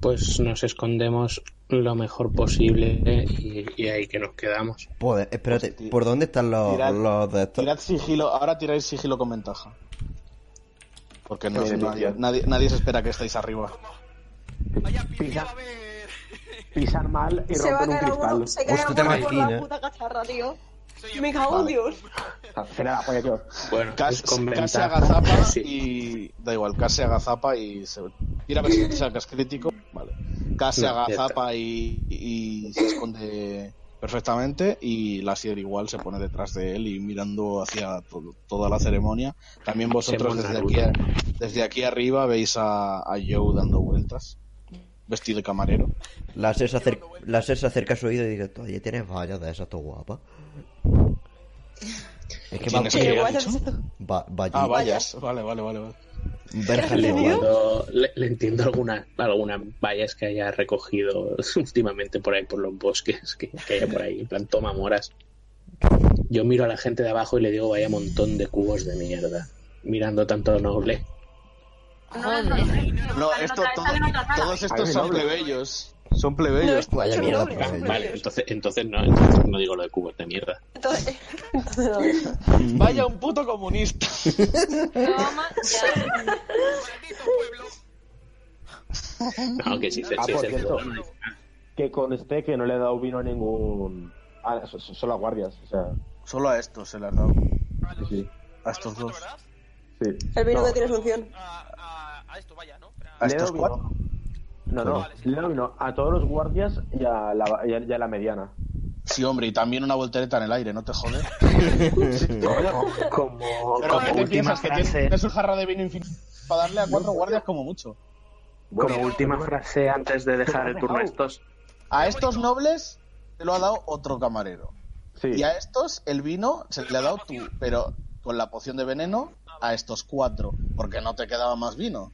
Speaker 9: Pues nos escondemos lo mejor posible eh, y, y ahí que nos quedamos.
Speaker 5: Pues, espérate,
Speaker 2: Hostia.
Speaker 5: ¿por dónde están los,
Speaker 2: Tirad-
Speaker 5: los de estos?
Speaker 2: Tirad sigilo, ahora tiráis sigilo con ventaja. Porque no,
Speaker 9: Sí,
Speaker 2: nadie,
Speaker 9: sí.
Speaker 2: nadie, nadie se espera que estéis arriba.
Speaker 8: Vaya piña
Speaker 9: Pisa.
Speaker 8: va a haber.
Speaker 9: Pisar mal y
Speaker 3: Se va a
Speaker 9: romper un
Speaker 3: caer alguno,
Speaker 9: cristal.
Speaker 3: se cae
Speaker 5: Hostia, te
Speaker 3: alguno por la
Speaker 5: imaginas.
Speaker 3: puta cacharra, tío.
Speaker 8: Soy
Speaker 3: Me cago en
Speaker 9: Vale.
Speaker 3: Dios.
Speaker 6: Ah,
Speaker 9: Será la polla, tío.
Speaker 10: Bueno,
Speaker 2: Cas,
Speaker 9: con
Speaker 2: casi
Speaker 9: ventaja,
Speaker 2: agazapa
Speaker 9: sí.
Speaker 2: y. Da igual, casi agazapa y. Se, tira a ver si te sacas crítico. Vale. Casi
Speaker 9: No, ya
Speaker 2: agazapa y, y se esconde perfectamente. Y Lassier igual se pone detrás de él y mirando hacia to- toda la ceremonia. También vosotros
Speaker 9: pone
Speaker 2: desde aquí,
Speaker 9: Naruto.
Speaker 2: desde aquí arriba veis a, a Joe dando vueltas. Vestido de camarero.
Speaker 5: Láser se, acer- Láser se acerca a su oído y dice, oye, tienes vallas de esas, tú guapa. Es que va,
Speaker 2: ¿Tienes
Speaker 3: Sí,
Speaker 2: que-
Speaker 3: igual
Speaker 2: ha
Speaker 3: se-
Speaker 2: dicho?
Speaker 5: va, va allí.
Speaker 2: Ah, vayas. Vale, vale, vale. vale.
Speaker 5: Verja de guapa.
Speaker 9: Cuando le, le entiendo alguna, algunas vallas que haya recogido últimamente por ahí, por los bosques, que, que haya por ahí, en plan, toma moras. Yo miro a la gente de abajo y le digo, vaya montón de cubos de mierda, mirando tanto noble.
Speaker 2: No, esto, todo- todos estos son plebeyos. Son plebeyos.
Speaker 5: Vaya
Speaker 3: Yo
Speaker 5: mierda, pues,
Speaker 3: no,
Speaker 5: por
Speaker 3: no,
Speaker 5: ahí.
Speaker 9: Vale, entonces, entonces, no, entonces no digo lo de cubos de mierda.
Speaker 3: Entonces, entonces no.
Speaker 2: Vaya un puto comunista.
Speaker 4: Toma, ya.
Speaker 8: Maldito pueblo.
Speaker 9: No, que si se,
Speaker 6: Ah,
Speaker 9: si
Speaker 6: por
Speaker 9: se-
Speaker 6: cierto, que conste que no le he dado vino a ningún. Ah, so- so- solo a guardias, o sea.
Speaker 2: Solo a estos se le han dado.
Speaker 8: A los,
Speaker 6: Sí,
Speaker 2: A
Speaker 8: a
Speaker 2: estos
Speaker 8: los cuatro,
Speaker 2: dos.
Speaker 8: ¿verdad?
Speaker 6: sí.
Speaker 3: El vino
Speaker 6: No,
Speaker 3: no tiene solución.
Speaker 8: A, a, a esto, vaya, ¿no? Pero-
Speaker 2: A
Speaker 6: le he dado
Speaker 2: estos
Speaker 6: vino.
Speaker 2: cuatro.
Speaker 6: No, no,
Speaker 8: Vale, sí.
Speaker 6: le he dado vino a todos los guardias y a la, y a- y a la mediana.
Speaker 2: Sí, hombre, y también una voltereta en el aire, no te jodes.
Speaker 9: como, como,
Speaker 2: Pero ¿qué
Speaker 9: como
Speaker 2: te
Speaker 9: última
Speaker 2: piensas? Que tienes-
Speaker 9: frase,
Speaker 2: tienes un jarra de vino infinito para darle a cuatro guardias como mucho.
Speaker 9: como última frase antes de dejar el turno a estos.
Speaker 2: A estos nobles te lo ha dado otro camarero.
Speaker 6: Sí.
Speaker 2: Y a estos el vino se le ha dado tú, pero con la poción de veneno a estos cuatro, porque no te quedaba más vino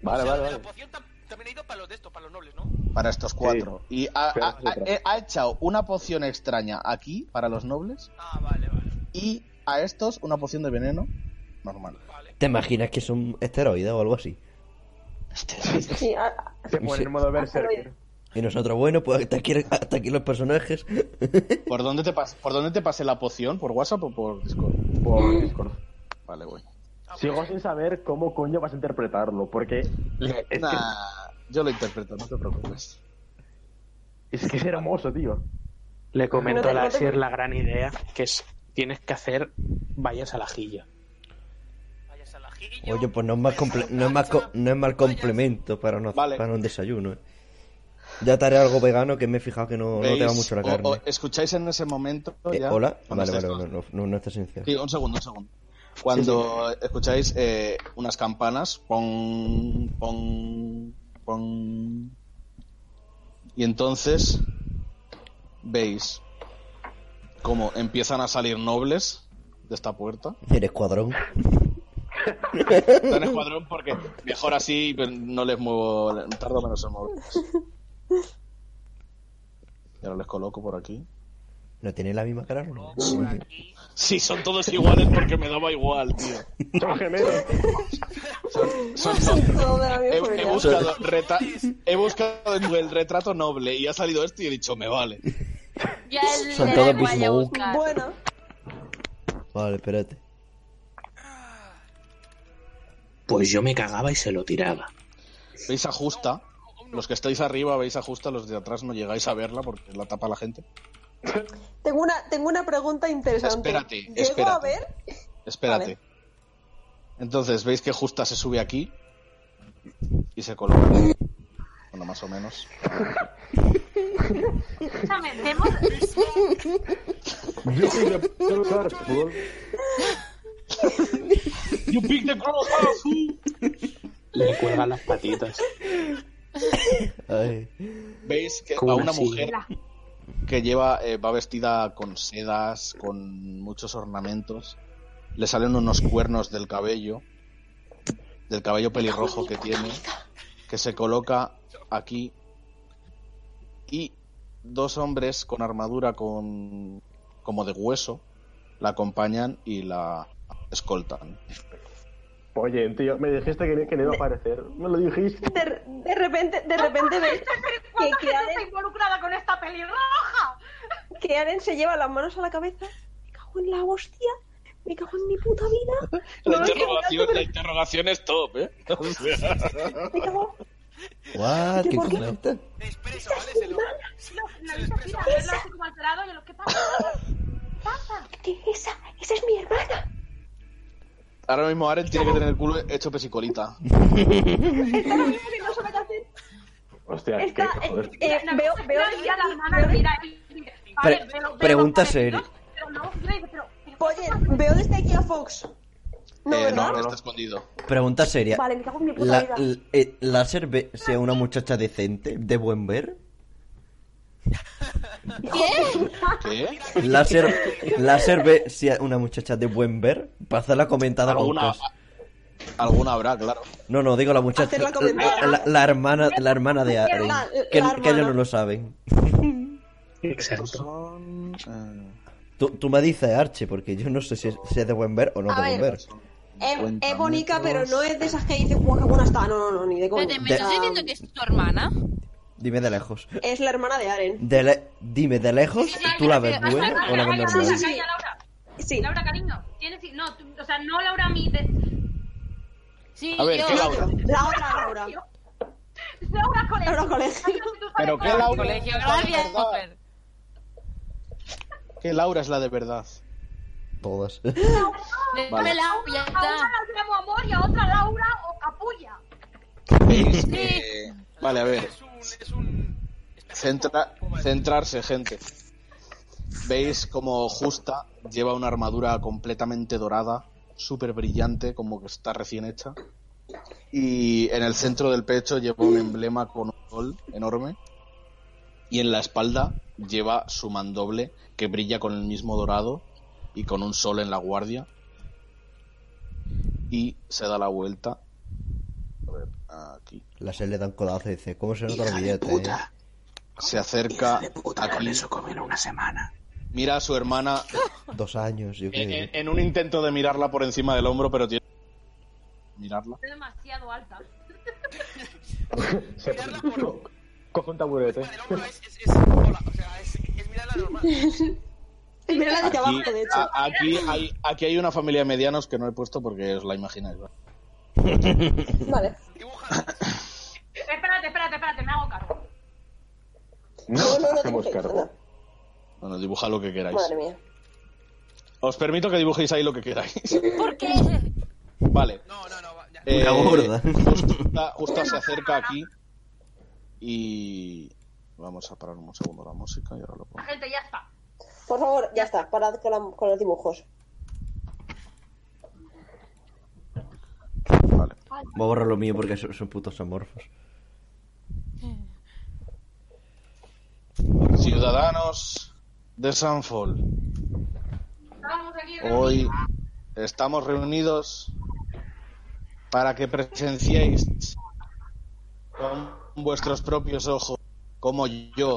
Speaker 6: Vale,
Speaker 8: o
Speaker 6: vale,
Speaker 8: sea, La
Speaker 6: vale.
Speaker 8: poción tam- también ha ido para los de estos, para los nobles, ¿no?
Speaker 2: para estos cuatro. Y ha,
Speaker 6: Pero
Speaker 2: ha-
Speaker 6: es otra.
Speaker 2: ha- ha echado una poción extraña aquí para los nobles
Speaker 8: Ah, vale, vale.
Speaker 2: y a estos una poción de veneno normal.
Speaker 8: Vale.
Speaker 5: ¿Te imaginas que son esteroides o algo así?
Speaker 3: Sí, a-
Speaker 6: Se pone en modo berserker.
Speaker 5: Y nosotros, bueno, pues hasta aquí, hasta aquí los personajes.
Speaker 2: ¿Por dónde te pas- por dónde te pasé la poción? ¿Por WhatsApp o por Discord?
Speaker 3: Mm.
Speaker 6: Por Discord.
Speaker 2: Vale, voy.
Speaker 6: Sigo sin saber cómo coño vas a interpretarlo, porque es,
Speaker 2: Nah, yo lo interpreto, no te preocupes.
Speaker 6: que, es que es hermoso, tío.
Speaker 9: Le comento
Speaker 3: No
Speaker 9: a
Speaker 3: te-
Speaker 9: la
Speaker 3: no te-
Speaker 9: Sier la gran idea, que es tienes que hacer vallas a la jilla.
Speaker 8: Vayas al ajillo.
Speaker 5: Oye, pues no es mal, comple- no es mal, co- no es mal complemento para, una-
Speaker 2: Vale.
Speaker 5: para un desayuno. eh. Ya te haré algo vegano que me he fijado que no, no te va
Speaker 2: ¿Veis?
Speaker 5: mucho la
Speaker 2: O-
Speaker 5: carne.
Speaker 2: o escucháis en ese momento.
Speaker 5: Eh,
Speaker 2: ya?
Speaker 5: ¿Hola?
Speaker 2: Cuando
Speaker 5: Vale,
Speaker 2: estáis
Speaker 5: vale,
Speaker 2: todos-
Speaker 5: no, no, no, no estás silenciado.
Speaker 2: Sí, un segundo, un segundo. Cuando escucháis eh, unas campanas, pon, pon, pon. Y entonces veis cómo empiezan a salir nobles de esta puerta.
Speaker 5: Eres cuadrón.
Speaker 2: Están en escuadrón porque mejor así pero no les muevo, tardo menos en moverlos. Y ahora les coloco por aquí.
Speaker 5: ¿No tiene la misma cara? no?
Speaker 8: Por aquí.
Speaker 2: Sí, son todos iguales porque me daba igual, tío. Son gemelos. Son,
Speaker 3: todo de la misma
Speaker 2: he, he
Speaker 3: familia.
Speaker 2: buscado reta- he buscado en Google retrato noble y ha salido esto y he dicho, me vale.
Speaker 4: Ya el
Speaker 5: Son
Speaker 4: le
Speaker 5: todos
Speaker 4: da igual ya
Speaker 5: mismo.
Speaker 4: buscar.
Speaker 3: Bueno,
Speaker 5: Vale, espérate.
Speaker 9: Pues yo me cagaba y se lo tiraba.
Speaker 2: Veis ajusta. Los que estáis arriba veis ajusta, los de atrás no llegáis a verla porque la tapa la gente.
Speaker 3: tengo una, tengo una pregunta interesante.
Speaker 2: Espérate,
Speaker 3: Llego a
Speaker 2: espérate.
Speaker 3: ver.
Speaker 2: Espérate.
Speaker 3: Vale.
Speaker 2: Entonces, veis que Justa se sube aquí y se coloca. Bueno, más o menos.
Speaker 7: Escúchame, te hemos-
Speaker 6: Yo soy de Pulgar, fútbol.
Speaker 2: You pick the cross, fool.
Speaker 9: Le cuelgan las patitas.
Speaker 5: Ay.
Speaker 2: Veis que
Speaker 9: Como
Speaker 2: a
Speaker 9: una
Speaker 2: una
Speaker 9: silla.
Speaker 2: mujer que lleva eh, va vestida con sedas, con muchos ornamentos. Le salen unos cuernos del cabello, del cabello pelirrojo que tiene, que se coloca aquí. Y dos hombres con armadura con como de hueso la acompañan y la escoltan.
Speaker 6: Oye, tío, me dijiste que, que no iba a aparecer. Me lo dijiste.
Speaker 3: De, de repente, de repente veis que,
Speaker 7: ¿Cuánta
Speaker 3: que,
Speaker 7: gente está
Speaker 3: Aren,
Speaker 7: involucrada con esta pelirroja?
Speaker 3: que Aren se lleva las manos a la cabeza. Me cago en la hostia. me cago en mi puta vida.
Speaker 10: La
Speaker 3: No, es que
Speaker 10: interrogación,
Speaker 3: tanto,
Speaker 10: la interrogación es top, ¿eh? O sea,
Speaker 3: me cago-
Speaker 5: What?
Speaker 3: ¿Qué
Speaker 5: ¿Qué
Speaker 3: por qué?
Speaker 5: conecta?
Speaker 8: Expreso, ¿vale? Se lo...
Speaker 7: La vista fija, verlo así como alterado y lo que pasa. ¿Qué pasa?
Speaker 3: que esa, esa es mi hermana.
Speaker 2: Ahora mismo Aren tiene que tener el culo hecho pesicolita.
Speaker 3: Está la mía que no sabe qué hacer.
Speaker 6: Hostia, es que,
Speaker 3: Está,
Speaker 6: joder.
Speaker 3: eh, eh, veo, veo,
Speaker 7: Mira, mira las manos, mira. mira.
Speaker 5: Pre-
Speaker 7: Vale, pero- pero-
Speaker 5: pregunta
Speaker 7: pero-
Speaker 5: seria.
Speaker 7: Pero no, mira, dice, pero- pero-
Speaker 3: Oye, veo desde aquí a Fox. No,
Speaker 2: Eh,
Speaker 3: ¿verdad?
Speaker 2: no, no, está escondido.
Speaker 5: Pregunta seria.
Speaker 3: Vale, me cago en mi puta
Speaker 5: ¿La,
Speaker 3: vida.
Speaker 5: l- eh, ¿Láser ve sea una muchacha decente, de buen ver?
Speaker 3: Ah.
Speaker 2: ¿Qué?
Speaker 5: ¿Láser, láser ve sea una muchacha de buen ver? Pasarla comentada con
Speaker 2: Alguna,
Speaker 5: cosas.
Speaker 2: alguna habrá, claro.
Speaker 5: No, no, digo la muchacha.
Speaker 3: Hacerla
Speaker 5: La,
Speaker 3: comentada.
Speaker 5: la- la hermana, la hermana de Aren.
Speaker 3: La- la
Speaker 5: que, que ellos
Speaker 3: hermana.
Speaker 5: no lo saben.
Speaker 9: Exacto.
Speaker 2: Son. eh,
Speaker 5: Tú, tú me dices Arche, porque yo no sé si es, si es de buen ver o no
Speaker 3: A
Speaker 5: de buen
Speaker 3: ver.
Speaker 5: ver.
Speaker 3: Es,
Speaker 2: 50
Speaker 3: es bonita, pero
Speaker 2: metros.
Speaker 3: no es de esas que dices, guau, qué buena está. No, no, no, ni de cómo.
Speaker 4: Espérate, ¿me estás diciendo que es tu hermana?
Speaker 5: Dime de lejos.
Speaker 3: Es la hermana de Aren.
Speaker 5: De le- Dime de lejos,
Speaker 4: Sí, sí,
Speaker 5: ¿tú la
Speaker 4: sí,
Speaker 5: ves
Speaker 4: sí,
Speaker 5: buena
Speaker 4: sí,
Speaker 5: o la ves
Speaker 7: Calla,
Speaker 5: normal?
Speaker 7: Laura, calla, Laura.
Speaker 3: Sí.
Speaker 7: Laura, cariño. Tienes... No, tú- o sea, no Laura a mí. de-
Speaker 4: Sí,
Speaker 2: A ver,
Speaker 4: yo.
Speaker 2: ¿qué Laura?
Speaker 3: La otra Laura.
Speaker 7: Laura Colegio.
Speaker 3: Laura Colegio.
Speaker 7: Ay, no sé, tú sabes
Speaker 2: Pero
Speaker 7: cuál
Speaker 2: qué
Speaker 7: es.
Speaker 2: Laura.
Speaker 4: Colegio, gracias,
Speaker 2: Perdón.
Speaker 4: Cooper.
Speaker 2: Que Laura es la de verdad.
Speaker 5: Todas.
Speaker 4: Déjame
Speaker 2: Vale.
Speaker 4: la
Speaker 7: A
Speaker 4: ya
Speaker 7: una
Speaker 4: está.
Speaker 7: la llamo amor y a otra Laura o capulla.
Speaker 2: ¿Veis? Eh, vale, a ver.
Speaker 8: Es un... Es un...
Speaker 2: Centra- centrarse, gente. Veis como Justa lleva una armadura completamente dorada, súper brillante, como que está recién hecha. Y en el centro del pecho lleva un emblema con un sol enorme. Y en la espalda lleva su mandoble que brilla con el mismo dorado y con un sol en la guardia. Y se da la vuelta. A ver, aquí.
Speaker 5: La se le dan codazo y dice, ¿cómo se nota
Speaker 9: Hija
Speaker 5: el
Speaker 9: de
Speaker 5: billete? eh?".
Speaker 9: puta.
Speaker 2: Se acerca
Speaker 9: Hija de puta,
Speaker 2: a
Speaker 9: con eso comer una semana.
Speaker 2: Mira a su hermana
Speaker 5: Dos años, yo
Speaker 2: en,
Speaker 5: creo.
Speaker 2: en- en un intento de mirarla por encima del hombro, pero tiene mirarla.
Speaker 7: Es demasiado alta.
Speaker 6: Se-
Speaker 8: Mirarla por-
Speaker 6: Coge un taburete.
Speaker 8: El hombro es... es, es hola, o sea, es, es mirarla normal.
Speaker 3: Es la desde
Speaker 2: Aquí,
Speaker 3: abajo, de hecho.
Speaker 2: a- aquí hay, aquí hay una familia de medianos que no he puesto porque os la imagináis. ¿vale?
Speaker 3: Vale.
Speaker 8: Dibuja...
Speaker 7: Espérate, espérate, espérate, me hago cargo.
Speaker 6: No,
Speaker 3: No, no, no,
Speaker 6: hacemos
Speaker 3: no, no.
Speaker 6: cargo.
Speaker 2: Bueno, dibujad lo que queráis.
Speaker 3: Madre mía.
Speaker 2: Os permito que dibujéis ahí lo que queráis.
Speaker 4: ¿Por qué?
Speaker 2: vale. Eh,
Speaker 8: No, no, no, va, ya.
Speaker 5: Una gorda.
Speaker 2: Justa, Justa se acerca aquí y... Vamos a parar un segundo la música y ahora lo
Speaker 7: La
Speaker 2: pongo.
Speaker 7: gente ya está.
Speaker 3: Por favor, ya está, parad con, la- con los dibujos.
Speaker 2: Vale.
Speaker 5: Voy a borrar lo mío porque son, son putos amorfos.
Speaker 2: Ciudadanos de Sanford.
Speaker 7: Estábamos aquí.
Speaker 2: Hoy estamos reunidos para que presenciéis con vuestros propios ojos como yo,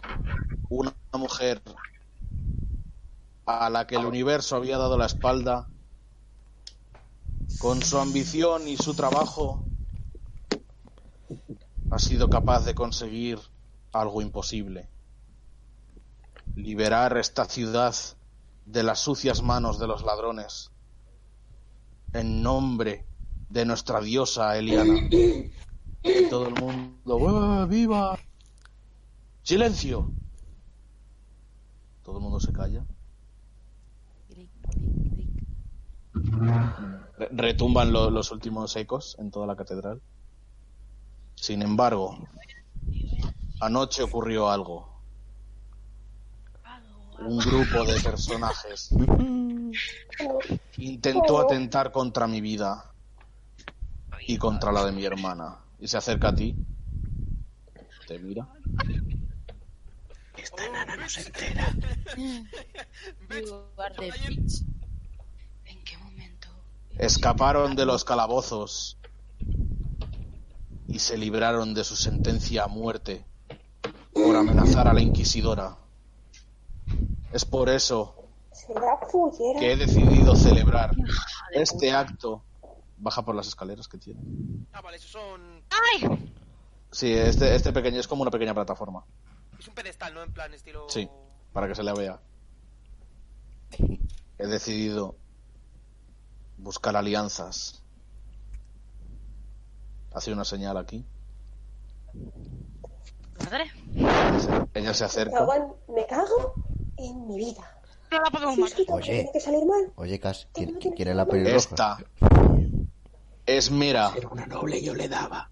Speaker 2: una mujer a la que el universo había dado la espalda, con su ambición y su trabajo, ha sido capaz de conseguir algo imposible. Liberar esta ciudad de las sucias manos de los ladrones. En nombre de nuestra diosa Eliana. Y todo el mundo, "¡Ué, ¡viva! ¡Silencio! Todo el mundo se calla. Re- Retumban lo- los últimos ecos en toda la catedral. Sin embargo, anoche ocurrió algo un grupo de personajes intentó atentar contra mi vida y contra la de mi hermana. Y se acerca a ti. Te mira.
Speaker 4: You are the bitch. ¿En qué momento?
Speaker 2: Escaparon de los calabozos y se libraron de su sentencia a muerte por amenazar a la inquisidora. Es por eso
Speaker 3: Será fullera.
Speaker 2: que he decidido celebrar este acto. Baja por las escaleras que tiene.
Speaker 8: Ah, vale, eso son...
Speaker 2: Sí, este, este pequeño es como una pequeña plataforma.
Speaker 8: Es un pedestal, ¿no? En plan estilo...
Speaker 2: Sí, para que se la vea. He decidido Buscar alianzas. Hace una señal aquí.
Speaker 4: Madre.
Speaker 2: Ella se
Speaker 3: Me
Speaker 2: acerca.
Speaker 3: cago en- me cago en mi vida.
Speaker 4: No la podemos
Speaker 3: Si os
Speaker 4: matar.
Speaker 3: quito
Speaker 5: Oye.
Speaker 3: que tiene que salir mal,
Speaker 5: Oye, Cas, ¿quiere, quiere la pelirroja?
Speaker 2: Esta es Mira.
Speaker 9: Era una noble, yo le daba.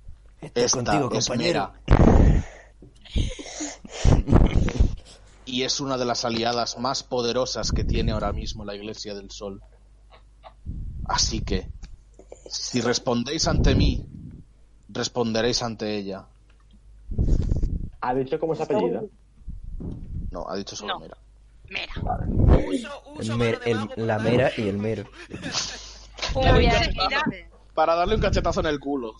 Speaker 5: Estoy
Speaker 2: Esta
Speaker 5: contigo,
Speaker 2: es
Speaker 5: compañero.
Speaker 2: Mira. Y es una de las aliadas más poderosas que tiene ahora mismo la Iglesia del Sol. Así que, si respondéis ante mí, responderéis ante ella.
Speaker 6: ¿Ha dicho cómo se apellida?
Speaker 2: No, ha dicho solo
Speaker 4: No.
Speaker 2: Mira.
Speaker 4: Mira.
Speaker 8: Uso,
Speaker 5: El
Speaker 8: uso
Speaker 5: mer-
Speaker 8: mano de
Speaker 5: el-
Speaker 8: mago por
Speaker 5: la
Speaker 8: dar-
Speaker 5: mera y el mero.
Speaker 1: Como bien,
Speaker 2: Para darle un cachetazo en el culo.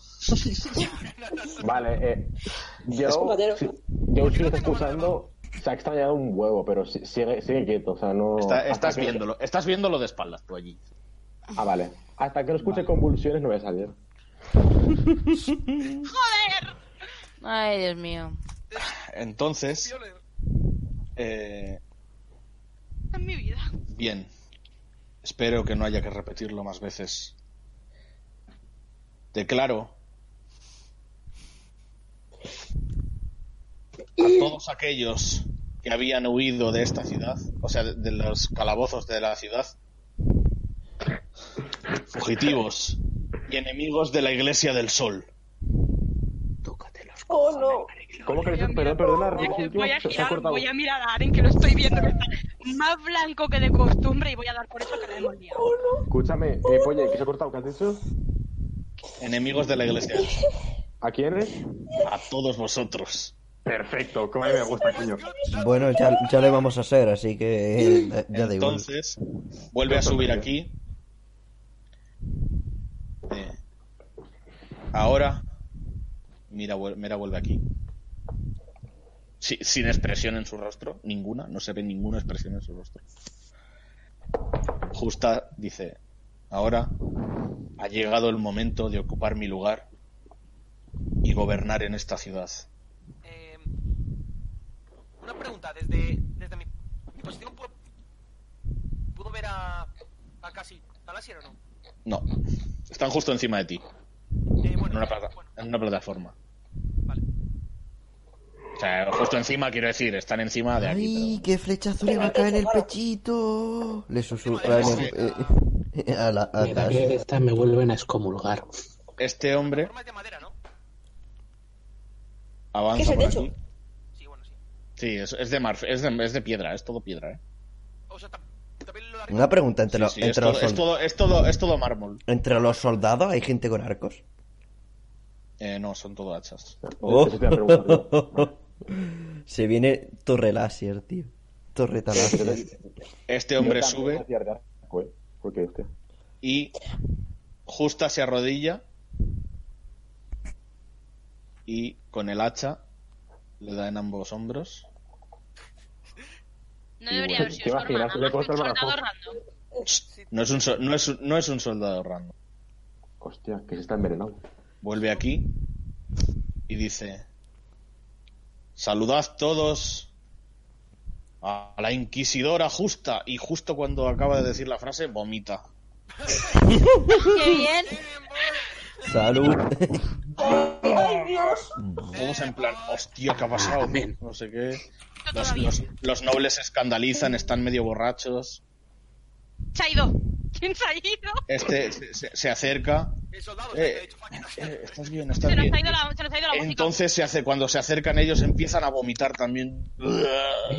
Speaker 6: Vale, eh, yo,
Speaker 3: Es un patero.
Speaker 6: si- yo sigo excusando, se ha extrañado un huevo, pero si- sigue, sigue quieto, o sea, no...
Speaker 2: Está-
Speaker 6: hasta
Speaker 2: estás
Speaker 6: que-
Speaker 2: viéndolo, estás viéndolo de espaldas tú allí.
Speaker 6: Ah, vale. Hasta que no escuche convulsiones no voy a salir.
Speaker 4: Ay, Dios mío.
Speaker 2: Entonces, eh,
Speaker 4: En mi vida.
Speaker 2: Bien. Espero que no haya que repetirlo más veces. Declaro a todos aquellos que habían huido de esta ciudad, o sea, de, de los calabozos de la ciudad, fugitivos y enemigos de la Iglesia del Sol.
Speaker 3: oh no.
Speaker 6: ¿Cómo que le dices? Perdón, perdona, repite el último,
Speaker 1: Voy a
Speaker 6: se- se ha
Speaker 1: girar,
Speaker 6: cortado.
Speaker 1: voy a mirar a Aren, que lo estoy viendo que está más blanco que de costumbre y voy a dar por hecho que lo hemos liado.
Speaker 6: Escúchame, eh, oye, que se ha cortado, ¿qué has dicho?
Speaker 2: Enemigos de la Iglesia del Sol.
Speaker 6: ¿A quién es?
Speaker 2: A todos vosotros.
Speaker 6: Perfecto, como a mí me gusta, coño.
Speaker 5: Bueno, ya, ya le vamos a hacer, así que eh, da- ya da igual.
Speaker 2: Entonces, vuelve a subir aquí. Eh, ahora, mira, vuel- mira, vuelve aquí. Si- sin expresión en su rostro, ninguna, no se ve ninguna expresión en su rostro. Justa dice, ahora ha llegado el momento de ocupar mi lugar y gobernar en esta ciudad.
Speaker 8: Eh, una pregunta, desde, desde mi, mi posición puedo, puedo ver a, a casi a Lassier o no?
Speaker 2: No, están justo encima de ti,
Speaker 8: Eh, bueno,
Speaker 2: en una, plata-
Speaker 8: bueno,
Speaker 2: en una plataforma.
Speaker 8: vale.
Speaker 2: O sea, justo encima, quiero decir, están encima de aquí. pero-
Speaker 5: ¡Ay, qué flechazo le va a caer en el pechito! Le susurra en el- eh, a la a
Speaker 9: Me da
Speaker 5: Cas.
Speaker 9: que de estas me vuelven a excomulgar.
Speaker 2: Este hombre
Speaker 8: Formas de madera, ¿no?
Speaker 2: avanza.
Speaker 3: ¿Qué es el
Speaker 2: por
Speaker 3: techo?
Speaker 2: aquí.
Speaker 8: Sí, bueno, sí.
Speaker 2: Sí, es, es de marf- es de, es de piedra, es todo piedra, ¿eh?
Speaker 8: O sea, tam- también lo de arriba.
Speaker 5: Una pregunta, entre,
Speaker 2: Sí,
Speaker 5: los-
Speaker 2: sí, es,
Speaker 5: entre,
Speaker 2: todo,
Speaker 5: los
Speaker 2: es,
Speaker 5: sol-
Speaker 2: todo, es, todo, es todo mármol.
Speaker 5: entre los soldados hay gente con arcos.
Speaker 2: Eh, no, son todo hachas.
Speaker 5: Oh.
Speaker 6: Eso te iba a preguntar yo.
Speaker 5: Se viene Torrelasier, tío. Torretalasier.
Speaker 2: Este hombre
Speaker 6: Yo también
Speaker 2: sube
Speaker 6: hacía de arco, eh, Porque este...
Speaker 2: y justa se arrodilla y con el hacha le da en ambos hombros.
Speaker 4: No
Speaker 6: Y
Speaker 4: debería
Speaker 6: bueno,
Speaker 4: haber
Speaker 6: ¿te
Speaker 4: sido su hermana,
Speaker 6: imaginas?
Speaker 4: más
Speaker 6: Le
Speaker 4: que un
Speaker 6: corta el
Speaker 4: soldado
Speaker 6: brazo.
Speaker 4: random.
Speaker 2: No es un, so- no es un- no es un soldado random.
Speaker 6: Hostia, que se está envenenado.
Speaker 2: Vuelve aquí y dice: Saludad todos a la inquisidora justa. Y justo cuando acaba de decir la frase, vomita.
Speaker 4: Qué bien.
Speaker 5: Salud.
Speaker 2: Todos en plan: Hostia, ¿qué ha pasado?
Speaker 9: Amén.
Speaker 2: No sé qué.
Speaker 4: Esto
Speaker 2: Los,
Speaker 4: todavía.
Speaker 2: los- los nobles se escandalizan, están medio borrachos.
Speaker 4: Se ha ido. ¿Quién se ha ido?
Speaker 2: Este se, se- se acerca.
Speaker 8: El soldado se ha
Speaker 2: Eh,
Speaker 8: hecho máquina.
Speaker 2: eh, estás bien, estás
Speaker 4: Se nos
Speaker 2: bien.
Speaker 4: ha ido la, se nos ha ido la música.
Speaker 2: Entonces se hace, cuando se acercan ellos empiezan a vomitar también.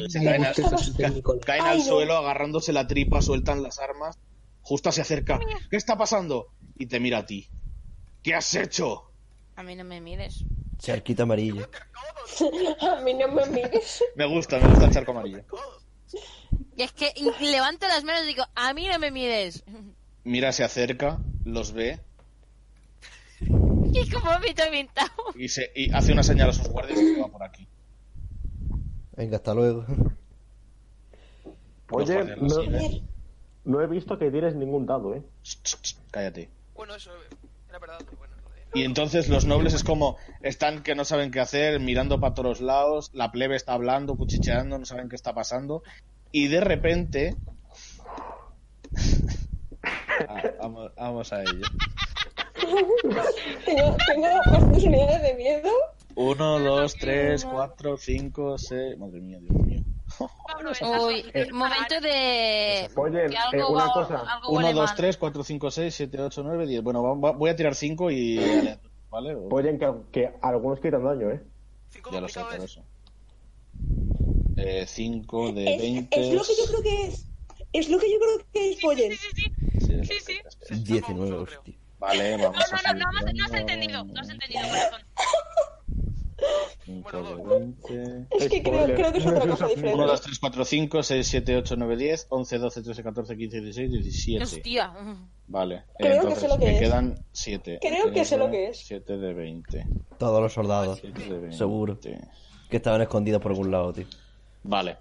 Speaker 2: Se
Speaker 9: Ay,
Speaker 2: caen, al-
Speaker 9: ustedes son
Speaker 2: ca-
Speaker 9: técnicos.
Speaker 2: caen al suelo agarrándose la tripa, sueltan las armas. Justa se acerca. ¿Qué está pasando? Y te mira a ti. ¿Qué has hecho?
Speaker 4: A mí no me mires.
Speaker 5: Charquito amarillo.
Speaker 3: A mí no me mires.
Speaker 2: Me gusta, me gusta el charco amarillo.
Speaker 4: Y es que in- levanto las manos y digo, a mí no me mires.
Speaker 2: Mira, se acerca, los ve
Speaker 4: Y es como pito pintado.
Speaker 2: y, se, y hace una señal a sus guardias y se va por aquí.
Speaker 5: Venga, hasta luego.
Speaker 2: Los
Speaker 6: Oye,
Speaker 2: guardias lo
Speaker 6: no,
Speaker 2: siguen.
Speaker 6: no he visto que tires ningún dado, eh.
Speaker 2: Cállate.
Speaker 8: Bueno, eso eh, era verdad, pero bueno. lo de-
Speaker 2: Y entonces los nobles es como están que no saben qué hacer, mirando para todos los lados, la plebe está hablando, cuchicheando, no saben qué está pasando. Y de repente Ah, vamos, vamos a ello.
Speaker 3: Yo tengo bastantes unidades de miedo.
Speaker 2: Uno, dos, tres, cuatro, cinco, seis. Madre mía, Dios mío.
Speaker 4: Uy, momento de.
Speaker 6: Oye,
Speaker 4: que
Speaker 6: eh,
Speaker 4: algo
Speaker 6: una
Speaker 4: va-
Speaker 6: cosa.
Speaker 4: algo
Speaker 2: Uno,
Speaker 4: huele
Speaker 2: dos,
Speaker 4: mal.
Speaker 2: tres, cuatro, cinco, seis, siete, ocho, nueve, diez. Bueno, va- va- voy a tirar cinco y. aleatorio, ¿Vale? O-
Speaker 6: Oye, que, que algunos quitan daño, ¿eh?
Speaker 8: Cinco
Speaker 2: Ya lo sé, por
Speaker 8: complicado es.
Speaker 2: eso. Eh, 5 de
Speaker 3: Es,
Speaker 2: 20.
Speaker 3: es lo que yo creo que es. Es lo que yo creo que es Pollen.
Speaker 8: Sí, sí, sí.
Speaker 2: Sí, es
Speaker 8: Sí,
Speaker 2: lo que
Speaker 8: sí.
Speaker 2: es.
Speaker 8: Se escapa
Speaker 5: 19,
Speaker 8: uno, creo.
Speaker 5: hostia.
Speaker 2: Vale, vamos
Speaker 4: No,
Speaker 2: a
Speaker 4: no, no, no, has-
Speaker 2: seguir
Speaker 4: no has
Speaker 2: dando.
Speaker 4: entendido, no has entendido, corazón.
Speaker 2: 5
Speaker 8: Bueno,
Speaker 2: de
Speaker 8: dos.
Speaker 2: 20.
Speaker 3: Es que creo,
Speaker 6: Spoiler.
Speaker 3: creo que es otra cosa
Speaker 2: 1,
Speaker 3: diferente.
Speaker 2: 2, 3, 4, 5, 6, 7, 8, 9, 10, 11, 12, 13, 14, 15, 16, 17.
Speaker 4: Hostia.
Speaker 2: Vale,
Speaker 3: Creo que sé
Speaker 2: entonces
Speaker 3: lo que
Speaker 2: me
Speaker 3: es.
Speaker 2: quedan 7.
Speaker 3: Creo que sé lo que es.
Speaker 2: 7 de 20.
Speaker 5: Todos los soldados
Speaker 2: 7 de 20.
Speaker 5: Seguro. que estaban escondidos por algún lado, tío.
Speaker 2: Vale.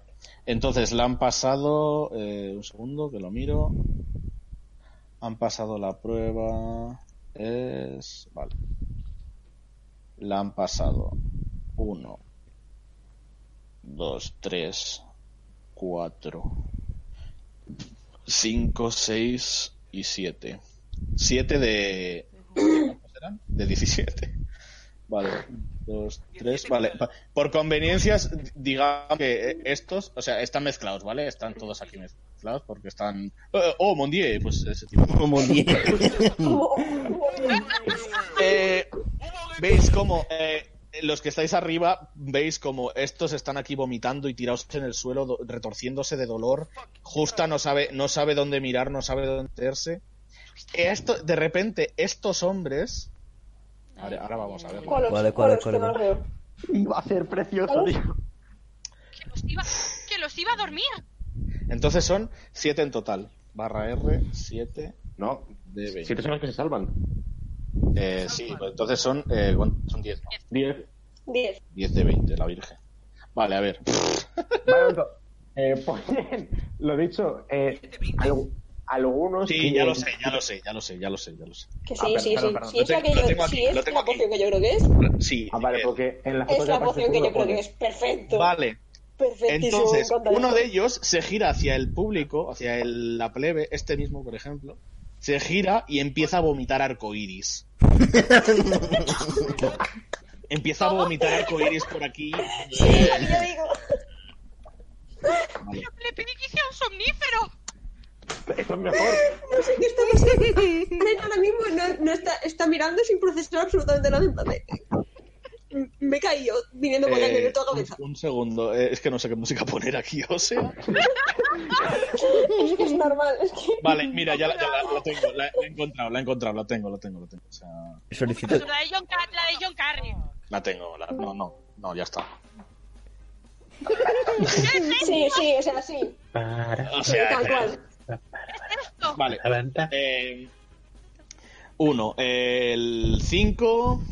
Speaker 2: Entonces, la han pasado. eh, un segundo, que lo miro. Han pasado la prueba. Es. Vale. La han pasado. Uno. Dos, tres. Cuatro. Cinco, seis y siete. Siete de. ¿cuántos eran? De 17. Vale, dos, tres, vale. Pa- Por conveniencias, digamos que eh, estos, o sea, están mezclados, ¿vale? Están todos aquí mezclados porque están. eh, oh, mon Dieu, pues ese tipo.
Speaker 5: Como 10.
Speaker 2: Eh, veis como los que estáis arriba, veis como estos están aquí vomitando y tirados en el suelo, do- retorciéndose de dolor. Justa no sabe, no sabe dónde mirar, no sabe dónde meterse. Esto, de repente, estos hombres. Ahora, ahora vamos a ver.
Speaker 3: ¿Cuál
Speaker 5: Vale,
Speaker 3: es?
Speaker 5: ¿cuál es?
Speaker 3: ¿Cuál
Speaker 5: ¿cuál
Speaker 3: es? Que
Speaker 5: es?
Speaker 3: no lo veo.
Speaker 6: Va a ser precioso, tío.
Speaker 4: Que los iba, que los iba a dormir.
Speaker 2: Entonces son 7 en total. Barra R, 7
Speaker 9: No,
Speaker 2: de 20.
Speaker 9: siete son los que se salvan.
Speaker 2: Eh, sí, pues entonces son, eh, ¿cuántos son 10.
Speaker 9: Diez.
Speaker 3: 10.
Speaker 2: 10 de 20, la Virgen. Vale, a ver.
Speaker 6: Vale, entonces, eh, Pollen, lo dicho, eh, al- algunos.
Speaker 2: Sí, ya lo sé, ya lo sé, ya lo sé, ya lo sé, ya lo sé.
Speaker 3: Que sí,
Speaker 6: Ah,
Speaker 3: sí,
Speaker 6: perdón,
Speaker 3: sí.
Speaker 2: lo
Speaker 3: Si
Speaker 6: perdón,
Speaker 3: es la
Speaker 2: tengo-
Speaker 3: que
Speaker 2: lo
Speaker 3: yo-
Speaker 2: tengo
Speaker 3: si
Speaker 2: aquí,
Speaker 3: es
Speaker 2: lo tengo
Speaker 3: la
Speaker 2: aquí.
Speaker 3: poción que yo creo que es.
Speaker 2: Sí.
Speaker 6: Ah, vale,
Speaker 2: eh,
Speaker 6: porque en la foto
Speaker 3: Es la
Speaker 6: aparece
Speaker 3: poción que
Speaker 6: tú
Speaker 3: yo
Speaker 6: lo
Speaker 3: creo que
Speaker 6: pones.
Speaker 3: es. Perfecto.
Speaker 2: Vale.
Speaker 3: Perfectísimo.
Speaker 2: Entonces,
Speaker 3: me encanta
Speaker 2: uno
Speaker 3: esto.
Speaker 2: de ellos se gira hacia el público, hacia el- la plebe, este mismo, por ejemplo. Se gira y empieza a vomitar arcoiris. empieza a vomitar arcoiris por aquí.
Speaker 3: Sí, yo digo.
Speaker 4: Le pedí que hiciera un somnífero.
Speaker 6: Eso es mejor.
Speaker 3: No sé qué está pasando. Nen ahora mismo no, no está, está mirando sin procesar absolutamente nada. en plan de- mm, Me he caído viniendo por la
Speaker 2: Eh,
Speaker 3: de toda
Speaker 2: un,
Speaker 3: cabeza.
Speaker 2: un segundo, eh, es que no sé qué música poner aquí, o sea.
Speaker 3: Es que es normal. Es que...
Speaker 2: Vale, mira, ya, la- ya la, la tengo, la, la he encontrado, la he encontrado, la tengo, la tengo, la tengo. O sea,
Speaker 5: Solicito.
Speaker 4: La de John, Car- la de John Carrey.
Speaker 2: la tengo, la- no, no, no, ya está.
Speaker 3: Sí, sí, o sea, sí.
Speaker 2: O sea,
Speaker 3: Tal cual.
Speaker 2: vale. Eh, uno, el cinco.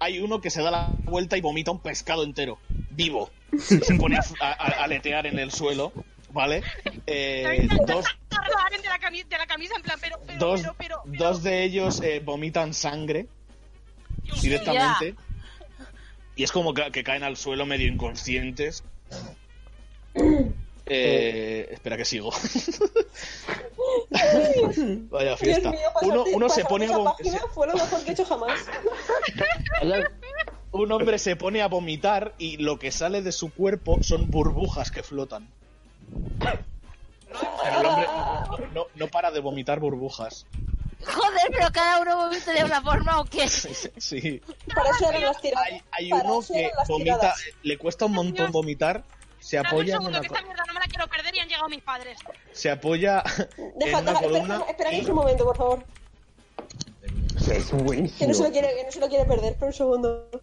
Speaker 2: Hay uno que se da la vuelta y vomita un pescado entero, vivo. Y Se pone a, a- a aletear en el suelo, ¿vale? Eh, dos,
Speaker 4: Salen de la, cami- de la camisa en plan, pero, pero,
Speaker 2: dos,
Speaker 4: pero, pero, pero.
Speaker 2: dos de ellos eh, vomitan sangre directamente. Y es como que, que caen al suelo medio inconscientes. Eh, espera que sigo. Vaya
Speaker 3: Dios
Speaker 2: fiesta.
Speaker 3: mío, pasar,
Speaker 2: Uno, uno se
Speaker 3: pasar
Speaker 2: pone a
Speaker 3: esa
Speaker 2: vom-
Speaker 3: página fue lo mejor que he hecho jamás.
Speaker 2: un hombre se pone a vomitar y lo que sale de su cuerpo son burbujas que flotan. Pero el hombre no, no para de vomitar burbujas.
Speaker 4: Joder, pero cada uno vomita de una forma o qué.
Speaker 2: Sí.
Speaker 3: Para eso eran las tiradas.
Speaker 2: Hay, hay
Speaker 3: Para
Speaker 2: uno
Speaker 3: eso
Speaker 2: que
Speaker 3: eran las
Speaker 2: vomita,
Speaker 3: tiradas.
Speaker 2: le cuesta un montón vomitar, se
Speaker 4: Dame un
Speaker 2: apoya en
Speaker 4: segundo,
Speaker 2: una
Speaker 4: que
Speaker 2: co-
Speaker 4: esta mierda no me la quiero perder y han llegado mis padres.
Speaker 2: se apoya en
Speaker 3: Deja,
Speaker 2: una
Speaker 3: deja,
Speaker 2: columna.
Speaker 3: espera, espera que es un momento, por favor.
Speaker 6: Es
Speaker 3: Que
Speaker 6: buenísimo.
Speaker 3: no, se lo quiere, que no se lo quiere perder, pero un segundo.
Speaker 6: Ah,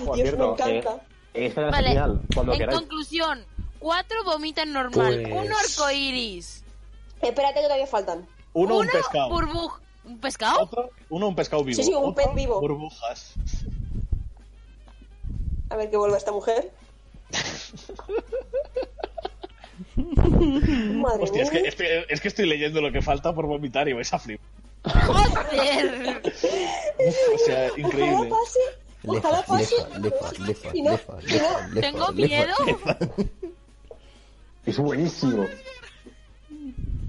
Speaker 3: Ay, Dios,
Speaker 6: por
Speaker 3: me
Speaker 6: cierto,
Speaker 3: encanta.
Speaker 6: eh, esta es la
Speaker 4: Vale,
Speaker 6: señal, cuando
Speaker 4: en
Speaker 6: queráis.
Speaker 4: conclusión, cuatro vomitan normal,
Speaker 9: Pues-
Speaker 4: un orco iris,
Speaker 3: Espérate que todavía faltan.
Speaker 2: Uno un
Speaker 4: uno
Speaker 2: pescado.
Speaker 4: burbuj... ¿Un pescado?
Speaker 2: Otro, uno un pescado vivo.
Speaker 3: Sí, sí, un
Speaker 2: Otro,
Speaker 3: pez vivo.
Speaker 2: Burbujas.
Speaker 3: A ver que vuelva esta mujer. Madre
Speaker 2: Hostia, es que,
Speaker 3: mía.
Speaker 2: es, que, es que estoy leyendo lo que falta por vomitar y vais a flipar.
Speaker 4: ¡Joder!
Speaker 2: O sea,
Speaker 3: Ojalá
Speaker 2: increíble.
Speaker 3: pase. Ojalá
Speaker 5: Lefa,
Speaker 3: pase.
Speaker 5: lefa, lefa, lefa,
Speaker 3: Y no-
Speaker 5: lefa,
Speaker 3: y
Speaker 5: lefa,
Speaker 3: no-
Speaker 5: lefa,
Speaker 4: Tengo
Speaker 5: lefa,
Speaker 4: miedo.
Speaker 5: lefa.
Speaker 6: Es buenísimo.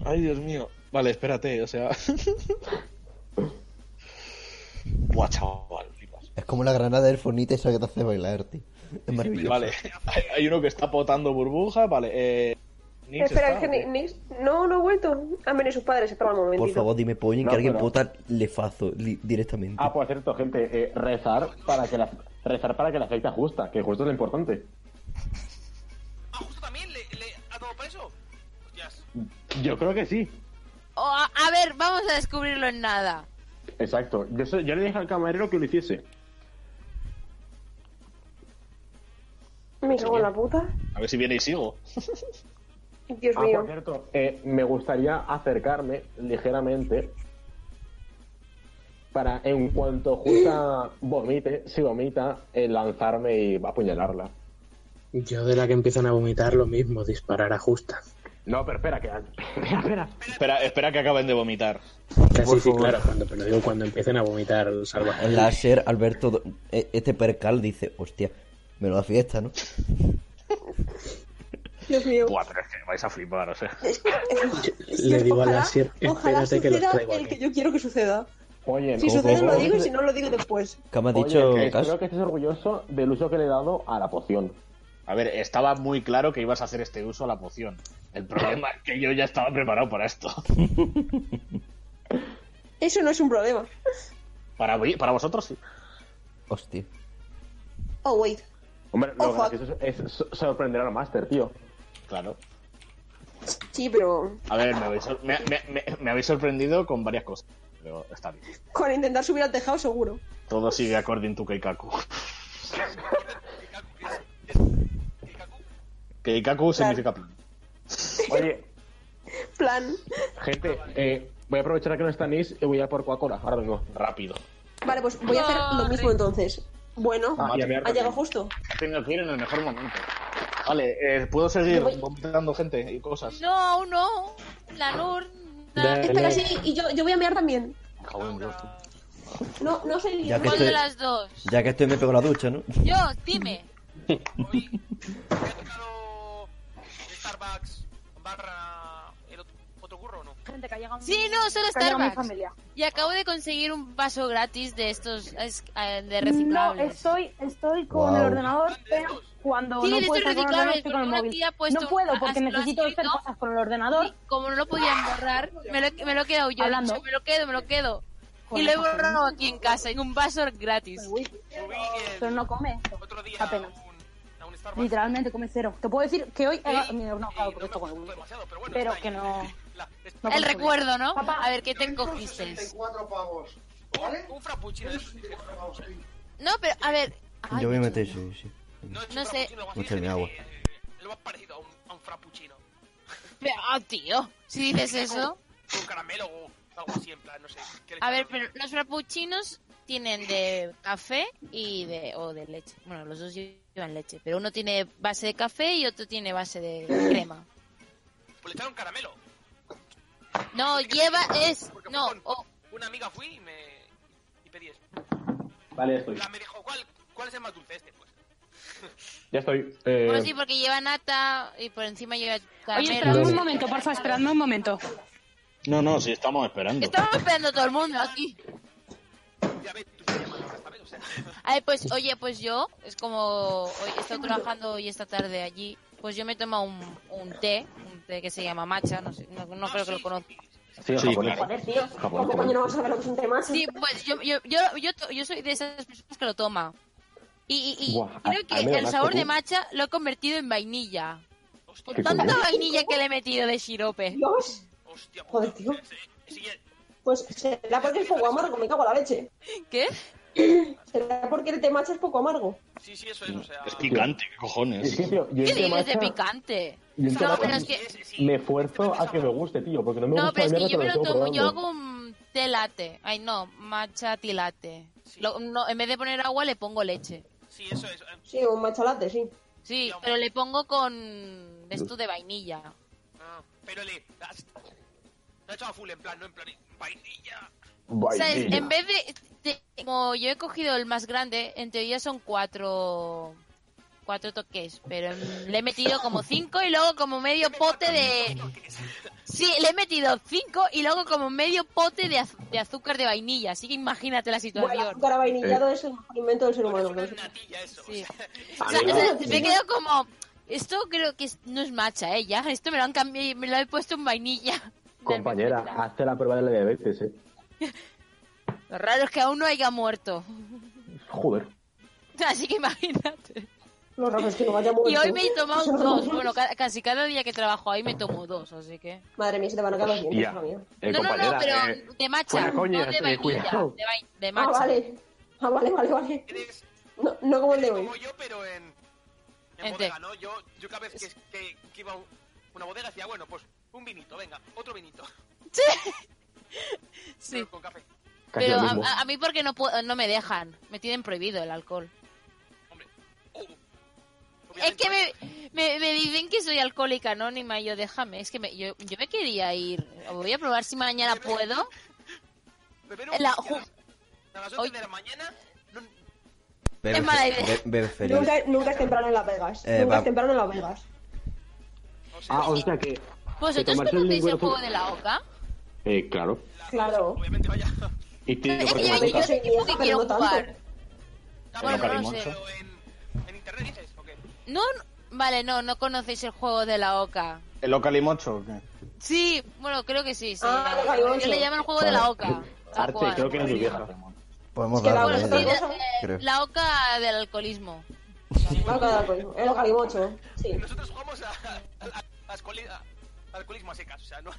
Speaker 2: Ay, Dios mío. Vale, espérate, o sea. Buah, chaval, flipas.
Speaker 5: Es como la granada del fornite esa que te hace bailar, tío. Es maravilloso.
Speaker 2: Vale, hay, hay uno que está potando burbuja, vale. Eh, Nix
Speaker 3: Espera, es
Speaker 2: está,
Speaker 3: que
Speaker 2: ¿o qué?
Speaker 3: Ni- Nix- No, no he vuelto. Han venido sus padres, espera un momentito.
Speaker 5: Por favor, dime pollen
Speaker 6: No,
Speaker 5: que alguien
Speaker 6: pero-
Speaker 5: vota lefazo li- directamente.
Speaker 6: Ah, por cierto, gente, eh, rezar para que la rezar para que la feita justa, que justo es lo importante.
Speaker 8: Ah, justo también le, le ha dado para eso. Hostias.
Speaker 6: Yo creo que sí.
Speaker 4: O a, a ver, vamos a descubrirlo en nada.
Speaker 6: Exacto. Yo, se- yo le dije al camarero que lo hiciese.
Speaker 3: Me cago en la puta.
Speaker 2: A ver si viene y sigo.
Speaker 3: Dios
Speaker 6: Ah,
Speaker 3: mío.
Speaker 6: por cierto, eh, me gustaría acercarme ligeramente para, en cuanto justa vomite, si vomita, eh, lanzarme y apuñalarla.
Speaker 11: Yo de la que empiezan a vomitar lo mismo, disparar a justa.
Speaker 6: No, pero espera, que... Espera, espera.
Speaker 2: Espera, espera que acaben de vomitar.
Speaker 11: Casi sí, claro, cuando, pero digo cuando empiecen a vomitar salvajes.
Speaker 5: El láser, Alberto, do- e- este percal dice, hostia, me lo da fiesta, ¿no?
Speaker 3: Dios mío.
Speaker 2: Buah, pero es que vais a flipar, o sea.
Speaker 11: Le digo a láser,
Speaker 3: ojalá
Speaker 11: espérate que los
Speaker 3: suceda
Speaker 11: traigo
Speaker 3: el que
Speaker 11: aquí.
Speaker 3: yo quiero que suceda.
Speaker 6: Oye,
Speaker 3: Si
Speaker 5: ¿Cómo,
Speaker 3: sucede
Speaker 5: cómo,
Speaker 3: lo
Speaker 5: cómo?
Speaker 3: digo y si no lo digo después.
Speaker 5: ¿Qué me has
Speaker 6: Oye,
Speaker 5: dicho,
Speaker 6: que
Speaker 5: Cas?
Speaker 6: espero que estés orgulloso del uso que le he dado a la poción.
Speaker 2: A ver, estaba muy claro que ibas a hacer este uso a la poción. El problema es que yo ya estaba preparado para esto.
Speaker 3: Eso no es un problema.
Speaker 2: Para, vi- para vosotros sí.
Speaker 5: Hostia.
Speaker 3: Oh, wait.
Speaker 6: Hombre, lo
Speaker 3: Oh, fuck.
Speaker 6: gracioso es es so- sorprender al máster, tío.
Speaker 2: Claro.
Speaker 3: Sí, pero
Speaker 2: A ver, me habéis, sor- me- me- me- me habéis sorprendido con varias cosas. Pero está bien.
Speaker 3: con intentar subir al tejado seguro.
Speaker 2: Todo sigue according to Keikaku.
Speaker 8: Kikaku, ¿qué es? ¿Qué es? Kikaku.
Speaker 2: Keikaku significa plan.
Speaker 6: Oye,
Speaker 3: Plan.
Speaker 6: gente, eh, voy a aprovechar que no está Nis y voy a por Coca-Cola. Ahora vengo.
Speaker 2: Rápido.
Speaker 3: Vale, pues voy a hacer lo mismo entonces. Bueno,
Speaker 6: Ah, ya me he
Speaker 3: ha llegado justo.
Speaker 2: He tenido que ir en el mejor momento. Vale, eh, ¿puedo seguir
Speaker 3: Yo voy-
Speaker 2: vomitando gente y cosas?
Speaker 4: No, aún no. La NUR.
Speaker 11: Dale.
Speaker 3: Espera, sí, y yo, yo voy a mear también.
Speaker 2: Cago en Dios, tú.
Speaker 3: No, no sé
Speaker 5: Ya que
Speaker 4: ¿Cuál
Speaker 5: estoy,
Speaker 4: de las dos?
Speaker 5: ya que estoy me pego la ducha, ¿no?
Speaker 4: Yo, dime.
Speaker 8: Hoy me ha tocado Starbucks barra el otro, otro curro o no.
Speaker 7: Gente, que ha llegado
Speaker 4: Sí, no, solo
Speaker 7: que ha llegado mi
Speaker 4: Starbucks.
Speaker 7: familia.
Speaker 4: Y acabo de conseguir un vaso gratis de estos es- eh, de
Speaker 7: No,
Speaker 4: reciclables.
Speaker 7: estoy, estoy con
Speaker 5: Wow.
Speaker 7: el ordenador, pero cuando
Speaker 4: Sí,
Speaker 7: no
Speaker 4: de
Speaker 7: puedo
Speaker 4: estos
Speaker 7: estar con el ordenador,
Speaker 4: reciclables,
Speaker 7: estoy con el
Speaker 4: porque una
Speaker 7: móvil.
Speaker 4: tía ha puesto-
Speaker 7: no puedo porque
Speaker 4: has- lo has
Speaker 7: necesito hacer
Speaker 4: escrito.
Speaker 7: cosas con el ordenador.
Speaker 4: Y como no lo podían borrar, me lo, me lo he quedado yo.
Speaker 7: Hablando.
Speaker 4: lo he dicho, me lo quedo, me lo quedo.
Speaker 7: Con
Speaker 4: Y lo he
Speaker 7: esa gente.
Speaker 4: borrado aquí en casa, en un vaso gratis.
Speaker 7: Uy,
Speaker 8: Subí
Speaker 7: Pero
Speaker 8: el
Speaker 7: no come.
Speaker 8: otro día
Speaker 7: apenas.
Speaker 8: A, un, a un Starbucks.
Speaker 7: Literalmente come cero. Te puedo decir que hoy...
Speaker 8: y-
Speaker 7: he- no, no, claro,
Speaker 8: y no me
Speaker 7: porque esto con el
Speaker 8: gustó
Speaker 7: Wii.
Speaker 8: demasiado, pero bueno,
Speaker 7: Pero
Speaker 8: está
Speaker 7: que
Speaker 8: ahí.
Speaker 7: no...
Speaker 8: La- es-
Speaker 7: no
Speaker 4: El
Speaker 7: consume.
Speaker 4: recuerdo, ¿no?
Speaker 7: Papá.
Speaker 4: A ver, ¿qué te cogiste?
Speaker 11: pavos.
Speaker 8: un, un frappuccino. es- eh,
Speaker 4: No, pero, a ver... Ay,
Speaker 5: Yo voy a
Speaker 4: macho.
Speaker 5: meter, sí, sí.
Speaker 8: No, es un
Speaker 4: No sé.
Speaker 8: frappuccino, algo así,
Speaker 5: Mucha
Speaker 8: es-
Speaker 5: mi agua.
Speaker 8: eh, Lo más parecido a un, a un frappuccino.
Speaker 4: Pero, ah, tío, si dices eso...
Speaker 8: Con caramelo o algo así, en plan, no sé. ¿qué le
Speaker 4: A ver,
Speaker 8: echaron?
Speaker 4: pero los frappuccinos tienen de café y de o de leche. Bueno, los dos llevan leche, pero uno tiene base de café y otro tiene base de crema.
Speaker 8: Pues le echaron caramelo.
Speaker 4: No, lleva es
Speaker 8: Porque
Speaker 4: no,
Speaker 8: fue con-
Speaker 4: o-
Speaker 8: Una amiga fui y me... Y pedí eso.
Speaker 6: Vale, ya estoy.
Speaker 8: La me dijo, ¿cuál, cuál es el más dulce este? Pues.
Speaker 6: Ya estoy. Eh,
Speaker 4: bueno, sí, porque lleva nata y por encima lleva
Speaker 1: Oye,
Speaker 4: caramelo.
Speaker 1: esperadme un momento, porfa, esperadme un momento.
Speaker 2: No, no, sí, estamos esperando.
Speaker 4: Estamos esperando todo el mundo aquí.
Speaker 8: Ya ves, tú me llamas ahora, ¿sabes? ¿eh? O sea,
Speaker 4: Ay, pues, oye, pues yo, es como hoy he estado trabajando hoy esta tarde allí, pues yo me he tomado un, un té, un té que se llama matcha, no sé, no, no creo que lo conozca.
Speaker 6: sí,
Speaker 2: Sí,
Speaker 9: pues.
Speaker 6: japonés.
Speaker 2: claro.
Speaker 3: Joder, tío.
Speaker 5: Ah,
Speaker 6: Japón,
Speaker 3: ¿Cómo coño no vas a ver lo que es un tema?
Speaker 4: Sí, pues yo, yo, yo, yo, to- yo soy de esas personas que lo toma. Y, y- y
Speaker 6: Buah,
Speaker 4: creo
Speaker 6: a- a mí
Speaker 4: que
Speaker 6: me
Speaker 4: el
Speaker 6: das
Speaker 4: sabor
Speaker 6: tú.
Speaker 4: de matcha lo he convertido en vainilla.
Speaker 8: hostia,
Speaker 6: Qué
Speaker 4: Tanta
Speaker 6: curioso.
Speaker 4: vainilla que le he metido de sirope.
Speaker 3: Dios,
Speaker 8: hostia, puta. eh.
Speaker 3: Joder, tío.
Speaker 8: Ese- ese ya-
Speaker 3: pues será porque es poco amargo, me cago en la leche.
Speaker 4: ¿Qué?
Speaker 3: Será porque el temacha es poco amargo.
Speaker 8: Sí, sí, eso es, o sea...
Speaker 2: Es picante, qué cojones.
Speaker 6: Es que, tío, yo
Speaker 4: ¿Qué
Speaker 6: en té
Speaker 4: dices de
Speaker 6: matcha
Speaker 4: picante?
Speaker 6: yo en té
Speaker 4: No,
Speaker 6: matcha
Speaker 4: pero es que-
Speaker 8: eh, Sí, sí, sí.
Speaker 6: me esfuerzo a que me guste, tío, porque no me
Speaker 4: No,
Speaker 6: gusta
Speaker 4: pero es
Speaker 6: la
Speaker 4: que yo
Speaker 6: mierda,
Speaker 4: me lo
Speaker 6: pero
Speaker 4: tomo,
Speaker 6: estoy
Speaker 4: yo
Speaker 6: probando.
Speaker 4: hago un té latte. Ay, no, matcha té latte.
Speaker 8: Sí.
Speaker 4: Lo- no, en vez de poner agua le pongo leche.
Speaker 8: Sí, eso es. eh,
Speaker 3: Sí, un machalate, sí.
Speaker 4: Sí, pero le pongo con esto de vainilla.
Speaker 8: ah, pero le... Has, lo ha echado a full, en plan, no en plan... Vainilla.
Speaker 4: O sea, es-
Speaker 6: Vainilla.
Speaker 4: en vez de, de- Como yo he cogido el más grande, en teoría son cuatro. Cuatro toques, pero en- le he metido como cinco y luego como medio pote de. Sí, le he metido cinco y luego como medio pote de, az- de azúcar de vainilla. Así que imagínate la
Speaker 3: Bueno,
Speaker 4: situación.
Speaker 3: azúcar vainillado es el mejor invento del ser humano.
Speaker 4: Sí.
Speaker 3: A
Speaker 4: O
Speaker 5: Ah,
Speaker 4: sea,
Speaker 3: mí no.
Speaker 4: o sea, me quedo como... Esto creo que es- no es matcha, ¿eh? Ya, esto me lo han cambiado, me lo he puesto en vainilla.
Speaker 6: Compañera, hazte la prueba de la diabetes, eh. ah.
Speaker 4: Lo raro es que aún no haya muerto.
Speaker 6: Joder.
Speaker 4: Así que imagínate.
Speaker 3: Lo raro es que no haya muerto.
Speaker 4: Y hoy me he tomado
Speaker 3: Eso no
Speaker 4: dos.
Speaker 3: lo-
Speaker 4: Bueno, ca- casi cada día que trabajo ahí me tomo dos, así que...
Speaker 3: Madre mía, se te van a caer los dientes,
Speaker 6: Hostia.
Speaker 3: hija mía.
Speaker 6: Eh,
Speaker 4: no, no, no,
Speaker 6: compañera,
Speaker 4: pero
Speaker 6: eh,
Speaker 4: de matcha,
Speaker 6: fuera coñas,
Speaker 4: no
Speaker 6: eh,
Speaker 4: de vainilla,
Speaker 6: cuidado.
Speaker 4: de, vai- de
Speaker 3: Ah,
Speaker 4: matcha.
Speaker 3: vale. Ah, vale, vale, vale. No, no como el de hoy.
Speaker 8: Como yo, pero en, en
Speaker 4: Ente.
Speaker 8: bodega, ¿no? Yo, yo cada vez que, que, que iba a un- una bodega decía, bueno, pues un vinito, venga, otro vinito.
Speaker 4: Sí,
Speaker 8: Con café.
Speaker 6: Casi
Speaker 4: pero
Speaker 6: lo
Speaker 4: a,
Speaker 6: mismo.
Speaker 4: a- a mí porque no puedo, no me dejan, me tienen prohibido el alcohol. Es que me, me, me dicen que soy alcohólica anónima y yo déjame, es que me, yo, yo me quería ir. Voy a probar si mañana puedo.
Speaker 8: Beber un
Speaker 4: La-
Speaker 8: whisky a
Speaker 4: ju-
Speaker 8: las- a las 11
Speaker 4: Hoy-
Speaker 8: de la mañana, no,
Speaker 5: Bebe,
Speaker 4: Es mala idea.
Speaker 5: fe- be- bebe feliz.
Speaker 3: Nunca, nunca es temprano en Las Vegas.
Speaker 5: Eh,
Speaker 3: nunca
Speaker 5: va-
Speaker 3: es temprano en Las Vegas.
Speaker 8: o sea,
Speaker 6: Ah, o sea que. que
Speaker 4: ¿Vosotros
Speaker 6: tomarse el
Speaker 4: conocéis el
Speaker 6: licor-
Speaker 4: juego de la oca?
Speaker 6: Eh, claro.
Speaker 3: Claro.
Speaker 8: obviamente vaya.
Speaker 6: Y tiene
Speaker 4: Es que yo,
Speaker 3: pero
Speaker 4: yo,
Speaker 3: no soy
Speaker 4: tipo que
Speaker 3: vieja,
Speaker 4: quiero
Speaker 3: pero no tanto.
Speaker 4: jugar. Bueno, pero no sé.
Speaker 8: Pero en, en internet dices, ok.
Speaker 4: No, no- vale, no, no conocéis el juego de la oca.
Speaker 2: ¿El Ocalimocho o qué?
Speaker 4: Sí, bueno, creo que sí, sí.
Speaker 3: Ah,
Speaker 4: Yo
Speaker 3: vale, vale.
Speaker 4: le llaman el juego de la oca. tal
Speaker 6: Arte,
Speaker 4: cual.
Speaker 6: creo que no es vieja.
Speaker 5: Podemos
Speaker 3: Es que la
Speaker 5: darle.
Speaker 4: Bueno, sí,
Speaker 3: otra
Speaker 4: de-
Speaker 5: eh,
Speaker 3: cosa-
Speaker 5: creo.
Speaker 4: de- la oca del alcoholismo.
Speaker 3: Claro, claro, claro. El calimocho. Sí.
Speaker 8: Nosotros jugamos a, a, a- a alcoholi- a- alcoholismo a secas, o sea, no,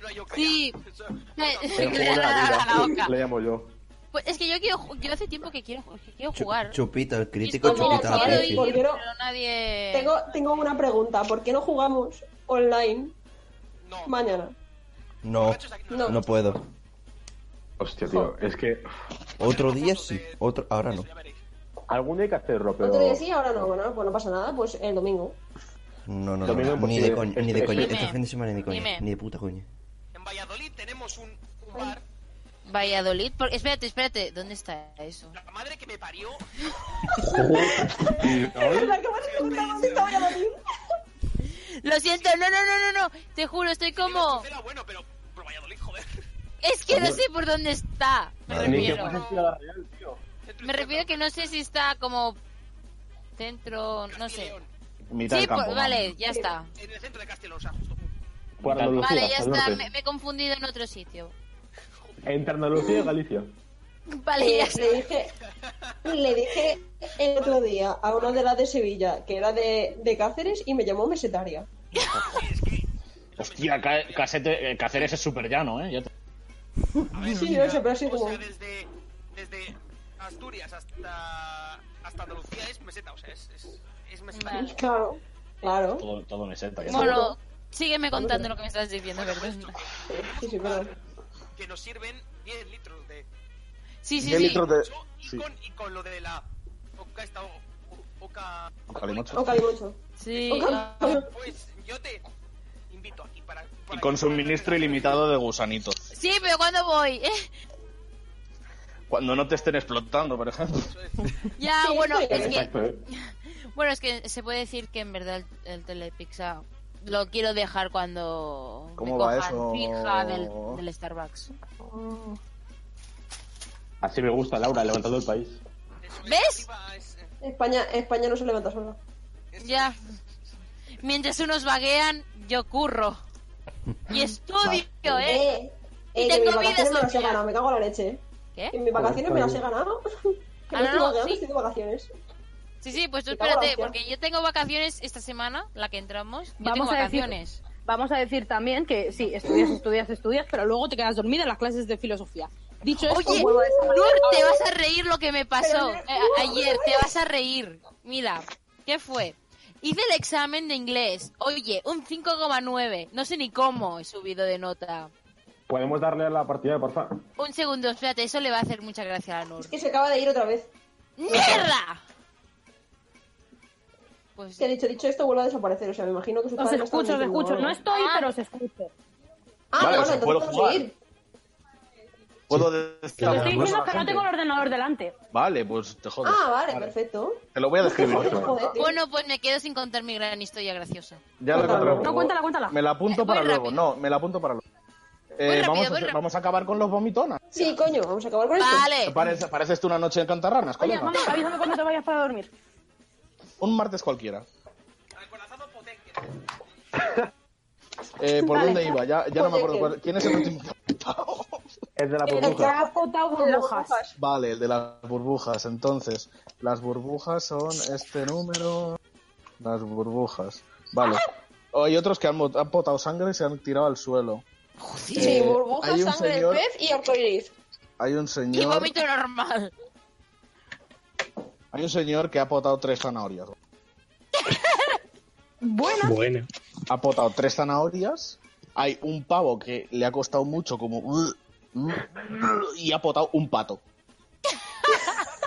Speaker 8: no hay oca.
Speaker 4: Sí. Eh,
Speaker 8: ya. Eso-
Speaker 6: El juego de la vida.
Speaker 4: oca.
Speaker 6: Lo llamo yo.
Speaker 4: Pues es que yo quiero, ju- yo hace tiempo que quiero, ju- que quiero
Speaker 5: Chu-
Speaker 4: jugar.
Speaker 5: Chupito, el
Speaker 4: Y es
Speaker 5: crítico ¿eh?
Speaker 4: como,
Speaker 5: chupito a la
Speaker 4: quiero
Speaker 3: peli.
Speaker 4: ir,
Speaker 5: pizza.
Speaker 3: Porque no-
Speaker 4: pero nadie.
Speaker 3: Tengo, tengo una pregunta. ¿Por qué no jugamos online
Speaker 8: No,
Speaker 3: mañana?
Speaker 5: No,
Speaker 8: borrachos aquí
Speaker 3: No.
Speaker 5: no puedo.
Speaker 6: Hostia, tío. Es que.
Speaker 5: Otro
Speaker 8: Tenemos
Speaker 5: día
Speaker 8: fotos
Speaker 5: sí,
Speaker 8: de-
Speaker 5: otro ahora
Speaker 8: eso,
Speaker 5: no.
Speaker 8: ya veréis.
Speaker 6: Algún día hay que hacerlo, pero.
Speaker 3: Otro día sí, ahora no. Bueno, pues no pasa nada. Pues el domingo.
Speaker 5: No, no, no,
Speaker 6: Domingo
Speaker 5: ni de
Speaker 6: imposible.
Speaker 5: coña, ni de coña.
Speaker 4: Dime.
Speaker 5: Este fin de semana ni de coña,
Speaker 4: Dime.
Speaker 5: ni de puta coña.
Speaker 8: En Valladolid tenemos un, un bar,
Speaker 4: Valladolid. por- Espérate, espérate. ¿Dónde está eso?
Speaker 8: la madre que me parió,
Speaker 3: Es verdad que me has preguntado dónde estaba ya Martín.
Speaker 4: Lo siento, no, no, no, no, no. Te juro, estoy como.
Speaker 8: era bueno, pero por Valladolid, joder.
Speaker 4: Es que no sé por dónde está. Me
Speaker 5: Madre mía.
Speaker 6: Ni que
Speaker 4: refiero.
Speaker 6: fuese Ciudad Real, tío.
Speaker 8: Centro
Speaker 4: Me
Speaker 8: izquierda,
Speaker 4: refiero que no sé si está como. Centro. No
Speaker 8: Castilla y
Speaker 4: sé.
Speaker 8: León,
Speaker 2: Mitad
Speaker 4: Sí,
Speaker 2: del campo.
Speaker 4: por- vale, ya está.
Speaker 8: En el centro de Castellón, o sea, justo.
Speaker 6: Por Pues Andalucía,
Speaker 4: Vale, ya
Speaker 6: al
Speaker 4: está.
Speaker 6: norte.
Speaker 4: Me, me he confundido en otro sitio.
Speaker 6: Entre Andalucía y Galicia.
Speaker 4: Vale, ya
Speaker 3: Eh,
Speaker 4: está.
Speaker 3: Le dije, le dije el otro día a una de las de Sevilla, que era de, de Cáceres, y me llamó mesetaria.
Speaker 10: Hostia, Ca- Casete- eh, Cáceres es súper llano, ¿eh? Ya te-
Speaker 8: A ver,
Speaker 3: Sí,
Speaker 8: o sea,
Speaker 3: no sé, pero así
Speaker 8: o
Speaker 3: como-
Speaker 8: sea, desde, desde Asturias hasta, hasta Andalucía es meseta, o sea, es, es, es meseta.
Speaker 4: Vale.
Speaker 3: Claro. Claro.
Speaker 10: Todo, todo meseta. ya está.
Speaker 4: Bueno, sígueme contando lo que me estás diciendo, perdón.
Speaker 3: Sí, sí, sí, perdón.
Speaker 8: Que nos sirven 10 litros de
Speaker 4: Sí, sí,
Speaker 2: Diez
Speaker 4: sí.
Speaker 2: litros de-
Speaker 8: eso y,
Speaker 2: Sí.
Speaker 8: con, y con lo de la oca esta o, o- oca...
Speaker 2: Ocalimocho.
Speaker 3: O calimocho.
Speaker 4: Sí.
Speaker 3: O
Speaker 4: ah.
Speaker 3: calimocho.
Speaker 8: Pues yo te invito aquí para... para
Speaker 10: Y
Speaker 8: que-
Speaker 10: con suministro ilimitado de gusanitos.
Speaker 4: Sí, pero ¿cuándo voy? Eh,
Speaker 10: Cuando no te estén explotando, por ejemplo.
Speaker 8: Eso es.
Speaker 4: Ya,
Speaker 3: Sí,
Speaker 4: bueno,
Speaker 3: sí.
Speaker 4: es que,
Speaker 6: Exacto, eh.
Speaker 4: bueno, es que se puede decir que en verdad el, el Telepizza lo quiero dejar cuando
Speaker 2: ¿Cómo
Speaker 4: me
Speaker 2: va
Speaker 4: cojan
Speaker 2: eso?
Speaker 4: fija del, del Starbucks.
Speaker 6: Así me gusta, Laura, levantando el país.
Speaker 8: Eso es,
Speaker 4: ¿Ves?
Speaker 8: arriba es- eh, es-
Speaker 3: España, España no se levanta sola.
Speaker 8: es-
Speaker 4: Ya. Mientras unos vaguean, yo curro. Y estudio, ¿eh?
Speaker 3: Eh, eh, que
Speaker 4: tengo
Speaker 3: mis vacaciones
Speaker 4: vida
Speaker 3: me las he
Speaker 4: social.
Speaker 3: ganado, me cago en la leche. eh. Que
Speaker 4: ¿Qué?
Speaker 3: mis vacaciones me
Speaker 6: Joder,
Speaker 3: las he ganado. Que
Speaker 4: Ah,
Speaker 3: no
Speaker 4: no,
Speaker 3: estoy
Speaker 4: no,
Speaker 3: vacaciones,
Speaker 4: sí.
Speaker 3: estoy de vacaciones.
Speaker 4: Sí, sí, pues tú
Speaker 3: Me cago en la
Speaker 4: espérate,
Speaker 3: hostia.
Speaker 4: porque yo tengo vacaciones esta semana, la que entramos. Yo
Speaker 1: Vamos
Speaker 4: tengo
Speaker 1: a decir-
Speaker 4: vacaciones.
Speaker 1: Vamos a decir también que sí, estudias, estudias, estudias, pero luego te quedas dormida en las clases de filosofía. Dicho esto,
Speaker 4: Oye,
Speaker 1: vuelvo a
Speaker 4: Lur, te vas a reír lo que me pasó
Speaker 3: Pero-
Speaker 4: eh, ayer, te vas a reír. Mira, ¿qué fue? Hice el examen de inglés. Oye, un 5,9. No sé ni cómo he subido de nota.
Speaker 6: ¿Podemos darle a la partida, porfa?
Speaker 4: Un segundo, espérate, eso le va a hacer mucha gracia a Nur.
Speaker 3: Es que se acaba de ir otra vez.
Speaker 4: ¡Mierda! Pues
Speaker 3: Que dicho, dicho esto, vuelve a desaparecer. O sea, me imagino que su
Speaker 1: Os
Speaker 3: padre está
Speaker 1: escucho, os
Speaker 3: mintiendo o
Speaker 1: escucho.
Speaker 3: algo.
Speaker 1: No estoy,
Speaker 4: Ah.
Speaker 1: pero os escucho.
Speaker 3: Ah,
Speaker 2: Vale,
Speaker 3: bueno,
Speaker 2: o sea,
Speaker 3: entonces
Speaker 2: puedo
Speaker 3: podemos
Speaker 2: jugar.
Speaker 3: seguir.
Speaker 2: Puedo decir.
Speaker 7: Estoy diciendo que no tengo el ordenador delante.
Speaker 2: Vale, pues te jodas.
Speaker 3: Ah, vale, perfecto.
Speaker 2: Te lo voy a describir.
Speaker 3: Joder, tío.
Speaker 4: Bueno, pues me quedo sin contar mi gran historia graciosa.
Speaker 2: Ya lo encontré.
Speaker 7: No, cuéntala, cuéntala.
Speaker 2: Me la apunto
Speaker 4: Voy
Speaker 2: para luego.
Speaker 4: rápido.
Speaker 2: No, me la apunto para luego. Eh,
Speaker 4: Voy rápido,
Speaker 2: vamos, a
Speaker 4: voy
Speaker 2: hacer-
Speaker 4: rápido.
Speaker 2: vamos a acabar con los vomitonas.
Speaker 3: Sí, coño, vamos a acabar con esto.
Speaker 4: Vale.
Speaker 2: Parece, pareces tú una noche en Cantarranas,
Speaker 7: Oye,
Speaker 2: colega.
Speaker 7: mamá, avísame cuando te vayas para dormir.
Speaker 2: Un martes cualquiera. Eh, ¿Por
Speaker 7: Vale.
Speaker 2: dónde iba? Ya, ya no me acuerdo.
Speaker 3: Poteque.
Speaker 2: cuál- ¿Quién es el último?
Speaker 6: Es de la
Speaker 7: El que
Speaker 6: burbuja.
Speaker 7: ha botado burbujas.
Speaker 2: Vale, el de las burbujas. Entonces, las burbujas son este número. Las burbujas. Vale. Oh, Hay otros que han, bot- han potado sangre y se han tirado al suelo.
Speaker 3: Sí,
Speaker 2: Eh,
Speaker 3: burbujas,
Speaker 2: hay un
Speaker 3: sangre
Speaker 2: señor-
Speaker 3: de pez y arcoiris.
Speaker 2: Hay un
Speaker 4: Y
Speaker 2: señor.
Speaker 4: vómito normal.
Speaker 2: Hay un señor que ha potado tres zanahorias.
Speaker 9: Bueno,
Speaker 2: Ha potado tres zanahorias. Hay un pavo que le ha costado mucho, como. uh, Y ha potado un pato.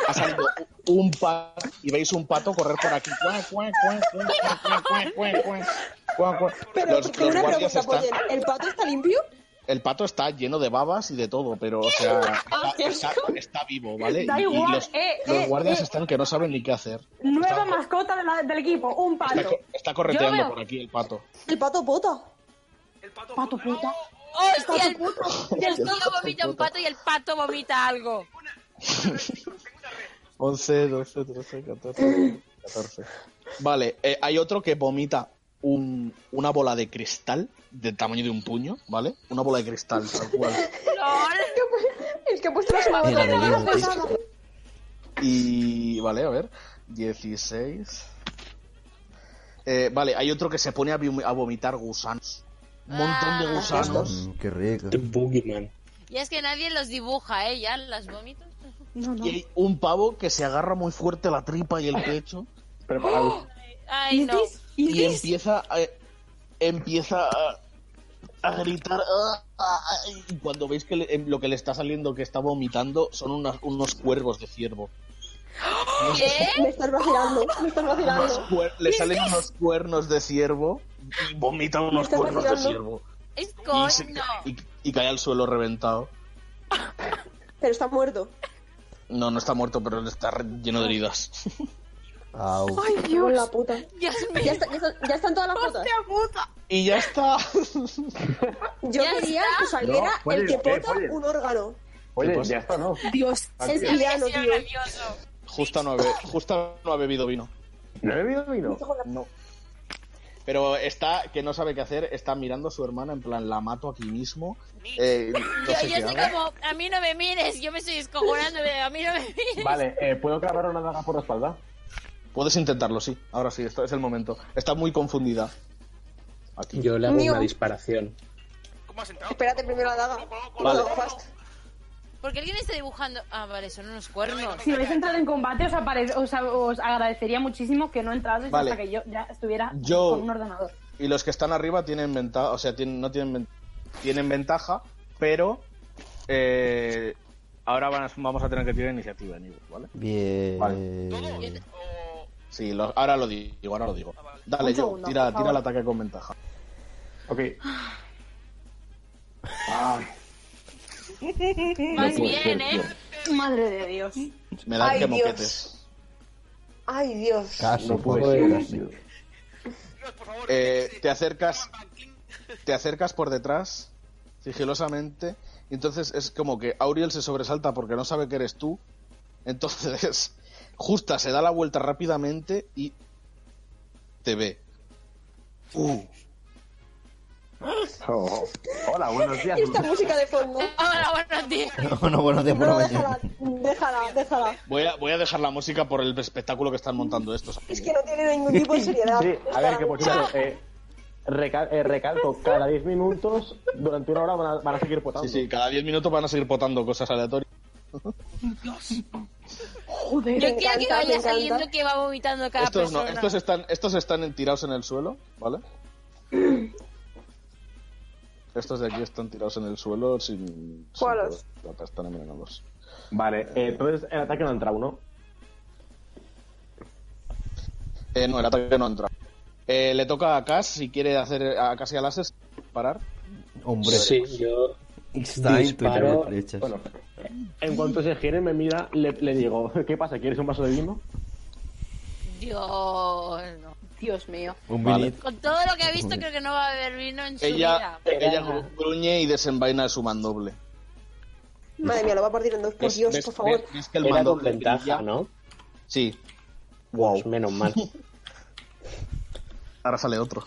Speaker 2: Ha salido un pato. Y veis un pato correr por aquí. Cuac, cuac, cuac, cuac, cuac, cuac, cuac, cuac. Cuac, cuac.
Speaker 3: Pero,
Speaker 2: Los-
Speaker 3: pero
Speaker 2: los
Speaker 3: una
Speaker 2: guardias
Speaker 3: pregunta,
Speaker 2: están-
Speaker 3: Poyen, ¿el pato está limpio?
Speaker 2: El pato está lleno de babas y de todo, pero, o sea, está,
Speaker 3: qué
Speaker 2: está- está vivo, ¿vale?
Speaker 7: Ah, Da
Speaker 2: Y- y
Speaker 7: igual,
Speaker 2: los,
Speaker 7: eh,
Speaker 2: los
Speaker 7: eh,
Speaker 2: guardias
Speaker 7: eh.
Speaker 2: están que no saben ni qué hacer.
Speaker 7: Nueva mascota de la- del equipo, un
Speaker 2: Está,
Speaker 7: pato.
Speaker 2: co- está
Speaker 7: Yo
Speaker 2: correteando
Speaker 7: veo.
Speaker 2: por aquí el pato.
Speaker 3: El pato pota.
Speaker 7: Pato puta.
Speaker 4: ¡Hostia! El,
Speaker 2: Dios,
Speaker 4: el tío vomita un
Speaker 2: puta.
Speaker 4: pato y el pato vomita algo.
Speaker 2: 11, 12, 13, 14, 14. Vale, eh, hay otro que vomita un- una bola de cristal del tamaño de un puño, ¿vale? Una bola de cristal, tal cual.
Speaker 4: ¡Lol!
Speaker 3: El que ha puesto la semana
Speaker 5: El de
Speaker 3: pasada.
Speaker 5: Diego, tío.
Speaker 4: pues.
Speaker 2: Y vale, a ver. 16. Eh, vale, hay otro que se pone a, vi- a vomitar gusanos. Un montón de gusanos.
Speaker 5: Mm, qué rico.
Speaker 9: The Boogeyman.
Speaker 4: Y es que nadie los dibuja, ¿eh? Ya las vómitos.
Speaker 2: Y hay un pavo que se agarra muy fuerte la tripa y el pecho
Speaker 6: Pero, ah,
Speaker 4: Ay, no.
Speaker 2: y empieza a, empieza a, a gritar. "Ah, ah, ah", y cuando veis que le- em, lo que le está saliendo, que está vomitando, son unas- unos cuervos de ciervo.
Speaker 4: ¿Qué?
Speaker 3: Me estás vacilando, me estás
Speaker 2: Unos
Speaker 3: vacilando.
Speaker 2: cuer- le salen unos cuernos de ciervo y vomita unos
Speaker 3: está
Speaker 2: cuernos de
Speaker 3: vacilando.
Speaker 2: ciervo.
Speaker 4: Es
Speaker 2: Y, se-
Speaker 4: coño.
Speaker 2: y- y cae al suelo reventado.
Speaker 3: Pero está muerto.
Speaker 2: No, no está muerto, pero está re- lleno de heridas.
Speaker 5: Au.
Speaker 4: Oh.
Speaker 3: Con la puta.
Speaker 4: Dios
Speaker 3: Ya,
Speaker 4: mío.
Speaker 3: está- ya, está- ya están todas las fotos.
Speaker 2: Y ya está.
Speaker 3: Yo
Speaker 4: Ya
Speaker 3: quería que saliera
Speaker 6: No,
Speaker 3: el que
Speaker 6: Poyen, eh,
Speaker 3: pota
Speaker 6: Poyen.
Speaker 3: un órgano.
Speaker 6: oye,
Speaker 2: pasa?
Speaker 6: ya está, ¿no?
Speaker 12: Dios.
Speaker 3: El
Speaker 4: Ya había
Speaker 3: villano,
Speaker 4: sido
Speaker 3: tío.
Speaker 4: gracioso.
Speaker 2: Justa no, ha be- justa no ha bebido vino.
Speaker 6: ¿No he bebido vino?
Speaker 2: No. Pero está, que no sabe qué hacer, está mirando a su hermana en plan, la mato aquí mismo. Eh, no
Speaker 4: Yo,
Speaker 2: sé
Speaker 4: yo
Speaker 2: qué
Speaker 4: soy
Speaker 2: haga.
Speaker 4: como, a mí no me mires, yo me estoy descojonando, pero a mí no me mires.
Speaker 6: Vale, eh, ¿puedo clavar una daga por la espalda?
Speaker 2: Puedes intentarlo, sí. Ahora sí, esto es el momento. Está muy confundida. Aquí.
Speaker 9: Yo le hago
Speaker 3: Mío.
Speaker 9: una disparación.
Speaker 8: ¿Cómo has entrado?
Speaker 3: Espérate primero la daga.
Speaker 2: Vale.
Speaker 4: Porque alguien está dibujando. Ah, vale, son unos cuernos.
Speaker 7: Si vais a entrar en combate, os, apare- os, a- os agradecería muchísimo que no entraseis
Speaker 2: Vale.
Speaker 7: hasta que yo ya estuviera
Speaker 2: Yo-
Speaker 7: con un ordenador.
Speaker 2: Y los que están arriba tienen ventaja, o sea, tienen, no tienen, ven- tienen ventaja, pero eh, ahora van a- vamos a tener que tirar iniciativa, Nico, ¿vale?
Speaker 5: Bien.
Speaker 2: Sí, lo- ahora lo digo, ahora lo digo.
Speaker 3: Ah,
Speaker 2: Dale,
Speaker 7: Un
Speaker 2: yo,
Speaker 7: segundo,
Speaker 2: tira,
Speaker 7: por
Speaker 2: tira el
Speaker 7: favor.
Speaker 2: ataque con ventaja.
Speaker 6: Ok.
Speaker 4: Más bien, ¿eh?
Speaker 7: Madre de Dios.
Speaker 2: Me dan
Speaker 3: Ay,
Speaker 2: que
Speaker 3: Dios.
Speaker 2: moquetes.
Speaker 3: Ay, Dios.
Speaker 5: Casi,
Speaker 6: No puede
Speaker 5: joder.
Speaker 6: ser.
Speaker 2: Eh, te acercas, te acercas por detrás, sigilosamente, y entonces es como que Auriel se sobresalta porque no sabe que eres tú. Entonces, justa se da la vuelta rápidamente y te ve. Uh,
Speaker 6: Oh. Hola, buenos días.
Speaker 3: Y esta música de fondo.
Speaker 4: Hola, buenos días.
Speaker 5: No, no, bueno, de
Speaker 3: No, no,
Speaker 5: broma.
Speaker 3: déjala, déjala, déjala.
Speaker 2: voy, a, voy a dejar la música por el espectáculo que están montando estos.
Speaker 3: Es que no tiene ningún tipo de seriedad.
Speaker 6: Sí, a ver, que por
Speaker 3: Déjala.
Speaker 6: cierto, eh, recal- eh, recalco, cada 10 minutos, durante una hora van a, van a seguir potando.
Speaker 2: Sí, sí, cada 10 minutos van a seguir potando cosas aleatorias.
Speaker 7: Joder.
Speaker 4: Yo quiero que
Speaker 3: encanta, me
Speaker 4: vaya
Speaker 3: encanta.
Speaker 4: saliendo que va vomitando cada
Speaker 2: Estos, no,
Speaker 4: persona.
Speaker 2: estos, están, estos están en- tirados en el suelo, ¿vale? Estos de aquí están tirados en el suelo sin... sin
Speaker 3: ¿Cuáles?
Speaker 2: poder- Están envenenados.
Speaker 6: Vale, eh, entonces el ataque no entra uno.
Speaker 2: Eh, no, el ataque no entra. Eh, le toca a Cass si quiere hacer a Cass y a Lases parar.
Speaker 5: Hombre,
Speaker 8: pues,
Speaker 9: Sí, yo
Speaker 5: Está
Speaker 6: Disparo.
Speaker 5: intuitivamente hechas.
Speaker 6: Bueno, en cuanto se gire, me mira, le, le digo, ¿qué pasa? ¿Quieres un vaso de vino?
Speaker 4: Dios, no.
Speaker 13: Dios mío.
Speaker 5: Un
Speaker 2: Vale.
Speaker 5: vinito.
Speaker 4: Con todo lo que he visto, creo que no va a haber vino en su
Speaker 2: Ella, eh,
Speaker 4: vida.
Speaker 2: ella
Speaker 13: Verá.
Speaker 2: gru- gruñe y desenvaina su mandoble.
Speaker 3: Madre mía, lo va a partir en dos. Por
Speaker 6: Pues
Speaker 2: ¿Ves-
Speaker 3: Dios,
Speaker 2: ves-
Speaker 3: por favor.
Speaker 2: ves- ves que el
Speaker 9: Era con
Speaker 2: mandoble
Speaker 9: ventaja,
Speaker 2: brilla?
Speaker 9: ¿no?
Speaker 2: Sí,
Speaker 9: Pues menos mal.
Speaker 2: ahora sale otro.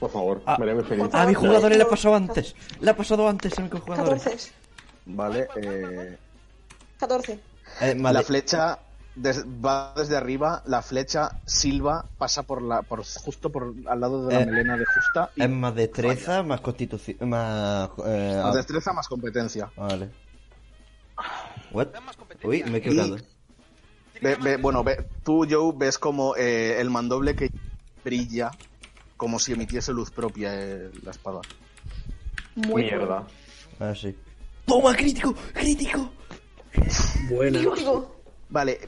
Speaker 6: Por favor,
Speaker 5: Ah.
Speaker 6: me haré muy feliz.
Speaker 5: A mi jugador le ha pasado antes. Le ha pasado antes a mi jugador.
Speaker 3: 14.
Speaker 2: Vale, eh,
Speaker 3: 14.
Speaker 5: Eh,
Speaker 2: la
Speaker 5: vale.
Speaker 2: flecha des- va desde arriba, la flecha silba, pasa por la, por justo por al lado de la
Speaker 5: Eh,
Speaker 2: melena de Justa y
Speaker 9: em,
Speaker 5: Es más destreza, más constitución. Más. eh,
Speaker 9: ah.
Speaker 2: más destreza más competencia.
Speaker 5: Vale. What?
Speaker 8: Dan más competencia.
Speaker 5: Uy, me he equivocado.
Speaker 8: Tiene
Speaker 2: Ve-
Speaker 8: más
Speaker 2: ve-
Speaker 8: destreza.
Speaker 2: bueno, ve- tú, Joe, ves como eh, el mandoble que brilla como si emitiese luz propia eh, la espada.
Speaker 13: Muy
Speaker 6: Mierda.
Speaker 5: Ah, sí. ¡Toma, crítico! ¡Crítico!
Speaker 9: Buena.
Speaker 3: Digo,
Speaker 2: Vale,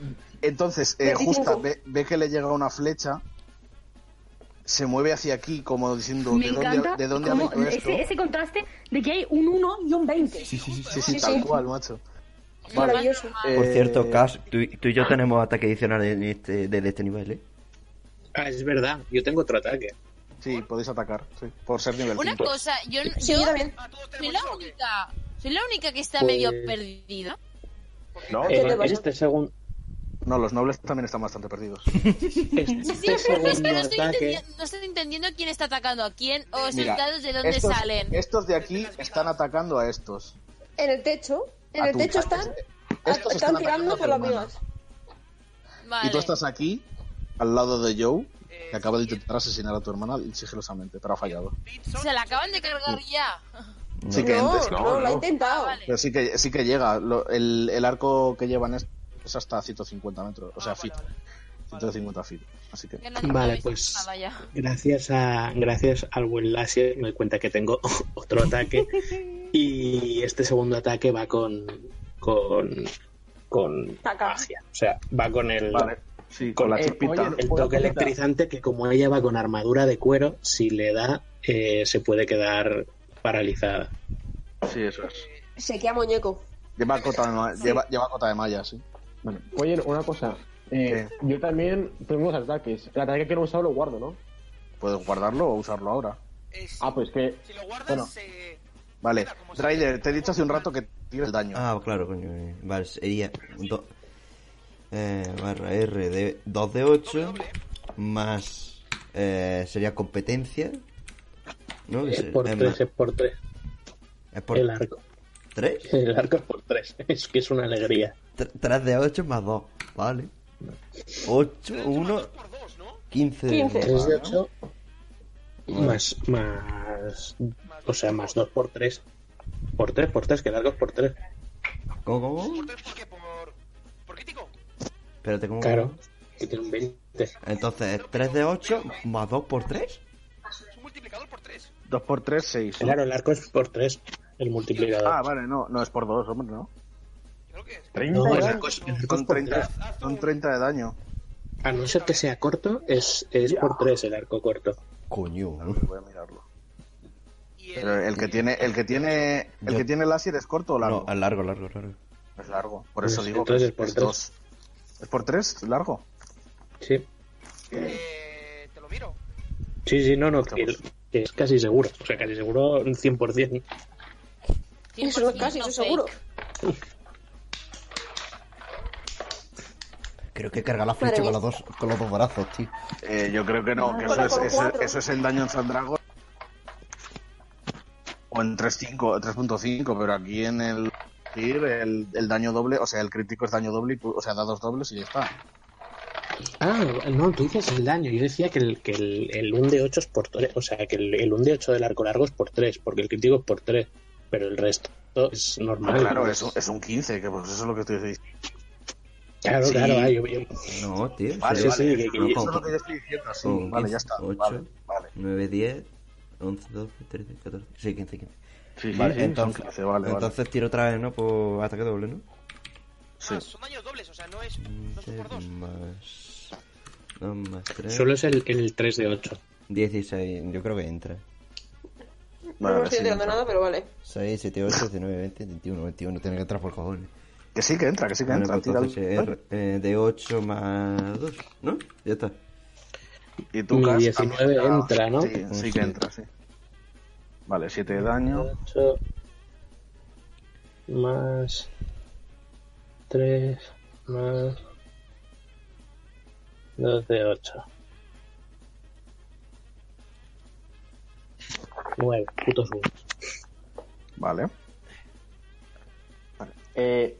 Speaker 2: entonces, eh,
Speaker 3: 25.
Speaker 2: Justa ve, ve que le llega una flecha, se mueve hacia aquí como diciendo,
Speaker 7: Me
Speaker 2: ¿de dónde,
Speaker 7: encanta
Speaker 2: ¿de dónde ha
Speaker 7: cómo-
Speaker 2: venido esto?
Speaker 7: ese, ese contraste de que hay un 1 y un 20.
Speaker 2: Sí, sí, tal cual, macho. Vale.
Speaker 3: maravilloso.
Speaker 5: Por
Speaker 2: Eh,
Speaker 5: cierto, Cash, tú, tú y yo tenemos ataque adicional en este, de este nivel, ¿eh?
Speaker 9: Ah, es verdad. Yo tengo otro ataque.
Speaker 2: Sí, podéis atacar, sí, por ser nivel
Speaker 4: Una
Speaker 2: 5.
Speaker 4: cosa, yo,
Speaker 3: Sí,
Speaker 4: yo
Speaker 3: yo también.
Speaker 8: Ah, todos
Speaker 4: soy
Speaker 8: tenemos
Speaker 4: la
Speaker 8: eso, ¿o qué?
Speaker 4: única. Soy la única que está
Speaker 9: Pues-
Speaker 4: medio perdida.
Speaker 6: No,
Speaker 9: Eh,
Speaker 3: te pasa?
Speaker 9: este segundo.
Speaker 2: No, los nobles también están bastante perdidos.
Speaker 9: Este
Speaker 4: Sí, pero es que
Speaker 9: segundo
Speaker 4: no estoy,
Speaker 9: ataque.
Speaker 4: entendiendo, no estoy entendiendo quién está atacando a quién o esos
Speaker 2: Mira,
Speaker 4: dados de dónde
Speaker 2: estos,
Speaker 4: salen.
Speaker 2: estos de aquí están atacando a estos.
Speaker 3: En el techo. En
Speaker 2: a
Speaker 3: el
Speaker 2: tu-
Speaker 3: techo
Speaker 2: a-
Speaker 3: están.
Speaker 2: estos
Speaker 3: están
Speaker 2: atacando a
Speaker 3: tirando
Speaker 2: tu
Speaker 3: por las
Speaker 2: hermana.
Speaker 3: vigas.
Speaker 4: Vale.
Speaker 2: Y tú estás aquí, al lado de Joe,
Speaker 8: Eh,
Speaker 2: que acaba de
Speaker 8: sí,
Speaker 2: intentar asesinar a tu hermana sigilosamente, pero ha fallado.
Speaker 8: Blitzon-
Speaker 4: Se la acaban de cargar ya.
Speaker 5: No.
Speaker 2: Sí que
Speaker 3: No,
Speaker 2: entres,
Speaker 3: no,
Speaker 6: no,
Speaker 3: lo ha
Speaker 6: no.
Speaker 3: intentado.
Speaker 7: Oh.
Speaker 4: Ah, vale.
Speaker 2: Pero sí que, sí que llega. Lo- el, el arco que llevan es, es hasta 150 metros. O sea,
Speaker 8: Ah,
Speaker 2: fit.
Speaker 8: vale, vale.
Speaker 2: 150 feet. Así que.
Speaker 4: Ya no tengo
Speaker 9: Vale,
Speaker 4: aviso,
Speaker 9: pues-
Speaker 4: nada ya.
Speaker 9: Gracias a gracias al buen láser me doy cuenta que tengo otro ataque y este segundo ataque va con con con
Speaker 3: Taca.
Speaker 9: magia, o sea, va con el
Speaker 2: Sí,
Speaker 9: con el- el toque electrizante que como ella va con armadura de cuero, si le da eh, se puede quedar paralizada.
Speaker 2: Sí, eso es.
Speaker 3: Se queda muñeco.
Speaker 2: eh, Lleva cota de, ma- lleva, lleva cota de malla, sí.
Speaker 6: Bueno, oye, una cosa. Eh, yo también tengo unos ataques. El ataque que no he usado lo guardo, ¿no?
Speaker 2: Puedes guardarlo o usarlo ahora.
Speaker 8: Eh, sí.
Speaker 6: Ah, pues que.
Speaker 8: Si lo guardas,
Speaker 6: Bueno.
Speaker 8: se-
Speaker 2: Vale. Ryder, te he dicho hace un rato que tires el daño.
Speaker 5: Ah, claro, coño. eh. Vale, sería. do- eh, barra R de 2 de 8. Más. eh, sería competencia. ¿No? Que
Speaker 9: Es
Speaker 5: se-
Speaker 9: Eh, por
Speaker 5: es
Speaker 9: tres,
Speaker 5: más-
Speaker 9: es por tres.
Speaker 5: es por
Speaker 9: El arco.
Speaker 5: 3.
Speaker 9: El arco es por tres. Es que es una alegría.
Speaker 5: 3 de 8 más 2. Vale. 8, 1,
Speaker 8: por dos, ¿no?
Speaker 5: 15.
Speaker 3: 15.
Speaker 9: Tres de ocho más, más. O sea, más 2 por 3. Por 3, por 3, que largo es por 3.
Speaker 5: ¿Cómo, cómo, cómo?
Speaker 8: ¿Por tres por qué? ¿Por, por crítico?
Speaker 5: Espérate, ¿cómo?
Speaker 9: Claro. Que tiene un 20.
Speaker 5: Entonces, 3 de 8 más 2 por 3.
Speaker 8: Es un multiplicador por tres.
Speaker 2: 2 por 3, 6.
Speaker 9: Claro, el arco es por 3. El
Speaker 2: Ah,
Speaker 9: multiplicador.
Speaker 2: vale, no, no es por 2, hombre, ¿no?
Speaker 8: Creo que es.
Speaker 9: No, el arco es, el arco es
Speaker 2: Son
Speaker 9: por
Speaker 2: 30,
Speaker 9: 3.
Speaker 2: son 30 de daño.
Speaker 9: A no ser que sea corto, es, es por 3 el arco corto.
Speaker 5: Coño.
Speaker 2: Voy a mirarlo.
Speaker 8: Y el-
Speaker 2: Pero el que tiene, el que tiene, el
Speaker 5: Yo-
Speaker 2: que tiene láser es corto o largo.
Speaker 5: No, al largo, largo, largo.
Speaker 2: Es largo, por
Speaker 9: Pues
Speaker 2: eso digo que
Speaker 9: entonces
Speaker 2: es,
Speaker 9: es por
Speaker 2: es
Speaker 9: tres.
Speaker 2: dos. ¿Es por tres? ¿Largo?
Speaker 9: Sí.
Speaker 8: eh, te lo miro.
Speaker 9: Sí, sí, no, no. que- que es casi seguro. O sea, casi seguro 100%.
Speaker 3: Eso no es casi, eso es
Speaker 4: fake.
Speaker 3: seguro.
Speaker 5: Creo que carga la flecha con los, dos, con los dos brazos, tío.
Speaker 2: Eh, yo creo que no, que eso
Speaker 3: Bueno,
Speaker 2: es,
Speaker 3: Ah, por
Speaker 2: eso-
Speaker 3: cuatro.
Speaker 2: eso es el daño en Sandrago. O en 3.5, 3.5, pero aquí en el TIR el, el daño doble, o sea, el crítico es daño doble, y tú- o sea, dados dobles y ya está.
Speaker 9: Ah, no, tú dices el daño. Yo decía que el, que el, el 1 de 8 es por 3. O sea, que el, el 1 de 8 del arco largo es por 3, porque el crítico es por 3. Pero el resto es normal.
Speaker 2: Ah, claro, es, un- es un 15, que pues eso es lo que estoy diciendo.
Speaker 9: Claro,
Speaker 2: sí.
Speaker 9: claro, ah, yo- yo-
Speaker 5: No, tío.
Speaker 2: Vale,
Speaker 9: Sí,
Speaker 2: vale,
Speaker 9: sí, que-
Speaker 2: eso
Speaker 9: que-
Speaker 2: es lo que yo estoy diciendo, sí,
Speaker 5: Son
Speaker 2: vale,
Speaker 5: 15,
Speaker 2: ya está.
Speaker 5: ocho.
Speaker 2: Vale, vale.
Speaker 5: 9, 10, 11, 12, 13, 14. Sí, 15, 15.
Speaker 2: Sí, sí,
Speaker 5: Vale,
Speaker 2: sí, son
Speaker 5: entonces,
Speaker 2: 15, vale, vale.
Speaker 5: entonces tiro otra vez, ¿no? Por ataque doble, ¿no?
Speaker 2: Sí.
Speaker 8: Ah, son daños dobles, o sea, no es dos por dos.
Speaker 5: 15 más 2 más 3.
Speaker 9: Solo es el, el 3 de 8.
Speaker 5: 16. Yo creo que entra.
Speaker 3: No, no estoy tirando nada, pero vale.
Speaker 5: 6, 7, 8, 19, 20, 21, 21. Tiene que entrar por cojones.
Speaker 2: Que sí, que entra, que sí, que
Speaker 5: Bueno,
Speaker 2: entra.
Speaker 5: pues
Speaker 2: tira
Speaker 5: entonces
Speaker 2: el-
Speaker 5: es, eh, de 8 más 2, ¿no? Ya está.
Speaker 2: Y tú,
Speaker 11: Mi
Speaker 2: Cas,
Speaker 11: 19
Speaker 2: también
Speaker 11: entra, ¿no?
Speaker 2: Sí, sí que entra, sí. Vale, 7 de daño.
Speaker 11: 8 más 3 más 2 de 8. 9, putos 1.
Speaker 2: Vale.
Speaker 6: Eh,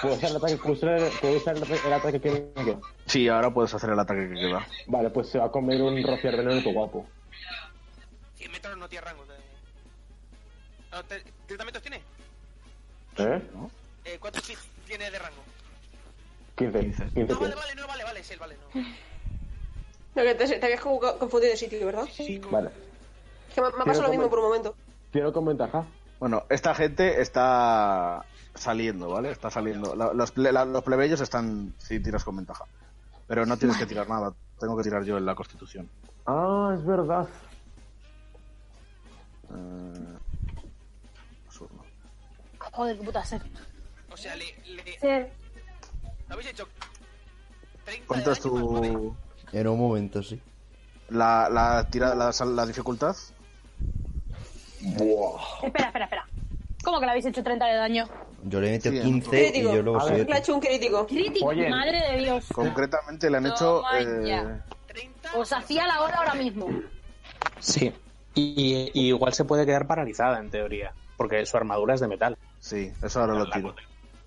Speaker 6: ¿Puedo usar el ataque cruzado? ¿Puedo usar el, el ataque que me queda?
Speaker 2: Sí, ahora puedes hacer el ataque que queda.
Speaker 6: Vale, pues se va a comer un rociar veneno guapo.
Speaker 8: 100 metros no tiene rango. de- Ah, ¿te- ¿30 metros tiene?
Speaker 6: ¿Eh?
Speaker 8: Eh, ¿Cuántos feet tiene de rango?
Speaker 6: 15. 15,
Speaker 8: No,
Speaker 6: pies.
Speaker 8: vale, vale, no, vale, vale, es él, vale, no.
Speaker 3: Lo que te, te habías como confundido de sitio, ¿verdad?
Speaker 6: Vale.
Speaker 3: Es que me, me ha
Speaker 6: Pero
Speaker 3: pasado lo
Speaker 6: como-
Speaker 3: mismo por un momento.
Speaker 6: Tiro con ventaja.
Speaker 2: Bueno, esta gente está saliendo, ¿vale? Está saliendo. La- los, ple- la- los plebeyos están. Sí, tiras con ventaja. Pero no tienes que tirar nada. Tengo que tirar yo en la constitución.
Speaker 6: Ah, es verdad.
Speaker 2: Eh, absurdo.
Speaker 7: Joder, qué puta sed.
Speaker 8: O sea, le, le
Speaker 7: Sed.
Speaker 8: habéis hecho 30
Speaker 2: ¿Cuánto
Speaker 8: de
Speaker 2: es
Speaker 8: daño más nueve.
Speaker 2: tu.
Speaker 5: En un momento, sí.
Speaker 2: La, la, tira, la, sal- la dificultad?
Speaker 7: Espera, espera, espera. ¿Cómo que le habéis hecho 30 de daño?
Speaker 5: Yo le he metido
Speaker 2: Sí,
Speaker 5: 15 y
Speaker 3: Crítico.
Speaker 5: yo luego
Speaker 6: A ver.
Speaker 3: Le ha
Speaker 5: 7.
Speaker 3: hecho un crítico.
Speaker 7: Crítico,
Speaker 6: Oye.
Speaker 7: madre de Dios.
Speaker 2: Concretamente le han hecho.
Speaker 4: Toma
Speaker 2: eh,
Speaker 4: ya.
Speaker 8: 30.
Speaker 7: Os hacía la hora ahora mismo.
Speaker 9: Sí. Y, y igual se puede quedar paralizada, en teoría. Porque su armadura es de metal.
Speaker 2: sí, eso ahora lo tiro.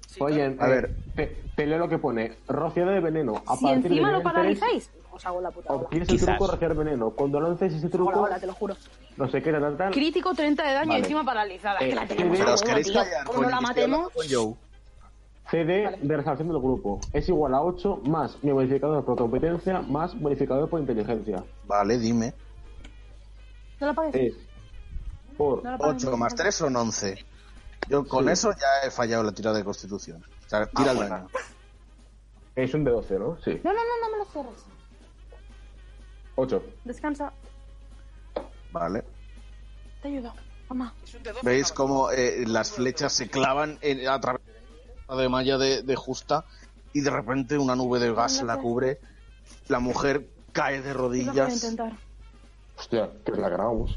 Speaker 8: Sí,
Speaker 6: Oye,
Speaker 8: claro.
Speaker 2: A
Speaker 6: eh,
Speaker 2: ver.
Speaker 6: Te, te leo lo que pone. Rociar de veneno. A
Speaker 7: Si
Speaker 6: partir
Speaker 7: encima
Speaker 6: de
Speaker 7: lo
Speaker 6: nivel tres,
Speaker 7: paralizáis, os hago la puta hora.
Speaker 6: Obtienes el
Speaker 9: Quizás.
Speaker 6: truco rociar veneno. Cuando lances ese truco,
Speaker 7: Hola, hola, te lo juro.
Speaker 6: no sé qué, tal, tal, tal.
Speaker 7: Crítico 30 de daño
Speaker 6: Vale.
Speaker 7: y encima paralizada. Es que la
Speaker 6: Eh,
Speaker 7: tenemos
Speaker 6: pero
Speaker 7: a
Speaker 2: os
Speaker 7: huevo,
Speaker 2: queréis
Speaker 7: tío. Como
Speaker 2: callar,
Speaker 7: no
Speaker 2: coño,
Speaker 7: la
Speaker 2: que estoy hablando
Speaker 7: matemos,
Speaker 2: con Joe.
Speaker 6: CD de resalción del grupo es igual a 8 más mi modificador por competencia más modificador por inteligencia.
Speaker 2: Vale, dime.
Speaker 7: no la apagues.
Speaker 6: Es por
Speaker 7: No la apagues.
Speaker 2: 8 Eh, más 3 son 11. Yo con
Speaker 6: Sí.
Speaker 2: eso ya he fallado la tirada de constitución. O sea,
Speaker 7: Ah,
Speaker 2: tira el daño.
Speaker 6: es un de 12, ¿no? Sí.
Speaker 7: No, no, no, no me lo cierres.
Speaker 6: 8.
Speaker 7: Descansa.
Speaker 2: Vale.
Speaker 7: Te ayudo. Mamá.
Speaker 8: Es un de 12,
Speaker 2: ¿Veis
Speaker 8: cabrón.
Speaker 2: cómo eh, las flechas se clavan en- a través de la malla de, de justa y de repente una nube de gas la cubre? La mujer cae de
Speaker 7: Es lo que voy a
Speaker 2: rodillas.
Speaker 7: intentar.
Speaker 6: Hostia, que la grabamos.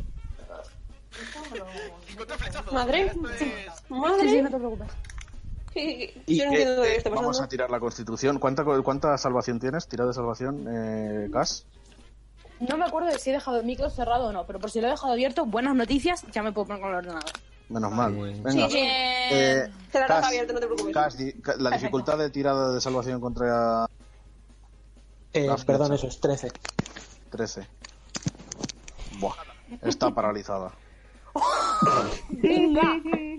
Speaker 8: Encontré el flechazo.
Speaker 3: Madre.
Speaker 8: Esto es-
Speaker 7: Sí, sí, no
Speaker 3: Madre.
Speaker 7: te preocupes.
Speaker 3: Sí, sí,
Speaker 2: Y,
Speaker 3: Yo no
Speaker 2: eh,
Speaker 3: entiendo lo
Speaker 2: eh,
Speaker 3: que está
Speaker 2: vamos a
Speaker 3: pasando.
Speaker 2: tirar la constitución. ¿Cuánta, co- cuánta salvación tienes? Tira de salvación, eh, Cas.
Speaker 7: No me acuerdo de si he dejado el micro cerrado o no, pero por si lo he dejado abierto, buenas noticias, ya me puedo poner con el ordenador.
Speaker 2: Menos mal.
Speaker 5: Vale.
Speaker 2: Venga.
Speaker 3: Sí, sí.
Speaker 2: Eh,
Speaker 3: Te la
Speaker 2: Cas,
Speaker 3: dejo abierta, no te preocupes.
Speaker 2: Cas, di- ca- la dificultad de tirada de salvación contra
Speaker 9: Eh,
Speaker 2: Las
Speaker 9: perdón,
Speaker 2: flechas.
Speaker 9: eso es 13.
Speaker 2: 13. Buah, está paralizada.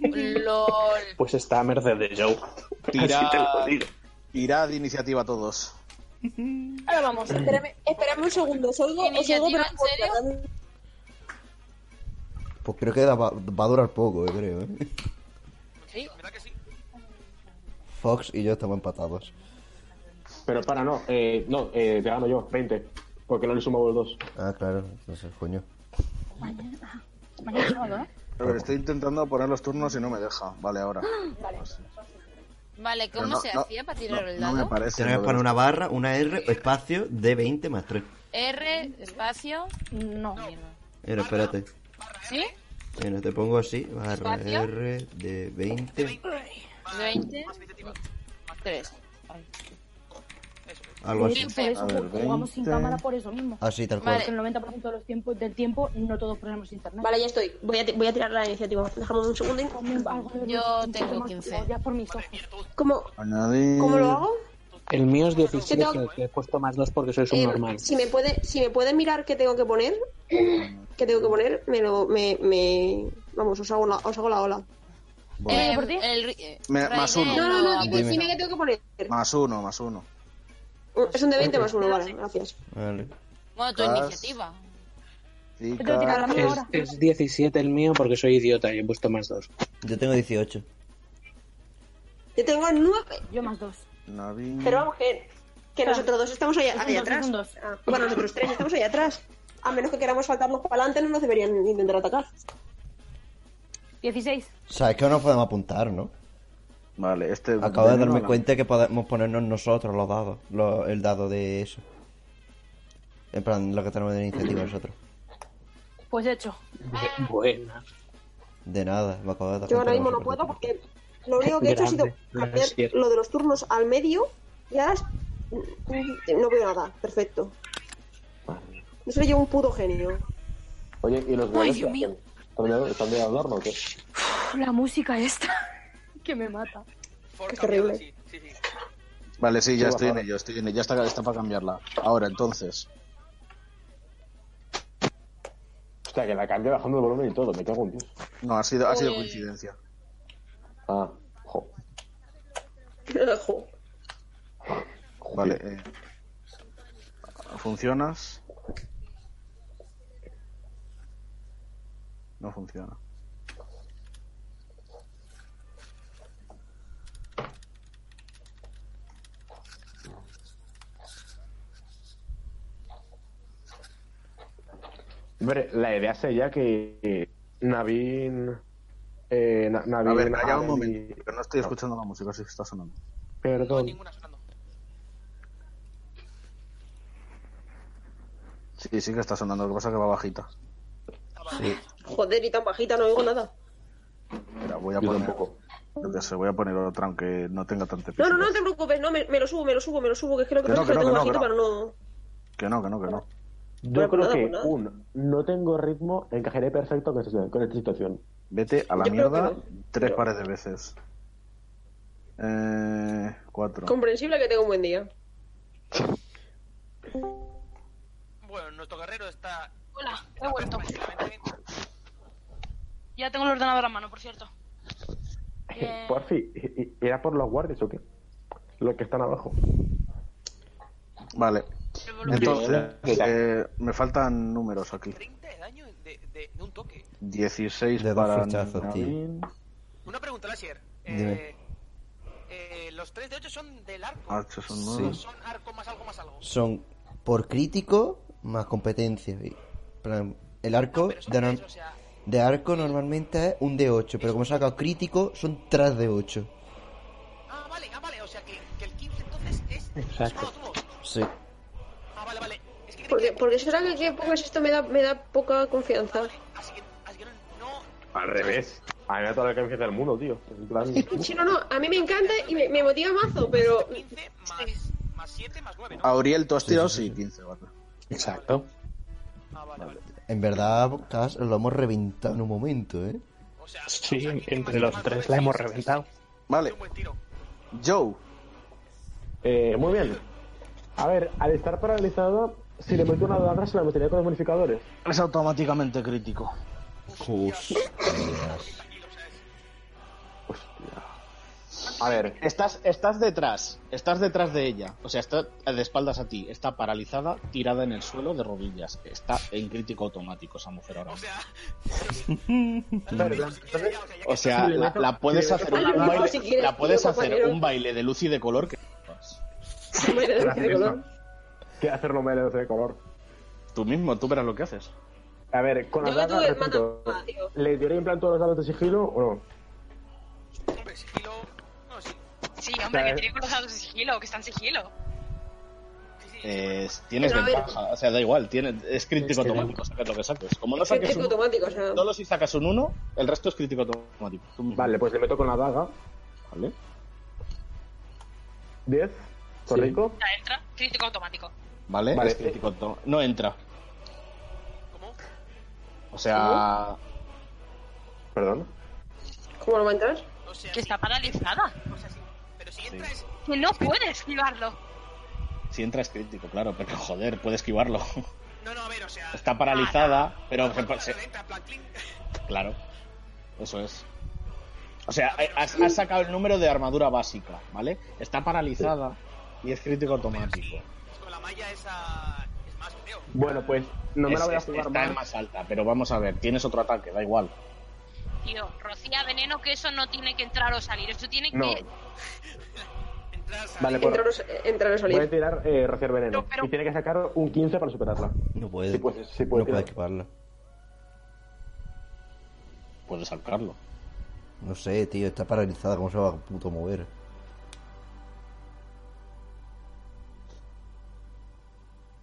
Speaker 4: LOL.
Speaker 9: Pues está a merced de Joe. Así te lo digo.
Speaker 2: Tirad de iniciativa todos.
Speaker 3: Ahora vamos, espérame, espérame un segundo. Os oigo, os oigo, pero
Speaker 4: ¿Iniciativa, en serio?
Speaker 3: dame-
Speaker 5: Pues creo que da- va, va a durar poco, yo creo. ¿eh?
Speaker 8: ¿Verdad que sí?
Speaker 5: Fox y yo estamos empatados.
Speaker 6: Pero para, no. Eh, no, eh, te gano yo. 20. Porque no le sumo los dos.
Speaker 5: Ah, claro, entonces, coño.
Speaker 7: Mañana es sábado, ¿eh?
Speaker 2: A ver, estoy intentando poner los turnos y no me deja. Vale, ahora.
Speaker 4: Vale,
Speaker 2: Pero
Speaker 4: ¿cómo
Speaker 2: no-
Speaker 4: se
Speaker 2: no-
Speaker 4: hacía para tirar
Speaker 2: no-
Speaker 4: el
Speaker 2: No
Speaker 4: dado?
Speaker 2: me parece.
Speaker 5: Tienes
Speaker 2: lo
Speaker 5: que
Speaker 2: de
Speaker 5: poner
Speaker 2: los-
Speaker 5: una barra, una R, espacio, D20 más 3.
Speaker 4: R, espacio.
Speaker 7: No.
Speaker 4: Mierda.
Speaker 5: Mira, espérate.
Speaker 4: ¿Sí?
Speaker 5: Mira, te pongo así, barra
Speaker 4: Espacio.
Speaker 5: R, D20,
Speaker 4: 20,
Speaker 8: Más iniciativa.
Speaker 4: 3.
Speaker 5: algo
Speaker 7: De
Speaker 5: así.
Speaker 7: hecho, por eso
Speaker 2: Pues, A ver,
Speaker 7: jugamos sin
Speaker 2: 20.
Speaker 7: cámara por eso mismo.
Speaker 5: Así, tal cual.
Speaker 4: Vale.
Speaker 7: Porque el 90% de los tiempos, del tiempo no todos ponemos internet.
Speaker 3: Vale, ya estoy. Voy a, ti- voy a tirar la iniciativa. Dejamos un segundo. y-
Speaker 7: Ponme algo de
Speaker 4: Yo
Speaker 7: vergüenza, un
Speaker 4: tengo
Speaker 7: poco más,
Speaker 4: 15.
Speaker 7: Ya por mis ojos.
Speaker 3: ¿Cómo,
Speaker 2: Añadir.
Speaker 3: ¿Cómo lo hago?
Speaker 9: Mm, El mío es
Speaker 3: Sí,
Speaker 9: 17,
Speaker 3: tengo-
Speaker 9: que- que he puesto más 2 porque soy
Speaker 3: Eh,
Speaker 9: subnormal.
Speaker 3: si me puede, si me puede mirar qué tengo que poner, qué tengo que poner, me lo, me, me, vamos, os hago la, os hago la ola.
Speaker 4: Eh,
Speaker 7: ¿Por ti? Ah,
Speaker 4: el ri- eh,
Speaker 2: Me- más
Speaker 4: Raiden
Speaker 2: uno.
Speaker 3: No, no, no,
Speaker 4: lo-
Speaker 3: dime,
Speaker 5: Dime.
Speaker 3: dime qué tengo que poner.
Speaker 2: Más uno, más uno.
Speaker 3: Es un de 20 más uno, vale, gracias.
Speaker 5: Vale.
Speaker 4: Bueno, tu
Speaker 2: Cas.
Speaker 4: iniciativa.
Speaker 7: Yo tengo que tirar la
Speaker 2: Tica.
Speaker 7: mía
Speaker 9: Es,
Speaker 7: ahora.
Speaker 9: es 17 el mío porque soy idiota y he puesto más 2.
Speaker 5: Yo tengo 18.
Speaker 3: Yo tengo nueve,
Speaker 7: Yo más dos.
Speaker 2: Navi-
Speaker 3: Ah, pero vamos que, que nosotros dos estamos allá, allá atrás. Ah, bueno, nosotros tres estamos allá atrás. A menos que queramos saltarnos para adelante, no nos deberían intentar atacar.
Speaker 7: 16.
Speaker 5: O sea, es que no nos podemos apuntar, ¿no?
Speaker 2: Vale, este.
Speaker 5: Acabo de
Speaker 2: veneno,
Speaker 5: darme
Speaker 2: no.
Speaker 5: cuenta que podemos ponernos nosotros los dados, lo- el dado de eso. En plan, lo que tenemos de iniciativa nosotros.
Speaker 7: Pues hecho.
Speaker 11: Buena.
Speaker 5: De nada, me acabo de dar
Speaker 3: Yo
Speaker 5: cuenta
Speaker 3: ahora
Speaker 5: que
Speaker 3: mismo no
Speaker 5: vosotros
Speaker 3: puedo porque lo único que he hecho ha sido
Speaker 11: Grande, no es
Speaker 3: cambiar
Speaker 11: cierto.
Speaker 3: lo de los turnos al medio y ahora es- no veo nada. Perfecto. No se le lleva un puto genio.
Speaker 6: Oye, ¿y los duendes
Speaker 4: Dios
Speaker 6: qué
Speaker 4: mío.
Speaker 6: hacen? ¿Están de- ¿Están de adorno o qué?
Speaker 7: Uf, la música esta. que me mata.
Speaker 8: Por
Speaker 3: Es
Speaker 8: cambiarla,
Speaker 3: terrible.
Speaker 8: Sí, sí, sí.
Speaker 2: Vale, sí,
Speaker 6: Sí,
Speaker 2: ya estoy en
Speaker 6: ahora.
Speaker 2: ello, estoy en ello. Ya está, está para cambiarla. Ahora, entonces.
Speaker 6: Hostia, que la cambia bajando el volumen y todo, me cago en Dios.
Speaker 2: No, ha sido, ha sido coincidencia.
Speaker 6: Ah, jo.
Speaker 3: Jo.
Speaker 2: Vale. eh, ¿Funcionas? No funciona.
Speaker 6: Hombre, la idea sería que que Navin. Eh, Na- Navin
Speaker 2: A ver, calla un
Speaker 6: Haren
Speaker 2: momento,
Speaker 6: y- Ah.
Speaker 2: que no estoy escuchando la música, sí que está sonando.
Speaker 8: No,
Speaker 6: Perdón.
Speaker 8: ninguna sonando.
Speaker 2: Sí, sí que está sonando, lo que pasa es que va bajita.
Speaker 3: Joder, y tan bajita, no oigo nada.
Speaker 2: Espera, voy a
Speaker 6: Yo
Speaker 2: poner.
Speaker 6: tampoco.
Speaker 2: Yo qué sé, voy a poner otra aunque no tenga tanto
Speaker 3: No, no, no te preocupes, no, me, me lo subo, me lo subo, me lo subo, que es que lo que
Speaker 2: Que no,
Speaker 3: pasa es que
Speaker 2: que
Speaker 3: lo tengo
Speaker 2: no, que no,
Speaker 3: bajito para
Speaker 2: que
Speaker 3: no.
Speaker 2: Que no, que no, que no.
Speaker 6: Yo
Speaker 3: Bueno, pues
Speaker 6: creo
Speaker 3: nada,
Speaker 6: que,
Speaker 3: pues nada.
Speaker 6: un, no tengo ritmo, encajaré perfecto con esta, con esta situación.
Speaker 2: Vete a la
Speaker 3: Yo creo que
Speaker 2: mierda
Speaker 3: no.
Speaker 2: tres
Speaker 3: Yo-
Speaker 2: pares de veces. Eh, cuatro.
Speaker 3: Comprensible que tenga un buen día.
Speaker 8: Bueno, nuestro guerrero está.
Speaker 1: Hola, he
Speaker 8: está
Speaker 1: vuelto.
Speaker 8: prácticamente-
Speaker 1: Ya tengo el ordenador a mano, por cierto. Eh,
Speaker 6: Por fin, ¿y- y- ¿era por los guardias o qué? Los que están abajo.
Speaker 2: Vale.
Speaker 1: el volumen.
Speaker 2: Entonces,
Speaker 9: ¿Qué tal?
Speaker 2: eh, me faltan números aquí.
Speaker 8: 30 de daño de, de- de un toque.
Speaker 2: 16
Speaker 5: De dos
Speaker 2: para
Speaker 5: flechazos,
Speaker 2: Navin.
Speaker 5: tío.
Speaker 8: Una pregunta, Lasier.
Speaker 5: Dime.
Speaker 8: Eh, eh, los 3 de 8 son del arco.
Speaker 2: Ah, estos son
Speaker 5: Sí.
Speaker 8: No
Speaker 2: nuevos.
Speaker 8: son arco más algo más algo.
Speaker 5: Son por crítico más competencia. y- plan, el arco
Speaker 8: Ah, Pero son
Speaker 5: de,
Speaker 8: tres,
Speaker 5: norm-
Speaker 8: o sea,
Speaker 5: de arco normalmente es un D8, pero como he sacado crítico, son 3 D8.
Speaker 8: Ah, vale, ah, vale, o sea que, que el 15 entonces es.
Speaker 11: Exacto.
Speaker 8: es solo tú.
Speaker 5: Sí.
Speaker 8: Ah, vale, vale. Es que
Speaker 3: Porque,
Speaker 8: creía que-
Speaker 3: porque será que, que pongas esto me da, me da poca confianza.
Speaker 8: Así que, así que no, no.
Speaker 6: Al revés. A mí me da toda la confianza del mundo, tío. En plan,
Speaker 3: Sí, no, no, a mí me encanta y me, me motiva mazo, pero.
Speaker 8: 15 más, más 7 más 9, ¿no?
Speaker 2: Auriel, tú has tirado, sí, 15, vale.
Speaker 9: Exacto.
Speaker 8: Ah, vale, vale.
Speaker 5: En verdad, Cas, lo hemos reventado en un momento, ¿eh?
Speaker 8: O sea,
Speaker 11: Sí,
Speaker 8: o sea, que
Speaker 11: entre
Speaker 8: más-
Speaker 11: los
Speaker 8: más
Speaker 11: tres
Speaker 8: nueve,
Speaker 11: la
Speaker 8: sí,
Speaker 11: hemos
Speaker 8: sí, sí, sí,
Speaker 11: reventado.
Speaker 8: sí, sí,
Speaker 2: Vale.
Speaker 8: Un buen tiro.
Speaker 2: Joe,
Speaker 6: eh, muy bien. A ver, al estar paralizado, si le meto una daga, se la metería con los bonificadores.
Speaker 2: es automáticamente crítico.
Speaker 9: A ver,
Speaker 10: Estás, estás detrás, estás detrás de ella. O sea, está de espaldas a ti, está paralizada, tirada en el suelo de rodillas. Está en crítico automático esa mujer ahora.
Speaker 8: O
Speaker 10: mismo.
Speaker 8: sea,
Speaker 6: Perdón.
Speaker 10: O sea, la, la puedes hacer un
Speaker 3: Ay,
Speaker 10: baile,
Speaker 3: si quieres,
Speaker 10: la puedes
Speaker 3: tío,
Speaker 10: hacer
Speaker 3: compañero.
Speaker 10: un baile de luz y de color que
Speaker 3: de color.
Speaker 6: Que hacerlo menos de color.
Speaker 10: tú mismo, tú verás lo que haces.
Speaker 6: A ver, con la
Speaker 3: Yo que tú
Speaker 6: daga,
Speaker 3: que
Speaker 6: repito,
Speaker 3: mata, tío.
Speaker 6: ¿le diré en plan todos los dados de sigilo o no?
Speaker 8: hombre, sigilo. No, sí.
Speaker 14: Sí, hombre,
Speaker 6: Claro.
Speaker 14: que tiene con los dados de sigilo, que está en sigilo.
Speaker 8: Sí, sí.
Speaker 10: Eh, tienes
Speaker 3: Pero a ver-
Speaker 10: ventaja, o sea, da igual, tiene, es crítico automático, saques lo que saques. Como no saques
Speaker 3: Crítico
Speaker 10: un,
Speaker 3: automático, o sea.
Speaker 10: solo si sacas un 1, el resto es crítico automático. Tú mismo.
Speaker 6: Vale, pues le meto con la daga.
Speaker 10: Vale.
Speaker 6: 10. ¿Correcto?
Speaker 14: Ya entra, crítico automático.
Speaker 10: Vale,
Speaker 6: Vale.
Speaker 10: es crítico autom- No entra.
Speaker 8: ¿Cómo?
Speaker 10: O sea,
Speaker 6: Perdón.
Speaker 3: ¿Cómo no va a entrar?
Speaker 8: O sea,
Speaker 14: Que
Speaker 8: sí,
Speaker 14: está paralizada.
Speaker 8: o sea, sí. Pero si entra es.
Speaker 14: Que no puede esquivarlo.
Speaker 10: si entra es crítico, claro, pero joder, puede esquivarlo.
Speaker 8: No, no, a ver, o sea.
Speaker 10: Está paralizada, pero se-
Speaker 8: Bueno,
Speaker 10: se-
Speaker 8: entra, en plan, clink.
Speaker 10: claro, eso es. O sea, eh, has, has sacado el número de armadura básica, ¿vale? Está paralizada y es crítico automático.
Speaker 8: Con la malla esa. Es más, creo.
Speaker 6: Bueno, pues no me
Speaker 10: Es-
Speaker 6: la voy a
Speaker 10: es-
Speaker 6: jugar
Speaker 10: está en
Speaker 6: más.
Speaker 10: más alta, pero vamos a ver, tienes otro ataque, da igual.
Speaker 14: Tío, rocía veneno que eso no tiene que entrar o salir. Eso tiene
Speaker 6: No.
Speaker 14: que
Speaker 8: Entras a-
Speaker 6: Vale, pues-
Speaker 3: Entra Orus- entra Orus
Speaker 6: Voy a
Speaker 3: Olive.
Speaker 6: tirar eh, Rociar Veneno.
Speaker 14: No, pero-
Speaker 6: Y tiene que sacar un 15 para superarla.
Speaker 5: No puede.
Speaker 6: Sí puede, sí puede
Speaker 5: no puede
Speaker 6: tirar.
Speaker 5: esquivarla.
Speaker 10: Puedes sacarlo.
Speaker 5: No sé, tío, está paralizada, ¿cómo se va a puto mover?